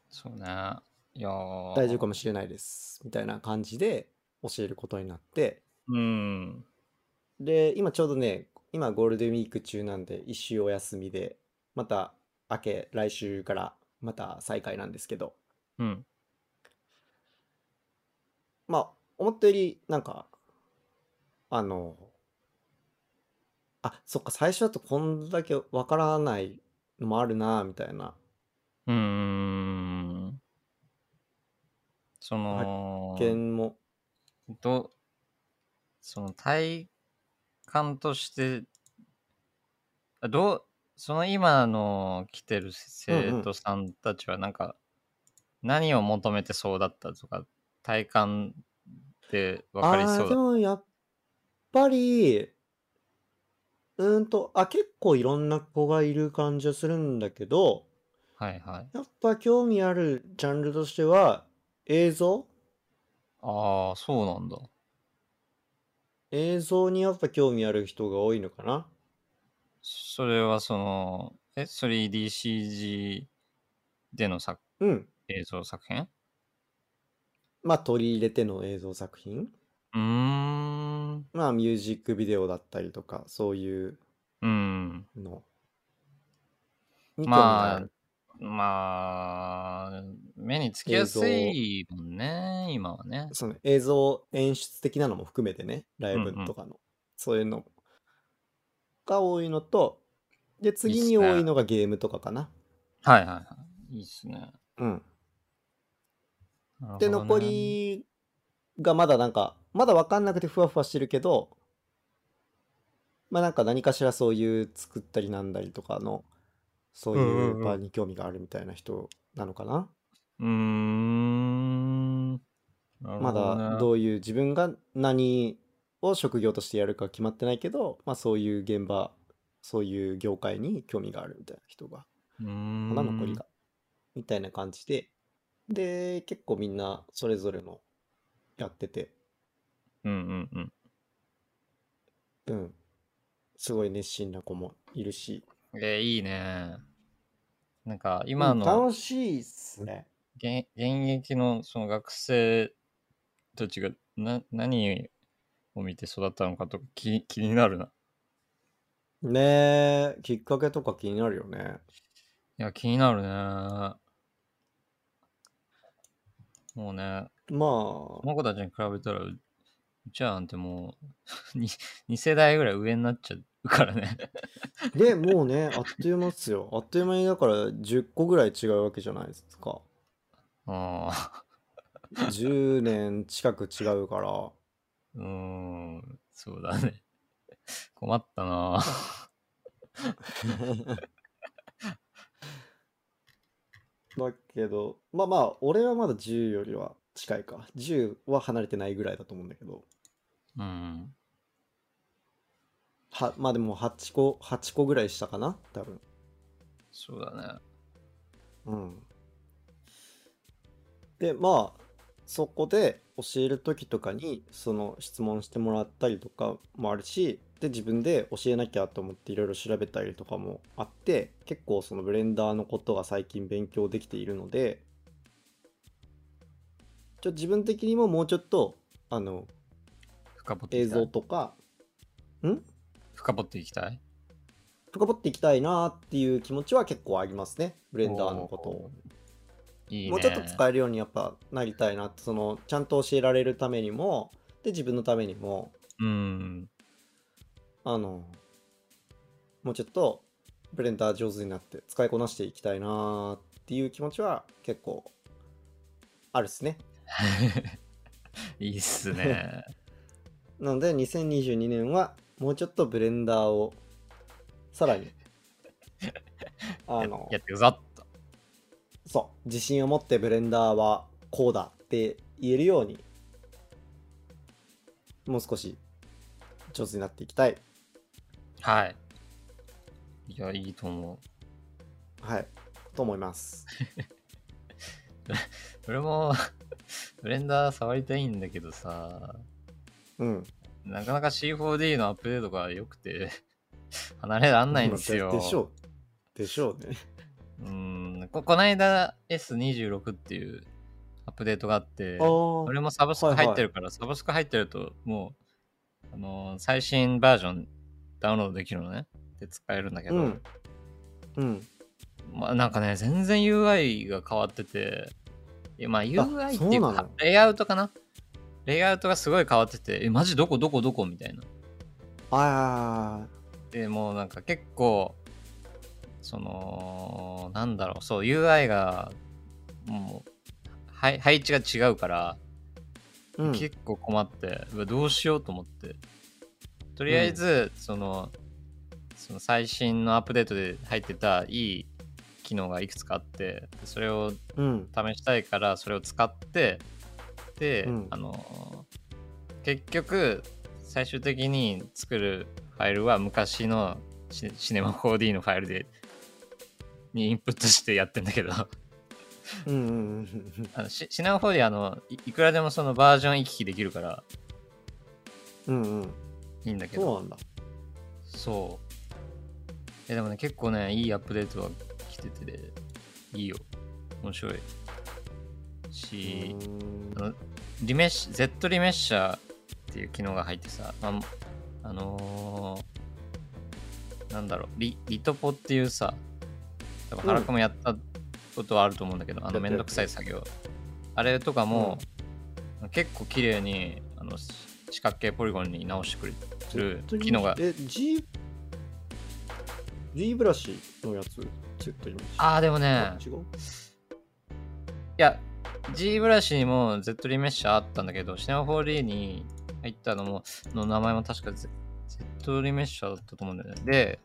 [SPEAKER 3] そうね。いやー
[SPEAKER 2] 大丈夫かもしれないです。みたいな感じで教えることになって、
[SPEAKER 3] うん。
[SPEAKER 2] で、今ちょうどね、今ゴールデンウィーク中なんで、一周お休みで、また明け、来週からまた再開なんですけど、
[SPEAKER 3] うん。
[SPEAKER 2] まあ、思ったより、なんか、あの、あ、そっか、最初だとこんだけわからないのもあるな、みたいな
[SPEAKER 3] うーん。その、
[SPEAKER 2] 件も、
[SPEAKER 3] と、その体感として、あどう、その今の来てる
[SPEAKER 2] うんう
[SPEAKER 3] 生
[SPEAKER 2] ん
[SPEAKER 3] 徒さんたちはなんか、何を求めてそうだったとか、体感で分かり
[SPEAKER 2] あ
[SPEAKER 3] そ
[SPEAKER 2] ー
[SPEAKER 3] う
[SPEAKER 2] で
[SPEAKER 3] だ。
[SPEAKER 2] もやっぱり、うーんと、あ、結構いろんな子がいる感じはするんだけど、
[SPEAKER 3] はいはい。
[SPEAKER 2] やっぱ興味あるジャンルとしては、映像
[SPEAKER 3] ああ、そうなんだ。
[SPEAKER 2] 映像にやっぱ興味ある人が多いのかな
[SPEAKER 3] それはその、え、3DCG での作
[SPEAKER 2] うん。
[SPEAKER 3] 映像作品
[SPEAKER 2] まあ、取り入れての映像作品
[SPEAKER 3] うーん。
[SPEAKER 2] まあ、ミュージックビデオだったりとか、そういう
[SPEAKER 3] うん。
[SPEAKER 2] の。に興味があ
[SPEAKER 3] ま
[SPEAKER 2] る。
[SPEAKER 3] あ、まあ、目につきやすいもんね、今はね。
[SPEAKER 2] その映像演出的なのも含めてね、ライブ
[SPEAKER 3] うんうん
[SPEAKER 2] とかの、そういうのが多いのと、で、次
[SPEAKER 3] いいっす
[SPEAKER 2] に
[SPEAKER 3] ね
[SPEAKER 2] 多いのがゲームとかかな。
[SPEAKER 3] はいはいはい。いいっすね。
[SPEAKER 2] うん。
[SPEAKER 3] なるほどね
[SPEAKER 2] で、残、りがまだなんか、まだわかんなくてふわふわしてるけど、まあなんか何かしらそういう作ったりなんだりとかの、そうい
[SPEAKER 3] んうんう
[SPEAKER 2] うん場に興味があるみたいな人なのかな。
[SPEAKER 3] うーん。
[SPEAKER 2] まだどういう自分が何を職業としてやるか決まってないけど、まあそういう現場、そういう業界に興味があるみたいな人が、
[SPEAKER 3] う
[SPEAKER 2] かな残り
[SPEAKER 3] ん。
[SPEAKER 2] が、みたいな感じで、で、結構みんなそれぞれのやってて、
[SPEAKER 3] うんうんうん。
[SPEAKER 2] うん、すごい熱心な子もいるし、
[SPEAKER 3] えーいいね。なんか今
[SPEAKER 2] うん
[SPEAKER 3] の
[SPEAKER 2] 楽しいっすね。
[SPEAKER 3] 現現役のその学生たちがな何を見て育ったのかとか気気になるな。
[SPEAKER 2] ねえ、きっかけとか気になるよね。
[SPEAKER 3] いや、気になるね。もうね、
[SPEAKER 2] ま
[SPEAKER 3] この子たちに比べたら、ううちらなんてもう 2, 2世代ぐらい上になっちゃうからね。
[SPEAKER 2] あ、で、もうね、あっという間っすよ。あっという間にだから10個ぐらい違うわけじゃないですか。
[SPEAKER 3] ああ、
[SPEAKER 2] 10年近く違うから。
[SPEAKER 3] うーん、そうだね。困ったな。
[SPEAKER 2] だけど、まあまあ、俺はまだ10よりは近いか。10は離れてないぐらいだと思うんだけど。
[SPEAKER 3] うん。
[SPEAKER 2] はまあでも8個、8個ぐらいしたかな多分。
[SPEAKER 3] そうだね。
[SPEAKER 2] うん。で、まあ、そこで教える時とかに、その質問してもらったりとかもあるし、で、自分で教えなきゃと思っていろいろ調べたりとかもあって、結構そのブレンダーのことが最近勉強できているので、ちょっと自分的にももうちょっと、あの、
[SPEAKER 3] 深掘ってい
[SPEAKER 2] 映
[SPEAKER 3] きた
[SPEAKER 2] 像
[SPEAKER 3] い。
[SPEAKER 2] とか、
[SPEAKER 3] 深掘っていきたい。
[SPEAKER 2] 深掘っていきたいなっていう気持ちは結構ありますね、ブレンダーのことを。
[SPEAKER 3] おー。いいね。
[SPEAKER 2] もうちょっと使えるようにやっぱなりたいなってそのちゃんと教えられるためにもで自分のためにも
[SPEAKER 3] うん。
[SPEAKER 2] あのもうちょっとブレンダー上手になって使いこなしていきたいなっていう気持ちは結構あるっすね
[SPEAKER 3] いいっすね。
[SPEAKER 2] なので2022年はもうちょっとブレンダーをさらに あの
[SPEAKER 3] やってくぞっと。
[SPEAKER 2] そう自信を持ってブレンダーはこうだって言えるようにもう少し上手になっていきたい
[SPEAKER 3] はい。いや、いいと思う。
[SPEAKER 2] はいと思います
[SPEAKER 3] 俺も ブレンダー触りたいんだけどさ、
[SPEAKER 2] うん
[SPEAKER 3] なかなか C4D のアップデートが良くて 離れらんないんですよ。
[SPEAKER 2] でしょうでしょうね
[SPEAKER 3] うんこ。こないだ S26 っていうアップデートがあって、
[SPEAKER 2] あ
[SPEAKER 3] 俺
[SPEAKER 2] ー
[SPEAKER 3] もサブスク入ってるから、サブスク入ってるともう、あのー最新バージョンダウンロードできるのね。で使えるんだけど、
[SPEAKER 2] うんうん
[SPEAKER 3] まあなんかね、全然 UI が変わってて、いやまあ UI って
[SPEAKER 2] そ
[SPEAKER 3] いうう
[SPEAKER 2] な
[SPEAKER 3] か
[SPEAKER 2] の、
[SPEAKER 3] レイアウトかなレイアウトがすごい変わってて、え、マジどこどこどこみたいな。
[SPEAKER 2] あ
[SPEAKER 3] で、もうなんか結構、その、なんだろう、そう、UI が、もう、はい配置が違うから、
[SPEAKER 2] ーうん
[SPEAKER 3] 結構困って、うわどうしようと思って。とりあえず、その、その最新のアップデートで入ってたいい機能がいくつかあって、それを
[SPEAKER 2] うん
[SPEAKER 3] 試したいからそれを使ってで、
[SPEAKER 2] うん
[SPEAKER 3] あの結局最終的に作るファイルは昔のシシネマ 4D のファイルでにインプットしてやってんだけど あ
[SPEAKER 2] うんうんうん
[SPEAKER 3] のシシネマ 4D あのいいくらでもそのバージョン行き来できるから
[SPEAKER 2] うんうんうん
[SPEAKER 3] いいんだけ
[SPEAKER 2] そう
[SPEAKER 3] ど
[SPEAKER 2] なんだ
[SPEAKER 3] そうえでもね結構ねいいアップデートが来てていいよ面白いし、
[SPEAKER 2] うーん
[SPEAKER 3] あのリメッシュ Z リメッシャーっていう機能が入ってさ、まあ、あのーなんだろうリ、リトポっていうさ、多分
[SPEAKER 2] うん
[SPEAKER 3] 原くんもやったことはあると思うんだけど、あ
[SPEAKER 2] や
[SPEAKER 3] の
[SPEAKER 2] った
[SPEAKER 3] めんどくさい作業。あれとかも、結構綺麗にあのし四角形ポリゴンに直してくれる機能が。
[SPEAKER 2] え G G ブラシのやつちょっと今
[SPEAKER 3] ああ、でもね
[SPEAKER 2] あ、違
[SPEAKER 3] い
[SPEAKER 2] う
[SPEAKER 3] や、G ブラシにも Z リメッシャーあったんだけど、シネマ 4D に入ったのも、の名前も確か Z, Z リメッシャーだったと思うんだよね。で、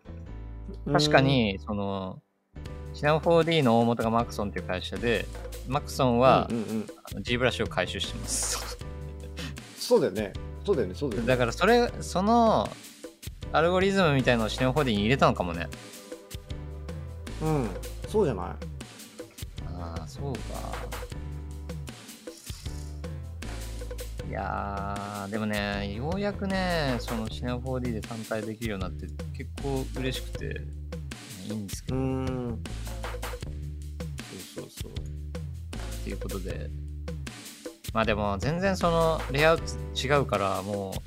[SPEAKER 3] 確かに、その、シネマ 4D の大元がマクソンっていう会社で、マクソンは
[SPEAKER 2] うんうんうん
[SPEAKER 3] あの G ブラシを回収してます。
[SPEAKER 2] そうだよね。そうだよね。そうだよね。
[SPEAKER 3] だから、それ、その、アルゴリズムみたいなのをシネマ 4D に入れたのかもね。
[SPEAKER 2] うん。そうじゃない。
[SPEAKER 3] ああ、そうか。いやー、でもね、ようやくね、そのシネマ 4D で単体できるようになって、結構嬉しくて、いいんですけ
[SPEAKER 2] うー
[SPEAKER 3] ど、
[SPEAKER 2] ん。
[SPEAKER 3] っていうことでまあでも全然そのレイアウト違うからも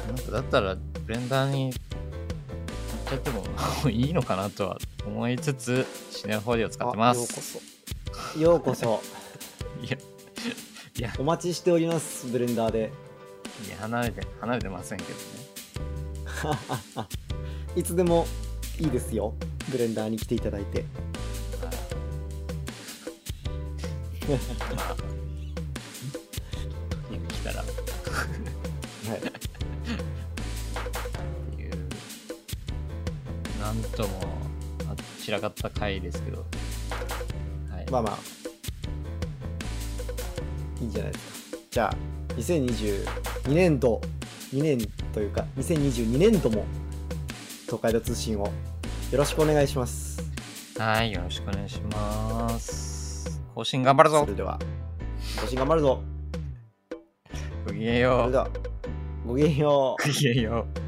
[SPEAKER 3] うなんかだったらブレンダーにやっちゃってももういいのかなとは思いつつシネフォーディを使ってま
[SPEAKER 2] あよう
[SPEAKER 3] す
[SPEAKER 2] こそようこそ
[SPEAKER 3] いや
[SPEAKER 2] お待ちしておりますブレンダーで
[SPEAKER 3] いや離れて離れてませんけどね
[SPEAKER 2] いつでもいいですよブレンダーに来ていただいて
[SPEAKER 3] 家に来たらっ
[SPEAKER 2] はい
[SPEAKER 3] ていうなんともあ散らかった回ですけどはい、
[SPEAKER 2] まあまあいいんじゃないですかじゃあ2022年度2年というか2022年度も東海道通信をよろしくお願いします
[SPEAKER 3] はい、よろしくお願いします。更新頑張るぞ
[SPEAKER 2] それでは更新頑張るぞ
[SPEAKER 3] ごきげん
[SPEAKER 2] そ
[SPEAKER 3] よ
[SPEAKER 2] れ
[SPEAKER 3] う
[SPEAKER 2] ではごきげんよう
[SPEAKER 3] ごきげんよう